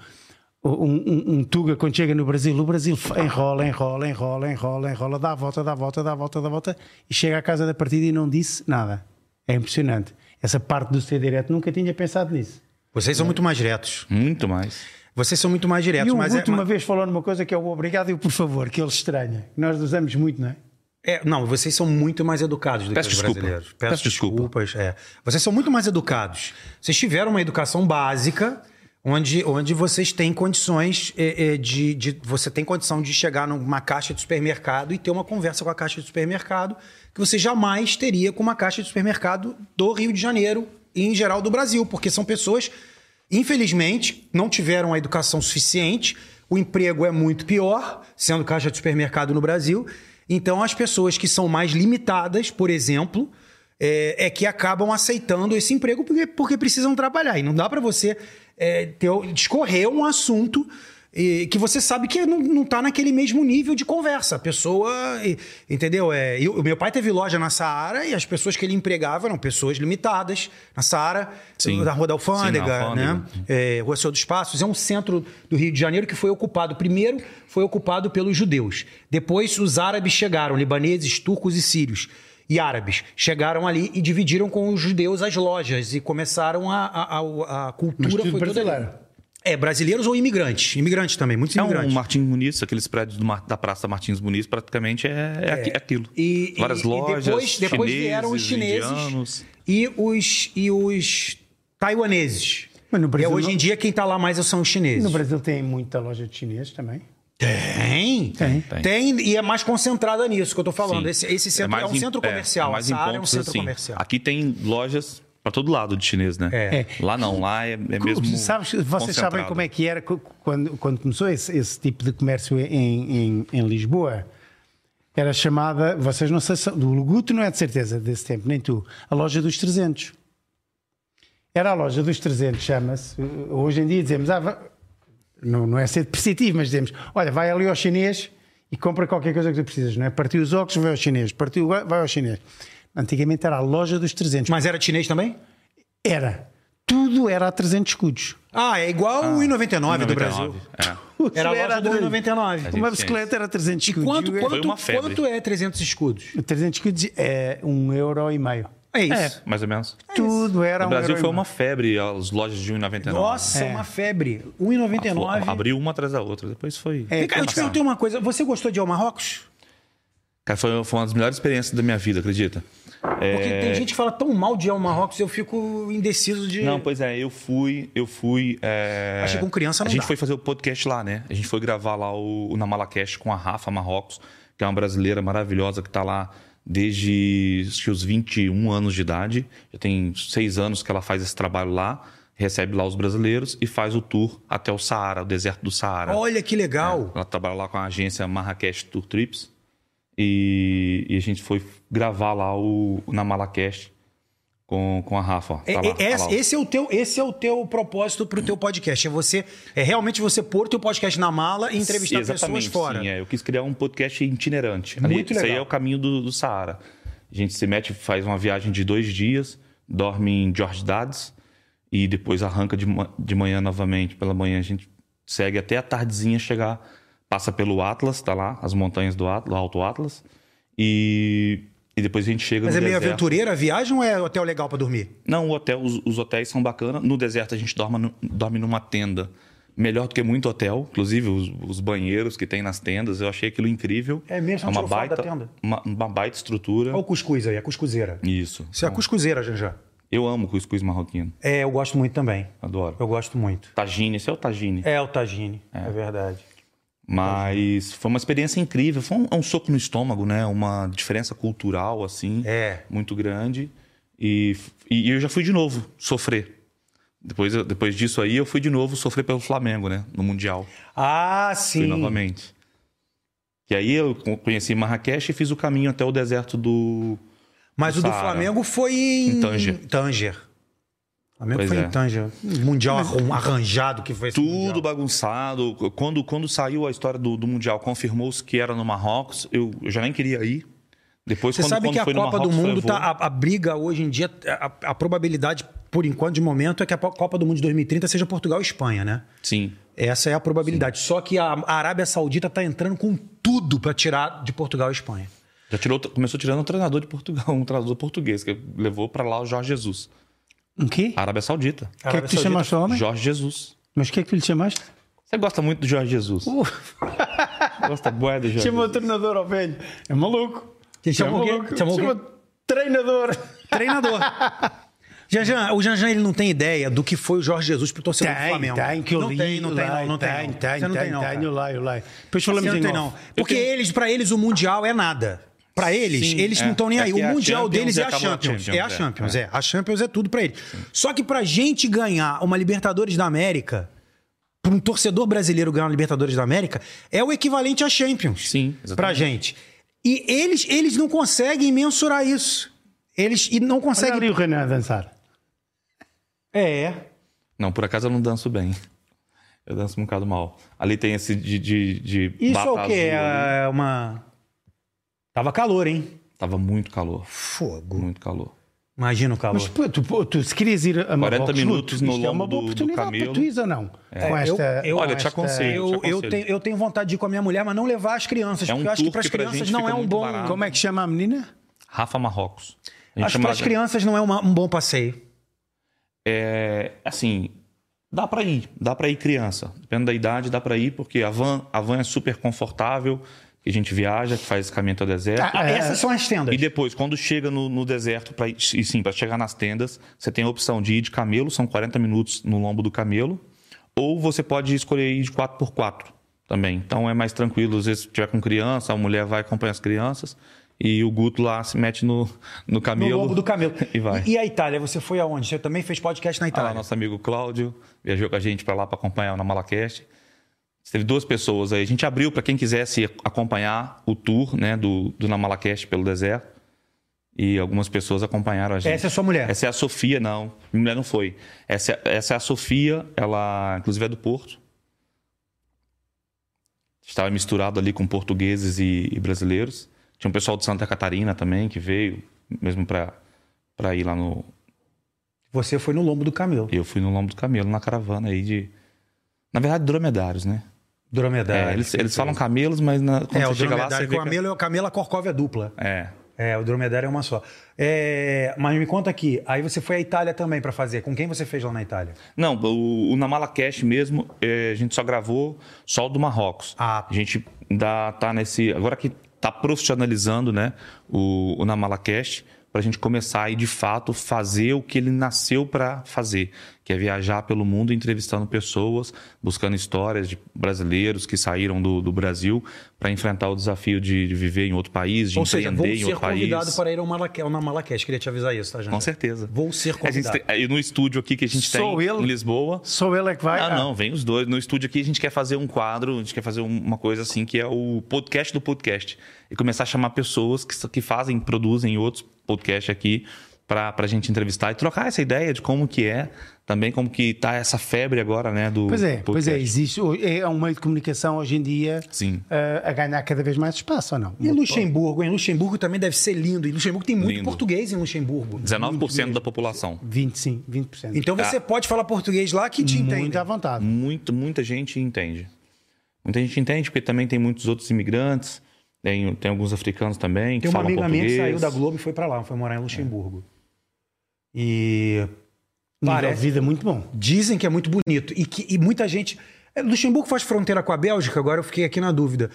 [SPEAKER 1] Um, um- um Tuga, quando chega no Brasil, o Brasil f- enrola, enrola, enrola, enrola, enrola, dá a volta, dá a volta, dá a volta, dá a volta e chega à casa da partida e não disse nada. É impressionante. Essa parte do ser direto, nunca tinha pensado nisso.
[SPEAKER 3] Vocês são muito mais diretos.
[SPEAKER 2] Muito mais.
[SPEAKER 3] Vocês são muito mais
[SPEAKER 1] E
[SPEAKER 3] diretos,
[SPEAKER 1] o
[SPEAKER 3] mas é.
[SPEAKER 1] Guto uma vez falou numa coisa que é o obrigado e o por favor, que ele estranha. que Nós usamos muito, não é?
[SPEAKER 3] É, não, vocês são muito mais educados do
[SPEAKER 2] Peço
[SPEAKER 3] que os
[SPEAKER 2] desculpa.
[SPEAKER 3] brasileiros.
[SPEAKER 2] Peço desculpa.
[SPEAKER 3] desculpas. É. Vocês são muito mais educados. Vocês tiveram uma educação básica onde, onde vocês têm condições é, é, de, de- Você tem condição de chegar numa caixa de supermercado e ter uma conversa com a caixa de supermercado que você jamais teria com uma caixa de supermercado do Rio de Janeiro e, em geral, do Brasil, porque são pessoas, infelizmente, não tiveram a educação suficiente. O emprego é muito pior, sendo caixa de supermercado no Brasil. Então, as pessoas que são mais limitadas, por exemplo, é, é que acabam aceitando esse emprego porque, porque precisam trabalhar. E não dá para você é, ter, discorrer um assunto e, que você sabe que não, não tá naquele mesmo nível de conversa. A pessoa, e- entendeu? É, e o meu pai teve loja na Saara e as pessoas que ele empregava eram pessoas limitadas. Na Saara,
[SPEAKER 2] Sim.
[SPEAKER 3] na Rua da
[SPEAKER 2] Sim,
[SPEAKER 3] Alfândega,
[SPEAKER 2] na Alfândega.
[SPEAKER 3] né? é, Rua Senhor dos Passos, é um centro do Rio de Janeiro que foi ocupado. Primeiro foi ocupado pelos judeus. Depois os árabes chegaram, libaneses, turcos e sírios. E árabes chegaram ali e dividiram com os judeus as lojas e começaram a, a- a- a cultura.
[SPEAKER 1] tudo
[SPEAKER 3] foi toda ali.
[SPEAKER 1] brasileiro.
[SPEAKER 3] É, brasileiros ou imigrantes. Imigrantes também, muitos
[SPEAKER 2] É
[SPEAKER 3] imigrantes.
[SPEAKER 2] um Martins Muniz, aqueles prédios do Mar- da Praça Martins Muniz, praticamente é, é aqui- é aquilo.
[SPEAKER 3] E, e-
[SPEAKER 2] Várias
[SPEAKER 3] e
[SPEAKER 2] lojas,
[SPEAKER 3] depois, depois
[SPEAKER 2] chineses,
[SPEAKER 3] vieram os chineses
[SPEAKER 2] indianos.
[SPEAKER 3] e os, e os taiwaneses.
[SPEAKER 1] Mas no Brasil
[SPEAKER 3] e hoje
[SPEAKER 1] não-
[SPEAKER 3] em dia quem tá lá mais são os chineses.
[SPEAKER 1] No Brasil tem muita loja de chinês também.
[SPEAKER 3] Tem,
[SPEAKER 1] Tem.
[SPEAKER 2] Tem.
[SPEAKER 3] Tem, e é mais concentrada nisso que eu tô falando.
[SPEAKER 2] Sim.
[SPEAKER 3] Esse, esse centro é,
[SPEAKER 2] mais
[SPEAKER 3] um
[SPEAKER 2] em-
[SPEAKER 3] centro
[SPEAKER 2] é,
[SPEAKER 3] comercial.
[SPEAKER 2] é mais em
[SPEAKER 3] essa área é um
[SPEAKER 2] pontos,
[SPEAKER 3] centro
[SPEAKER 2] assim.
[SPEAKER 3] comercial.
[SPEAKER 2] Aqui tem lojas pra todo lado de chinês, né?
[SPEAKER 3] É.
[SPEAKER 1] É.
[SPEAKER 2] Lá não, lá é, é mesmo.
[SPEAKER 1] Sabes, vocês sabem como é que era co- quando, quando começou esse, esse tipo de comércio em, em- em Lisboa? Era chamada, vocês não sei se do Luguto não é de certeza desse tempo, nem tu, a loja dos 300. Era a loja dos 300, chama-se. Hoje em dia dizemos, ah, va- não, não é ser depreciativo, mas dizemos, olha, vai ali ao chinês e compra qualquer coisa que tu precisas, não é? Partiu os óculos, vai ao chinês, partiu, o- vai ao chinês. Antigamente era a loja dos 300.
[SPEAKER 3] Mas era chinês também?
[SPEAKER 1] Era. Tudo era a 300 escudos.
[SPEAKER 3] Ah, é igual o I-99 do Brasil.
[SPEAKER 2] É.
[SPEAKER 3] Era a loja do
[SPEAKER 2] A
[SPEAKER 3] I-99.
[SPEAKER 2] gente
[SPEAKER 1] Uma
[SPEAKER 2] tinha
[SPEAKER 1] bicicleta era 300 escudos.
[SPEAKER 3] Quanto,
[SPEAKER 1] E o-
[SPEAKER 2] Foi
[SPEAKER 3] quanto,
[SPEAKER 2] uma febre.
[SPEAKER 3] quanto é 300 escudos?
[SPEAKER 1] 300 escudos é um euro e meio.
[SPEAKER 3] É isso.
[SPEAKER 2] Mais ou menos.
[SPEAKER 1] Tudo era
[SPEAKER 2] No
[SPEAKER 1] um
[SPEAKER 2] Brasil
[SPEAKER 1] euro e
[SPEAKER 2] foi
[SPEAKER 1] meio.
[SPEAKER 2] uma febre, as lojas de 1,99.
[SPEAKER 3] Nossa,
[SPEAKER 1] É.
[SPEAKER 3] uma febre.
[SPEAKER 2] A flor-
[SPEAKER 3] 1,99.
[SPEAKER 2] Abriu uma atrás da outra, depois foi.
[SPEAKER 1] É,
[SPEAKER 3] Vem cá, eu te perguntei uma coisa. Você gostou de ir ao Marrocos?
[SPEAKER 2] Cara, foi, foi uma das melhores experiências da minha vida, acredita? É.
[SPEAKER 3] Porque tem gente que fala tão mal de ir ao Marrocos, eu fico indeciso de.
[SPEAKER 2] Não, pois é, eu fui, eu fui. é,
[SPEAKER 3] Acho que com criança não
[SPEAKER 2] A gente
[SPEAKER 3] dá.
[SPEAKER 2] foi fazer o podcast lá, né? A gente foi gravar lá o, o Na Malacash com a Rafa Marrocos, que é uma brasileira maravilhosa que tá lá desde acho que os 21 anos de idade. Já tem seis anos que ela faz esse trabalho lá, recebe lá os brasileiros e faz o tour até o Saara, o deserto do Saara.
[SPEAKER 3] Olha que legal.
[SPEAKER 2] Ela trabalha lá com a agência Marrakech Tour Trips. E, e a gente foi gravar lá o, o na Malacash com, com a Rafa. ó. Tá
[SPEAKER 3] É,
[SPEAKER 2] lá,
[SPEAKER 3] é,
[SPEAKER 2] tá
[SPEAKER 3] esse-
[SPEAKER 2] lá, ó.
[SPEAKER 3] esse é o teu esse é o teu propósito pro teu podcast é você é realmente você pôr o teu podcast na mala e entrevistar pessoas
[SPEAKER 2] Exatamente,
[SPEAKER 3] fora
[SPEAKER 2] Sim, é. Eu quis criar um podcast itinerante.
[SPEAKER 3] Muito
[SPEAKER 2] Isso aí
[SPEAKER 3] legal.
[SPEAKER 2] é o caminho do, do Saara. A gente se mete, faz uma viagem de dois dias, dorme em George Dads e depois arranca de, ma- de manhã novamente. Pela manhã a gente segue até a tardezinha chegar, passa pelo Atlas, tá lá, as montanhas do, At- do Alto Atlas. E, e depois a gente chega
[SPEAKER 3] mas
[SPEAKER 2] no
[SPEAKER 3] é meio
[SPEAKER 2] deserto.
[SPEAKER 3] aventureira a viagem ou é hotel legal pra dormir
[SPEAKER 2] Não, o hotel, os, os hotéis são bacanas. No deserto a gente dorma no- dorme numa tenda. Melhor do que muito hotel, inclusive os, os banheiros que tem nas tendas. Eu achei aquilo incrível.
[SPEAKER 3] É mesmo? Você
[SPEAKER 2] uma
[SPEAKER 3] tirou foto da
[SPEAKER 2] baita,
[SPEAKER 3] tenda?
[SPEAKER 2] Uma, uma baita estrutura.
[SPEAKER 3] Olha É o cuscuz aí a cuscuzeira
[SPEAKER 2] Isso.
[SPEAKER 3] isso é a cuscuzeira Janjá.
[SPEAKER 2] Eu amo cuscuz marroquino.
[SPEAKER 3] é eu gosto muito também
[SPEAKER 2] Adoro.
[SPEAKER 3] eu gosto muito
[SPEAKER 2] Tagine, esse é o tagine.
[SPEAKER 3] é o tagine é, verdade
[SPEAKER 2] Mas foi uma experiência incrível. Foi um, um soco no estômago, né? Uma diferença cultural, assim.
[SPEAKER 3] É.
[SPEAKER 2] Muito grande. E, e eu já fui de novo sofrer. Depois, eu- depois disso aí, eu fui de novo sofrer pelo Flamengo, né? No Mundial.
[SPEAKER 3] Ah,
[SPEAKER 2] Fui
[SPEAKER 3] sim.
[SPEAKER 2] novamente. E aí eu con- conheci Marrakech e fiz o caminho até o deserto do.
[SPEAKER 3] Mas o do
[SPEAKER 2] Saara.
[SPEAKER 3] Flamengo foi em,
[SPEAKER 2] Em Tanger.
[SPEAKER 3] Tanger. O Flamengo
[SPEAKER 2] Pois
[SPEAKER 3] foi
[SPEAKER 2] é.
[SPEAKER 3] em Tanger. Um Mundial arrum- arranjado que foi esse
[SPEAKER 2] Tudo
[SPEAKER 3] mundial.
[SPEAKER 2] bagunçado. Quando, quando saiu a história do, do Mundial, confirmou-se que era no Marrocos, eu, eu já nem queria ir. Depois,
[SPEAKER 3] Você
[SPEAKER 2] quando,
[SPEAKER 3] sabe
[SPEAKER 2] quando
[SPEAKER 3] que a
[SPEAKER 2] foi no
[SPEAKER 3] Copa do
[SPEAKER 2] Marrocos, eu falei,
[SPEAKER 3] Mundo
[SPEAKER 2] vou.
[SPEAKER 3] tá. A, a briga hoje em dia, a, a probabilidade, por enquanto, de momento, é que a po- Copa do Mundo de 2030 seja Portugal e Espanha, né?
[SPEAKER 2] Sim.
[SPEAKER 3] Essa é a probabilidade. Só que a Arábia Saudita tá entrando com tudo para tirar de Portugal e Espanha.
[SPEAKER 2] Já tirou, começou tirando um treinador de Portugal, [LAUGHS] um treinador português, que levou pra lá o Jorge Jesus.
[SPEAKER 1] O Um quê?
[SPEAKER 3] Ah,
[SPEAKER 2] A Arábia Saudita.
[SPEAKER 1] O que é que tu chamaste ao homem?
[SPEAKER 2] Jorge Jesus.
[SPEAKER 1] Mas o que é que tu lhe chamaste?
[SPEAKER 2] Você gosta muito do Jorge Jesus. Gosta boa
[SPEAKER 3] [LAUGHS]
[SPEAKER 2] do Jorge
[SPEAKER 1] Chamou o
[SPEAKER 2] Jesus.
[SPEAKER 1] treinador ao velho. É maluco.
[SPEAKER 3] Quem chamou
[SPEAKER 1] é
[SPEAKER 3] o quê?
[SPEAKER 1] maluco.
[SPEAKER 3] Chamou o quê?
[SPEAKER 1] [LAUGHS] treinador.
[SPEAKER 3] [LAUGHS] Treinador. Janjan, o Janjan ele não tem ideia do que foi o Jorge Jesus pro torcedor do
[SPEAKER 1] Tem,
[SPEAKER 3] Flamengo.
[SPEAKER 1] tem, que eu
[SPEAKER 3] não
[SPEAKER 1] li.
[SPEAKER 3] tem, não tem,
[SPEAKER 1] lá,
[SPEAKER 3] não, não tem. não.
[SPEAKER 1] Tem,
[SPEAKER 3] Você
[SPEAKER 1] tem,
[SPEAKER 3] não
[SPEAKER 1] tem,
[SPEAKER 3] não, cara.
[SPEAKER 1] tem. Eu lá, eu lá. Depois
[SPEAKER 3] Você
[SPEAKER 1] falamos assim,
[SPEAKER 2] um
[SPEAKER 3] não
[SPEAKER 1] em
[SPEAKER 3] tem, não.
[SPEAKER 1] off.
[SPEAKER 3] Porque eles, pra eles, o Mundial é nada. Pra eles,
[SPEAKER 2] Sim,
[SPEAKER 3] eles
[SPEAKER 2] é.
[SPEAKER 3] não estão nem
[SPEAKER 2] É
[SPEAKER 3] aí.
[SPEAKER 2] que
[SPEAKER 3] O
[SPEAKER 2] a
[SPEAKER 3] Mundial
[SPEAKER 2] Champions
[SPEAKER 3] deles é a
[SPEAKER 2] acaba na
[SPEAKER 3] Champions.
[SPEAKER 2] Champions,
[SPEAKER 3] É a
[SPEAKER 2] é.
[SPEAKER 3] Champions, é. A Champions é tudo pra eles. Só que pra gente ganhar uma Libertadores da América, pra um torcedor brasileiro ganhar uma Libertadores da América, é o equivalente à Champions.
[SPEAKER 2] Sim, exatamente.
[SPEAKER 3] Pra gente. E eles, eles não conseguem mensurar isso. Eles e não
[SPEAKER 1] Olha
[SPEAKER 3] conseguem.
[SPEAKER 1] ali o Renan a dançar.
[SPEAKER 3] É.
[SPEAKER 2] Não, por acaso eu não danço bem. [LAUGHS] Eu danço um bocado mal. Ali tem esse de. de, de né?
[SPEAKER 3] Isso
[SPEAKER 2] bata
[SPEAKER 3] é o quê?
[SPEAKER 2] azul ali.
[SPEAKER 3] É uma. Tava calor, hein?
[SPEAKER 2] Tava muito calor.
[SPEAKER 3] Fogo.
[SPEAKER 2] Muito calor.
[SPEAKER 3] Imagina o calor.
[SPEAKER 1] Mas pô, tu, pô, tu, se querias ir a Marrocos,
[SPEAKER 2] minutos
[SPEAKER 1] Luto,
[SPEAKER 2] no
[SPEAKER 1] isto é uma boa
[SPEAKER 2] lombo do- do
[SPEAKER 1] oportunidade para
[SPEAKER 2] camelo.
[SPEAKER 1] tu ires ou não? Com
[SPEAKER 3] É. eu- eu-
[SPEAKER 2] Olha, te aconselho.
[SPEAKER 3] Eu, eu,
[SPEAKER 2] aconselho.
[SPEAKER 3] tenho, eu tenho vontade de ir com a minha mulher, mas não levar as crianças,
[SPEAKER 2] É um
[SPEAKER 3] porque eu acho que
[SPEAKER 2] tour
[SPEAKER 3] para as
[SPEAKER 2] que pra
[SPEAKER 3] crianças
[SPEAKER 2] gente
[SPEAKER 3] não
[SPEAKER 2] fica
[SPEAKER 3] é um
[SPEAKER 2] muito
[SPEAKER 3] bom.
[SPEAKER 2] barato.
[SPEAKER 1] Como é que chama a menina?
[SPEAKER 2] Rafa Marrocos. A gente
[SPEAKER 3] Acho que
[SPEAKER 2] chama-
[SPEAKER 3] para as crianças não é uma- um bom passeio.
[SPEAKER 2] É, assim, dá pra ir, dá pra ir criança. Dependendo da idade, dá pra ir, porque a van, a van é super confortável, que a gente viaja, que faz esse caminho até o deserto.
[SPEAKER 1] Ah, é.
[SPEAKER 3] Essas são as tendas.
[SPEAKER 2] E depois, quando chega no, no deserto, pra, ir- e sim, para chegar nas tendas, você tem a opção de ir de camelo, são 40 minutos no lombo do camelo, ou você pode escolher ir de 4x4 também. Então é mais tranquilo, às vezes, se tiver com criança, a mulher vai acompanhar as crianças, e o Guto lá se mete no, no
[SPEAKER 3] No
[SPEAKER 2] camelo.
[SPEAKER 3] lobo do camelo.
[SPEAKER 2] [LAUGHS] E vai.
[SPEAKER 3] E, e a Itália, você foi aonde? Você também fez podcast na
[SPEAKER 2] Tá lá,
[SPEAKER 3] Itália.
[SPEAKER 2] nosso amigo Cláudio viajou com a gente para lá para acompanhar na Malacast. Teve duas pessoas aí. A gente abriu para quem quisesse acompanhar o tour né, do, do Na Malacast pelo deserto. E algumas pessoas acompanharam a gente.
[SPEAKER 3] Essa é sua mulher.
[SPEAKER 2] Essa é a Sofia, não. Minha mulher não foi. Essa, é- essa é a Sofia, ela inclusive é do Porto. Estava misturado ali com portugueses e, e brasileiros. Tinha um pessoal de Santa Catarina também que veio, mesmo para ir lá no,
[SPEAKER 3] Você foi no lombo do camelo.
[SPEAKER 2] eu fui no Lombo do Camelo, na caravana aí de. Na verdade, dromedários, né?
[SPEAKER 3] Dromedário.
[SPEAKER 2] É, eles, eles falam camelos, mas na- quando
[SPEAKER 3] É, o
[SPEAKER 2] você chega lá, você
[SPEAKER 3] dromedário. com
[SPEAKER 2] vê.
[SPEAKER 3] a
[SPEAKER 2] que-
[SPEAKER 3] camelo, camelo, a corcova é dupla.
[SPEAKER 2] É.
[SPEAKER 3] É, o dromedário é uma só. É, mas me conta aqui, aí você foi à Itália também para fazer. Com quem você fez lá na Itália?
[SPEAKER 2] Não, o, o Na Malacast mesmo, é, a gente só gravou só o do Marrocos.
[SPEAKER 3] Ah.
[SPEAKER 2] A gente ainda tá nesse. Agora que tá profissionalizando, né? O, o Na Malacast, pra gente começar aí de fato fazer o que ele nasceu para fazer, que é viajar pelo mundo entrevistando pessoas, buscando histórias de brasileiros que saíram do, do Brasil para enfrentar o desafio de, de viver em outro país, de
[SPEAKER 3] Ou seja, vou
[SPEAKER 2] empreender em
[SPEAKER 3] ser
[SPEAKER 2] outro país.
[SPEAKER 3] convidado para ir ao Malaque, na Malaquete. Queria te avisar isso, tá, Janja?
[SPEAKER 2] Com certeza.
[SPEAKER 3] Vou ser
[SPEAKER 2] A gente
[SPEAKER 3] convidado.
[SPEAKER 2] tem- aí no estúdio aqui que a gente
[SPEAKER 1] Sou
[SPEAKER 2] tem
[SPEAKER 1] eu?
[SPEAKER 2] em Lisboa.
[SPEAKER 1] Só ele é que vai.
[SPEAKER 2] Ah, não, vem os dois. No estúdio aqui a gente quer fazer um quadro, a gente quer fazer um- uma coisa assim que é o podcast do podcast. E começar a chamar pessoas que, s- que fazem, produzem outros podcasts aqui pra, pra gente entrevistar e trocar essa ideia de como que é, também como que tá essa febre agora, né, do
[SPEAKER 1] Pois é, pois é,
[SPEAKER 2] podcast.
[SPEAKER 1] existe. É um meio de comunicação hoje em dia
[SPEAKER 2] Sim.
[SPEAKER 1] eh, a ganhar cada vez mais espaço, ou não?
[SPEAKER 3] E Luxemburgo, hein? Luxemburgo também deve ser lindo. E Luxemburgo tem muito
[SPEAKER 2] Lindo.
[SPEAKER 3] português em Luxemburgo.
[SPEAKER 2] 19% da população.
[SPEAKER 1] 20, sim, 20%.
[SPEAKER 3] Então
[SPEAKER 2] Ah.
[SPEAKER 3] você pode falar português lá que te entende.
[SPEAKER 1] Muito Então, à vontade.
[SPEAKER 2] Muito, Hum. muita gente entende. Muita gente entende, porque também tem muitos outros imigrantes, tem, tem alguns africanos também que
[SPEAKER 3] Tem uma
[SPEAKER 2] falam
[SPEAKER 3] amiga
[SPEAKER 2] português.
[SPEAKER 3] minha que saiu da Globo e foi pra lá, foi morar em Luxemburgo. E
[SPEAKER 1] Nível
[SPEAKER 3] parece-
[SPEAKER 1] de vida muito bom.
[SPEAKER 3] dizem que é muito bonito e que e muita gente É, Luxemburgo faz fronteira com a Bélgica, agora eu fiquei aqui na dúvida.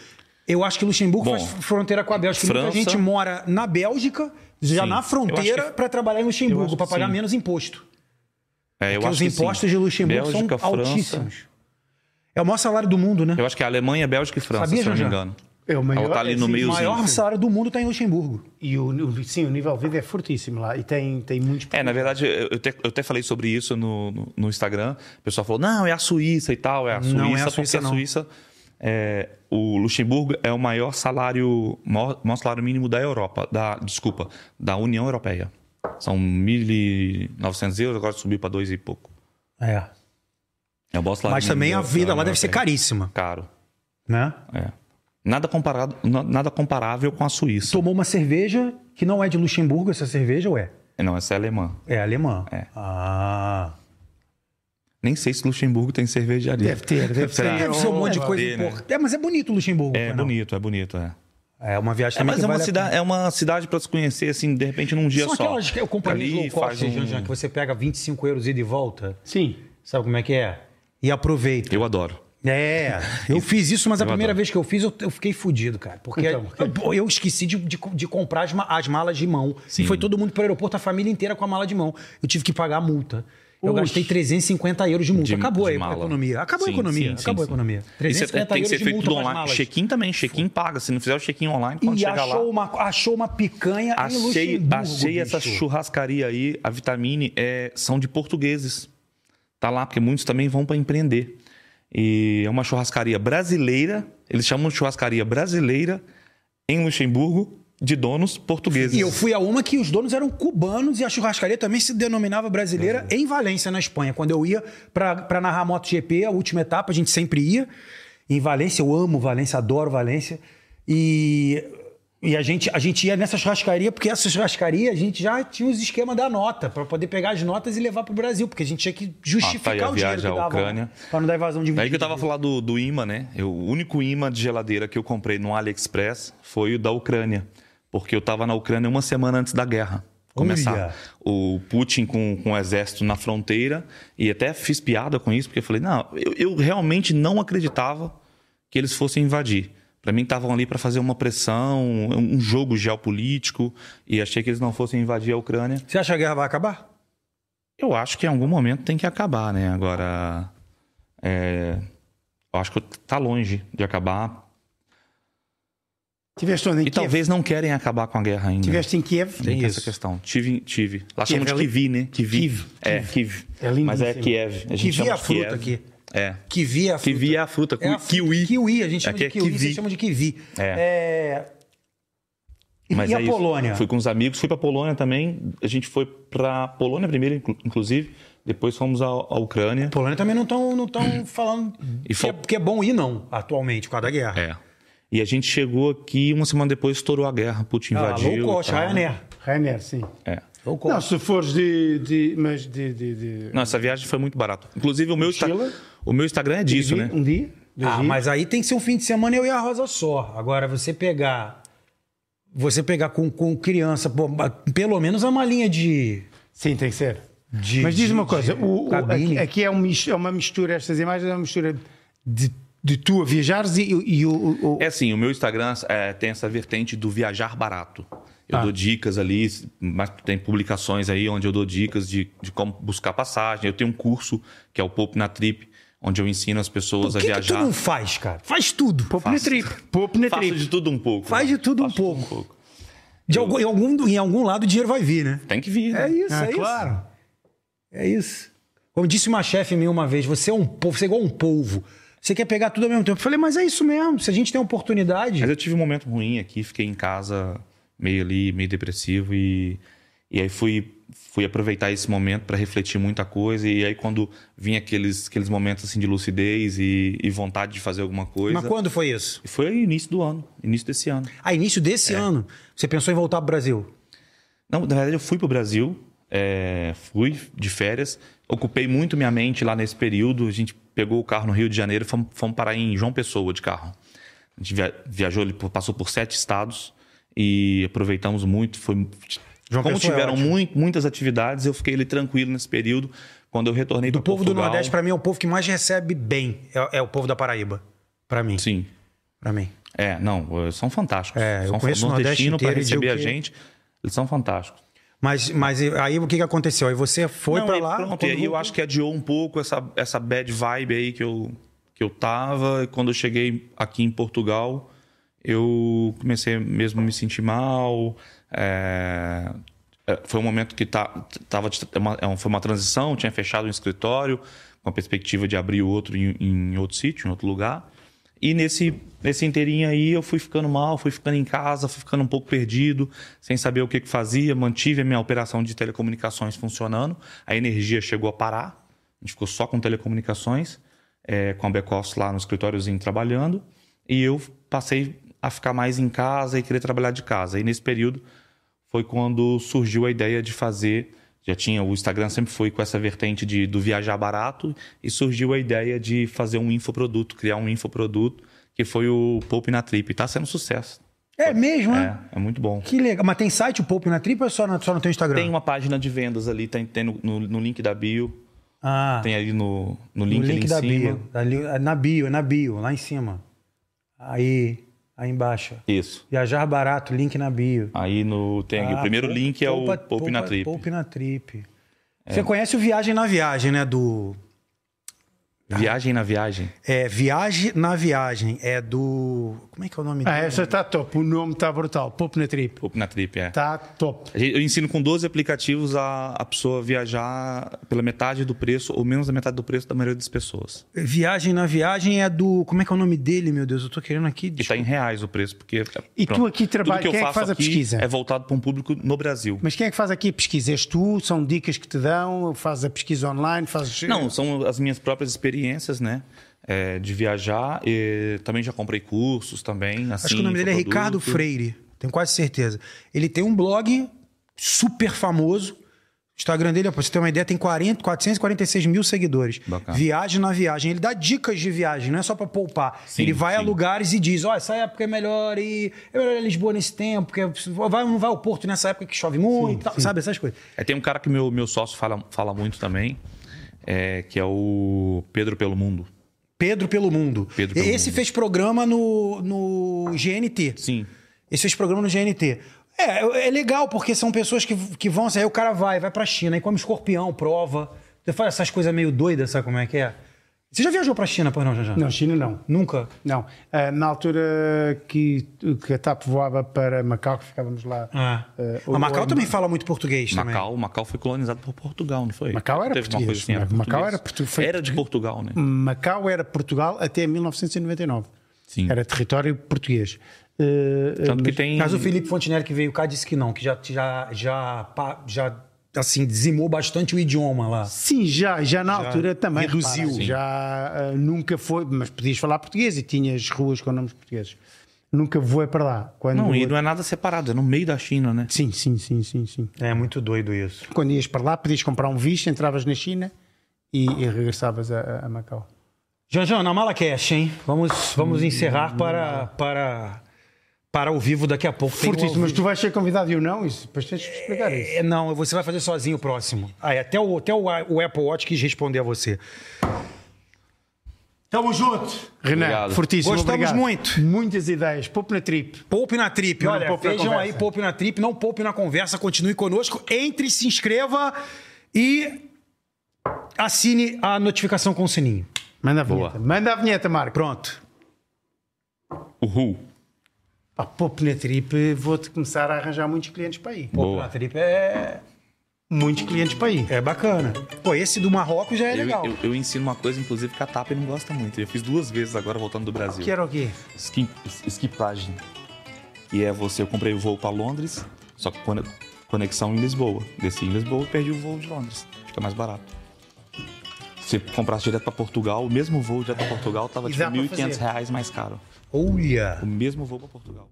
[SPEAKER 3] Eu acho que Luxemburgo
[SPEAKER 2] Bom,
[SPEAKER 3] faz fronteira com a Bélgica. Muita
[SPEAKER 2] França-
[SPEAKER 3] gente mora na Bélgica, já
[SPEAKER 2] Sim.
[SPEAKER 3] na
[SPEAKER 2] Eu
[SPEAKER 3] fronteira,
[SPEAKER 2] acho
[SPEAKER 3] pra
[SPEAKER 2] que-
[SPEAKER 3] trabalhar em
[SPEAKER 2] eu acho
[SPEAKER 3] Luxemburgo,
[SPEAKER 2] que
[SPEAKER 3] pra pagar
[SPEAKER 2] sim.
[SPEAKER 3] menos imposto.
[SPEAKER 2] É, eu
[SPEAKER 3] Porque
[SPEAKER 2] acho
[SPEAKER 3] os
[SPEAKER 2] que sim.
[SPEAKER 3] impostos de Luxemburgo
[SPEAKER 2] Bélgica,
[SPEAKER 3] são
[SPEAKER 2] França.
[SPEAKER 3] altíssimos. É o maior salário do mundo, né?
[SPEAKER 2] Eu acho que é Alemanha, Bélgica e França, se
[SPEAKER 3] Sabia,
[SPEAKER 2] eu não me
[SPEAKER 3] Janjan?
[SPEAKER 2] engano.
[SPEAKER 1] Eh, É o maior.
[SPEAKER 2] Ela tá ali no
[SPEAKER 1] sim,
[SPEAKER 2] meio.
[SPEAKER 3] O maior
[SPEAKER 2] Sim.
[SPEAKER 3] salário do mundo está em Luxemburgo.
[SPEAKER 1] E o, o- sim, o nível de vida é fortíssimo lá. E tem, tem muitos.
[SPEAKER 2] É, na verdade, eu eu até, eu até falei sobre isso no, no, no Instagram. O pessoal falou, não, é a Suíça e tal, é a Suíça,
[SPEAKER 3] Não é a
[SPEAKER 2] porque
[SPEAKER 3] Suíça,
[SPEAKER 2] a
[SPEAKER 3] não.
[SPEAKER 2] Suíça... é, o Luxemburgo é o maior salário, maior, maior salário mínimo da Europa, da, desculpa, da União Europeia. São 1.900 euros, agora subiu para dois e pouco.
[SPEAKER 3] É.
[SPEAKER 2] É o maior salário
[SPEAKER 3] Mas também
[SPEAKER 2] mínimo
[SPEAKER 3] a
[SPEAKER 2] da-
[SPEAKER 3] vida
[SPEAKER 2] da
[SPEAKER 3] lá
[SPEAKER 2] União
[SPEAKER 3] deve ser
[SPEAKER 2] Europeia.
[SPEAKER 3] caríssima,
[SPEAKER 2] Caro,
[SPEAKER 3] né?
[SPEAKER 2] é. Nada, comparado, na- nada comparável com a Suíça.
[SPEAKER 3] Tomou uma cerveja que não é de Luxemburgo, essa cerveja, ou é?
[SPEAKER 2] Não, essa é alemã.
[SPEAKER 3] É alemã.
[SPEAKER 2] É.
[SPEAKER 3] Ah.
[SPEAKER 2] Nem sei se Luxemburgo tem cervejaria.
[SPEAKER 3] É
[SPEAKER 1] Deve ter, deve
[SPEAKER 2] Será?
[SPEAKER 1] ter.
[SPEAKER 3] Deve ser um monte de coisa
[SPEAKER 2] Deve, né?
[SPEAKER 3] importante. É, mas é bonito Luxemburgo.
[SPEAKER 2] É
[SPEAKER 3] não não?
[SPEAKER 2] bonito, é bonito, é.
[SPEAKER 3] É uma viagem
[SPEAKER 2] É,
[SPEAKER 3] também
[SPEAKER 2] mas
[SPEAKER 3] que
[SPEAKER 2] é uma,
[SPEAKER 3] vale a
[SPEAKER 2] cidade, é uma cidade para se conhecer, assim, de repente num dia
[SPEAKER 3] São
[SPEAKER 2] só.
[SPEAKER 3] aquelas que eu comprei
[SPEAKER 2] Ali
[SPEAKER 3] low
[SPEAKER 2] faz
[SPEAKER 3] cost,
[SPEAKER 2] um-
[SPEAKER 3] Janjan, que você pega 25 euros ida e volta.
[SPEAKER 1] Sim.
[SPEAKER 3] Sabe como é que é? E aproveita.
[SPEAKER 2] Eu adoro.
[SPEAKER 3] É, [LAUGHS] eu fiz isso, mas a
[SPEAKER 2] Eu
[SPEAKER 3] primeira
[SPEAKER 2] adoro.
[SPEAKER 3] vez que eu fiz, eu, eu fiquei fudido, cara. Porque
[SPEAKER 1] Então,
[SPEAKER 3] eu, eu esqueci de, de- de comprar as, ma- as malas de mão. E foi todo mundo pro aeroporto, a família inteira com a mala de mão. Eu tive que pagar a multa. Eu
[SPEAKER 1] Oxe.
[SPEAKER 3] gastei 350 euros de multa.
[SPEAKER 2] De-
[SPEAKER 3] acabou
[SPEAKER 2] de
[SPEAKER 3] a
[SPEAKER 2] mala.
[SPEAKER 3] economia. Acabou a
[SPEAKER 2] Sim,
[SPEAKER 3] economia.
[SPEAKER 2] sim, sim,
[SPEAKER 3] acabou a
[SPEAKER 2] sim.
[SPEAKER 3] economia.
[SPEAKER 2] E você
[SPEAKER 3] 350
[SPEAKER 2] tem que ser
[SPEAKER 3] euros de
[SPEAKER 2] feito
[SPEAKER 3] multa
[SPEAKER 2] tudo
[SPEAKER 3] para as
[SPEAKER 2] online.
[SPEAKER 3] malas.
[SPEAKER 2] Check-in também, check-in paga. Se não fizer o check-in online, quando
[SPEAKER 3] E
[SPEAKER 2] chegar lá.
[SPEAKER 3] achou uma, achou uma picanha em
[SPEAKER 2] Achei,
[SPEAKER 3] Luxemburgo,
[SPEAKER 2] achei essa
[SPEAKER 3] bicho.
[SPEAKER 2] churrascaria aí, a Vitamine, é, são de portugueses. Tá lá, porque muitos também vão para empreender. E é uma churrascaria brasileira, eles chamam de churrascaria brasileira em Luxemburgo, de donos portugueses.
[SPEAKER 3] E eu fui a uma que os donos eram cubanos e a churrascaria também se denominava brasileira
[SPEAKER 2] Uhum.
[SPEAKER 3] em Valência, na Espanha. Quando eu ia para narrar MotoGP, a última etapa, a gente sempre ia em Valência. Eu amo Valência, adoro Valência. E, e a, gente, a gente ia nessa churrascaria, porque essa churrascaria a gente já tinha os esquemas da nota, para poder pegar as notas e levar para o Brasil, porque a gente tinha que
[SPEAKER 2] Ah, tá,
[SPEAKER 3] justificar
[SPEAKER 2] e a
[SPEAKER 3] o dinheiro que
[SPEAKER 2] viagem à
[SPEAKER 3] dava.
[SPEAKER 2] Ucrânia.
[SPEAKER 3] Para não dar evasão de
[SPEAKER 2] Aí que eu tava falando do, do imã, né? Eu- o único imã de geladeira que eu comprei no AliExpress foi o da Ucrânia. Porque eu tava na Ucrânia uma semana antes da guerra começar.
[SPEAKER 3] Olha.
[SPEAKER 2] O Putin com, com o exército na fronteira. E até fiz piada com isso, porque eu falei, não, eu, eu realmente não acreditava que eles fossem invadir. Pra mim, estavam ali pra fazer uma pressão, um um jogo geopolítico. E achei que eles não fossem invadir a Ucrânia.
[SPEAKER 3] Você acha que a guerra vai acabar?
[SPEAKER 2] Eu acho que em algum momento tem que acabar, né? Agora. é, eu acho que tá longe de acabar.
[SPEAKER 1] Tiveste onde? Em
[SPEAKER 2] E
[SPEAKER 1] Kiev?
[SPEAKER 2] talvez não querem acabar com a guerra ainda.
[SPEAKER 1] Tiveste em Kiev?
[SPEAKER 2] Tem essa
[SPEAKER 3] isso.
[SPEAKER 2] questão. Tive, tive. Lá
[SPEAKER 1] Kiev
[SPEAKER 2] chamam de
[SPEAKER 1] é li-
[SPEAKER 2] Kivi, né? Kivi.
[SPEAKER 1] Kiev.
[SPEAKER 2] É, Kiev.
[SPEAKER 1] É lindíssimo.
[SPEAKER 2] Mas é Kiev. A gente
[SPEAKER 3] Kiwi
[SPEAKER 2] chama
[SPEAKER 3] é a
[SPEAKER 2] de
[SPEAKER 3] fruta
[SPEAKER 2] Kiev.
[SPEAKER 3] aqui.
[SPEAKER 2] É.
[SPEAKER 3] Kiwi é a fruta.
[SPEAKER 2] Kiwi é a fruta.
[SPEAKER 3] É a fruta-
[SPEAKER 2] Kiwi.
[SPEAKER 3] Kiwi, a gente chama
[SPEAKER 2] Aqui
[SPEAKER 3] de
[SPEAKER 2] é
[SPEAKER 3] kiwi,
[SPEAKER 2] kiwi.
[SPEAKER 3] vocês chamam de kiwi. É. E,
[SPEAKER 2] Mas
[SPEAKER 3] e
[SPEAKER 2] é
[SPEAKER 3] a
[SPEAKER 2] isso.
[SPEAKER 3] Polônia?
[SPEAKER 2] Fui com os amigos, fui pra Polônia também. A gente foi pra Polônia primeiro, inclu- inclusive. Depois fomos à, à Ucrânia.
[SPEAKER 3] A Polônia também não estão não tão falando
[SPEAKER 2] Uhum. E
[SPEAKER 3] que, é,
[SPEAKER 2] fal-
[SPEAKER 3] que é bom ir, não, atualmente, por causa da guerra.
[SPEAKER 2] É. E a gente chegou aqui, uma semana depois estourou a guerra. Putin
[SPEAKER 3] Ah,
[SPEAKER 2] invadiu.
[SPEAKER 3] low
[SPEAKER 2] e
[SPEAKER 3] cost,
[SPEAKER 2] tal.
[SPEAKER 3] Ryanair.
[SPEAKER 1] Rainer, sim.
[SPEAKER 2] É.
[SPEAKER 3] Low cost.
[SPEAKER 1] Não, se fores de. de mas de. de, de-
[SPEAKER 2] Não, essa viagem foi muito barata. Inclusive, o meu, Insta-
[SPEAKER 1] Mochila?
[SPEAKER 2] o meu Instagram é disso, né?
[SPEAKER 1] Um dia? Dois
[SPEAKER 3] Ah,
[SPEAKER 1] dias?
[SPEAKER 3] mas aí tem que ser um fim de semana eu e a Rosa só. Agora, você pegar. Você pegar com, com criança, pô, pelo menos é uma linha de.
[SPEAKER 1] Sim, tem que ser.
[SPEAKER 3] de-
[SPEAKER 1] Mas diz
[SPEAKER 3] de-
[SPEAKER 1] uma coisa, o- o-
[SPEAKER 3] cabine.
[SPEAKER 1] aqui, aqui é, um mis- é uma mistura, estas imagens é uma mistura de, de tu a viajares e, e o, o- o-
[SPEAKER 2] É assim, o meu Instagram é, tem essa vertente do viajar barato.
[SPEAKER 3] Ah.
[SPEAKER 2] Eu dou dicas ali, mas tem publicações aí onde eu dou dicas de, de como buscar passagem. Eu tenho um curso que é o Poupe na Trip, onde eu ensino as pessoas
[SPEAKER 3] Por
[SPEAKER 2] a
[SPEAKER 3] que, que tu
[SPEAKER 2] viajar.
[SPEAKER 3] não faz, cara? Faz tudo.
[SPEAKER 1] Poupe na
[SPEAKER 2] faço.
[SPEAKER 1] trip. Poupe na
[SPEAKER 2] Faço de
[SPEAKER 1] trip.
[SPEAKER 2] tudo um pouco.
[SPEAKER 3] Faz
[SPEAKER 2] né?
[SPEAKER 3] de tudo um
[SPEAKER 2] Faço de tudo
[SPEAKER 3] pouco. De algum, em, algum, em algum lado o dinheiro vai vir, né?
[SPEAKER 2] Tem que vir. né?
[SPEAKER 3] É isso,
[SPEAKER 1] Ah,
[SPEAKER 3] é isso.
[SPEAKER 1] claro.
[SPEAKER 3] É isso. Como disse uma chefe minha uma vez, você é um povo, você é igual um polvo. Você quer pegar tudo ao mesmo tempo. Eu falei, mas é isso mesmo. Se a gente tem a oportunidade.
[SPEAKER 2] Mas eu tive um momento ruim aqui, fiquei em casa meio ali, meio depressivo e, e aí fui, fui aproveitar esse momento para refletir muita coisa e aí quando vinha aqueles, aqueles momentos assim de lucidez e, e vontade de fazer alguma coisa,
[SPEAKER 3] Mas quando foi isso?
[SPEAKER 2] foi início do ano, início desse ano.
[SPEAKER 3] Ah, início
[SPEAKER 2] É.
[SPEAKER 3] desse ano. Você pensou em voltar pro Brasil?
[SPEAKER 2] Não, na verdade eu fui pro Brasil, é, fui de férias, ocupei muito minha mente lá nesse período. A gente pegou o carro no Rio de Janeiro, e fomos, fomos parar em João Pessoa de carro. A gente via- viajou, ele passou por sete estados e aproveitamos muito. Foi
[SPEAKER 3] João
[SPEAKER 2] como
[SPEAKER 3] Pessoa é
[SPEAKER 2] tiveram
[SPEAKER 3] ótimo.
[SPEAKER 2] mui- muitas atividades, eu fiquei ali tranquilo nesse período. Quando eu retornei
[SPEAKER 3] O povo do Nordeste, pra mim, é o povo que mais recebe bem. É, é o povo da Paraíba. Pra mim.
[SPEAKER 2] Sim.
[SPEAKER 3] Pra mim.
[SPEAKER 2] É, não, eh, são fantásticos.
[SPEAKER 3] É, eu
[SPEAKER 2] são
[SPEAKER 3] conheço o Nordeste
[SPEAKER 2] nordestinos para
[SPEAKER 3] inteiro e digo
[SPEAKER 2] receber a
[SPEAKER 3] que-
[SPEAKER 2] gente. Eles são fantásticos.
[SPEAKER 3] Mas, mas aí o que, que aconteceu? Aí você foi
[SPEAKER 2] Não,
[SPEAKER 3] pra
[SPEAKER 2] e
[SPEAKER 3] lá.
[SPEAKER 2] Pronto,
[SPEAKER 3] quando
[SPEAKER 2] e aí eu
[SPEAKER 3] voltou-
[SPEAKER 2] acho que adiou um pouco essa, essa bad vibe aí que eu, que eu tava. E Quando eu cheguei aqui em Portugal, eu comecei mesmo a me sentir mal. é, é, foi um momento que tá, tava, de- é uma- é um- foi uma transição, tinha fechado um escritório com a perspectiva de abrir outro em, em outro sítio, em outro lugar. E nesse, nesse inteirinho aí eu fui ficando mal, fui ficando em casa, fui ficando um pouco perdido, sem saber o que, que fazia, mantive a minha operação de telecomunicações funcionando, a energia chegou a parar, a gente ficou só com telecomunicações, é, com a Becos lá no escritóriozinho trabalhando, e eu passei a ficar mais em casa e querer trabalhar de casa. E nesse período foi quando surgiu a ideia de fazer. Já tinha, o Instagram sempre foi com essa vertente de, do viajar barato, e surgiu a ideia de fazer um infoproduto, criar um infoproduto, que foi o Poupe na Trip. E tá sendo um sucesso.
[SPEAKER 3] É mesmo, né?
[SPEAKER 2] É, é muito bom.
[SPEAKER 3] Que legal. Mas tem site o Poupe na Tripa ou só, na, só no teu Instagram?
[SPEAKER 2] Tem um uma página de vendas ali, tem, tem no, no- no link da bio,
[SPEAKER 3] Ah,
[SPEAKER 2] tem ali no, no link,
[SPEAKER 3] no link
[SPEAKER 2] ali em
[SPEAKER 3] da
[SPEAKER 2] cima.
[SPEAKER 3] bio. Ali, na bio, é na bio, lá em cima. Aí, aí embaixo.
[SPEAKER 2] Isso.
[SPEAKER 3] Viajar barato, link na bio.
[SPEAKER 2] Aí no tem aqui, o
[SPEAKER 3] Ah,
[SPEAKER 2] primeiro
[SPEAKER 3] pou-
[SPEAKER 2] link é o
[SPEAKER 3] poupa-
[SPEAKER 2] Poupe, na
[SPEAKER 3] poupa-
[SPEAKER 2] Trip. É.
[SPEAKER 3] Poupe na Trip. Você conhece o Viagem na Viagem, né? Do...
[SPEAKER 2] Viagem na viagem.
[SPEAKER 3] É, Viagem na Viagem. É do... Como é que é o nome
[SPEAKER 1] Ah,
[SPEAKER 3] dele?
[SPEAKER 1] essa está top. O nome está brutal. Pop na trip.
[SPEAKER 2] Poupe na Trip,
[SPEAKER 3] Tá.
[SPEAKER 2] é.
[SPEAKER 1] Está top.
[SPEAKER 2] A gente- Eu ensino com 12 aplicativos a, a pessoa viajar pela metade do preço, ou menos da metade do preço da maioria das pessoas.
[SPEAKER 3] Viagem na Viagem é do... Como é que é o nome dele, meu Deus? Eu tô querendo aqui...
[SPEAKER 2] E está em reais o preço, porque. é
[SPEAKER 1] E tu aqui trabalha-
[SPEAKER 2] Tudo que eu
[SPEAKER 1] quem é que
[SPEAKER 2] faço
[SPEAKER 1] faz a
[SPEAKER 2] aqui
[SPEAKER 1] pesquisa?
[SPEAKER 2] É voltado para um público no Brasil.
[SPEAKER 1] Mas quem é que faz aqui a pesquisa? És tu? São dicas que te dão? Fazes a pesquisa online? Fazes...
[SPEAKER 2] Não, são as minhas próprias experiências, né? É, de viajar. E também já comprei cursos também. assim,
[SPEAKER 3] Acho que o nome dele é Ricardo Freire. Tenho quase certeza. Ele tem um blog super famoso. O Instagram dele, ó, pra você ter uma ideia, tem 40, 446 mil seguidores.
[SPEAKER 2] Bacana.
[SPEAKER 3] Viagem na viagem. Ele dá dicas de viagem, não é só pra poupar.
[SPEAKER 2] Sim,
[SPEAKER 3] ele vai a
[SPEAKER 2] sim.
[SPEAKER 3] lugares e diz: ó, essa época é melhor ir. É melhor ir a Lisboa nesse tempo, porque vai, não vai ao Porto nessa época que chove muito, e tal, sabe? Essas coisas.
[SPEAKER 2] É, tem um cara que meu, meu sócio fala, fala muito também, é, que é o Pedro Pelo Mundo.
[SPEAKER 3] Pedro pelo Mundo.
[SPEAKER 2] Pedro pelo
[SPEAKER 3] Esse
[SPEAKER 2] Mundo.
[SPEAKER 3] fez programa no, no GNT.
[SPEAKER 2] Sim.
[SPEAKER 3] Esse fez programa no GNT. É, é legal, porque são pessoas que, que vão, assim, aí o cara vai, vai pra China, aí come escorpião, prova. Você faz essas coisas meio doidas, sabe como é que é? Você já viajou pra China, pois não, já,
[SPEAKER 1] Não, China não.
[SPEAKER 3] Nunca?
[SPEAKER 1] Não. Ah, na altura que, que a TAP voava para Macau, que ficávamos lá.
[SPEAKER 3] Ah.
[SPEAKER 1] ah,
[SPEAKER 3] a
[SPEAKER 1] ou-
[SPEAKER 3] Macau
[SPEAKER 1] ou-
[SPEAKER 3] também fala muito português também.
[SPEAKER 2] Macau, Macau foi colonizado por Portugal, não foi?
[SPEAKER 1] é- Macau era
[SPEAKER 2] Teve uma
[SPEAKER 1] português. né?
[SPEAKER 2] coisa assim,
[SPEAKER 1] Macau era portu- foi- Hum,
[SPEAKER 2] Era de Portugal, né?
[SPEAKER 1] Macau era Portugal até 1999.
[SPEAKER 2] Sim.
[SPEAKER 1] Era território português. Ah,
[SPEAKER 2] Tanto que tem.
[SPEAKER 3] Mas o Felipe Fontenelle que veio cá disse que não, que já, já, já, pa- já assim, dizimou bastante o idioma lá.
[SPEAKER 1] Sim, já, já na altura também.
[SPEAKER 3] reduziu.
[SPEAKER 1] repara,
[SPEAKER 3] Sim.
[SPEAKER 1] já ah, nunca foi, mas podias falar português e tinhas ruas com nomes portugueses. Nunca voei para lá. Quando
[SPEAKER 2] Não, e não é nada separado, é no meio da China, né?
[SPEAKER 1] Sim, sim, sim, sim, sim.
[SPEAKER 3] É muito doido isso.
[SPEAKER 1] Quando ias para lá, podias comprar um visto, entravas na China e, e regressavas a, a Macau.
[SPEAKER 3] Janjan, na Malacash, hein? Vamos, vamos encerrar para, para, para o vivo daqui a pouco. Tem o
[SPEAKER 1] Fortíssimo, mas tu vais ser convidado e eu não? Isso, depois tens que explicar isso.
[SPEAKER 3] É, Não, você vai fazer sozinho o próximo. Ah, é, até o, até o, o Apple Watch quis responder a você. Tamo junto.
[SPEAKER 1] Renan,
[SPEAKER 2] Obrigado.
[SPEAKER 1] fortíssimo.
[SPEAKER 3] Gostamos
[SPEAKER 1] obrigado.
[SPEAKER 3] muito.
[SPEAKER 1] Muitas ideias. Poupe na trip.
[SPEAKER 3] Poupe na Trip.
[SPEAKER 1] Não
[SPEAKER 3] Olha,
[SPEAKER 1] poupe na
[SPEAKER 3] vejam
[SPEAKER 1] conversa.
[SPEAKER 3] aí, poupe na Trip. Não poupe na conversa. Continue conosco. Entre, se inscreva e assine a notificação com o sininho.
[SPEAKER 1] Manda a
[SPEAKER 2] Boa.
[SPEAKER 1] vinheta. Manda a vinheta, Marco.
[SPEAKER 3] Pronto.
[SPEAKER 2] Uhul.
[SPEAKER 1] Pá, poupe na trip, vou-te começar a arranjar muitos clientes para aí.
[SPEAKER 3] Poupe
[SPEAKER 2] Boa.
[SPEAKER 3] na Trip é,
[SPEAKER 1] Muitos clientes para aí.
[SPEAKER 3] é bacana. Pô, esse do Marrocos já é
[SPEAKER 2] Eu,
[SPEAKER 3] legal.
[SPEAKER 2] eu, eu ensino uma coisa, inclusive, que a TAP não gosta muito. Eu fiz duas vezes agora voltando do Brasil.
[SPEAKER 1] Que era o quê?
[SPEAKER 2] Esqui, es- esquipagem. E é você, eu comprei o voo para Londres, só que quando- conexão em Lisboa. Desci em Lisboa e perdi o voo de Londres. Fica mais barato. Se comprasse direto para Portugal, o mesmo voo direto para Portugal tava
[SPEAKER 1] E
[SPEAKER 2] tipo
[SPEAKER 1] dá pra
[SPEAKER 2] 1.500
[SPEAKER 1] fazer.
[SPEAKER 2] reais mais caro.
[SPEAKER 3] Olha.
[SPEAKER 2] O mesmo voo para Portugal.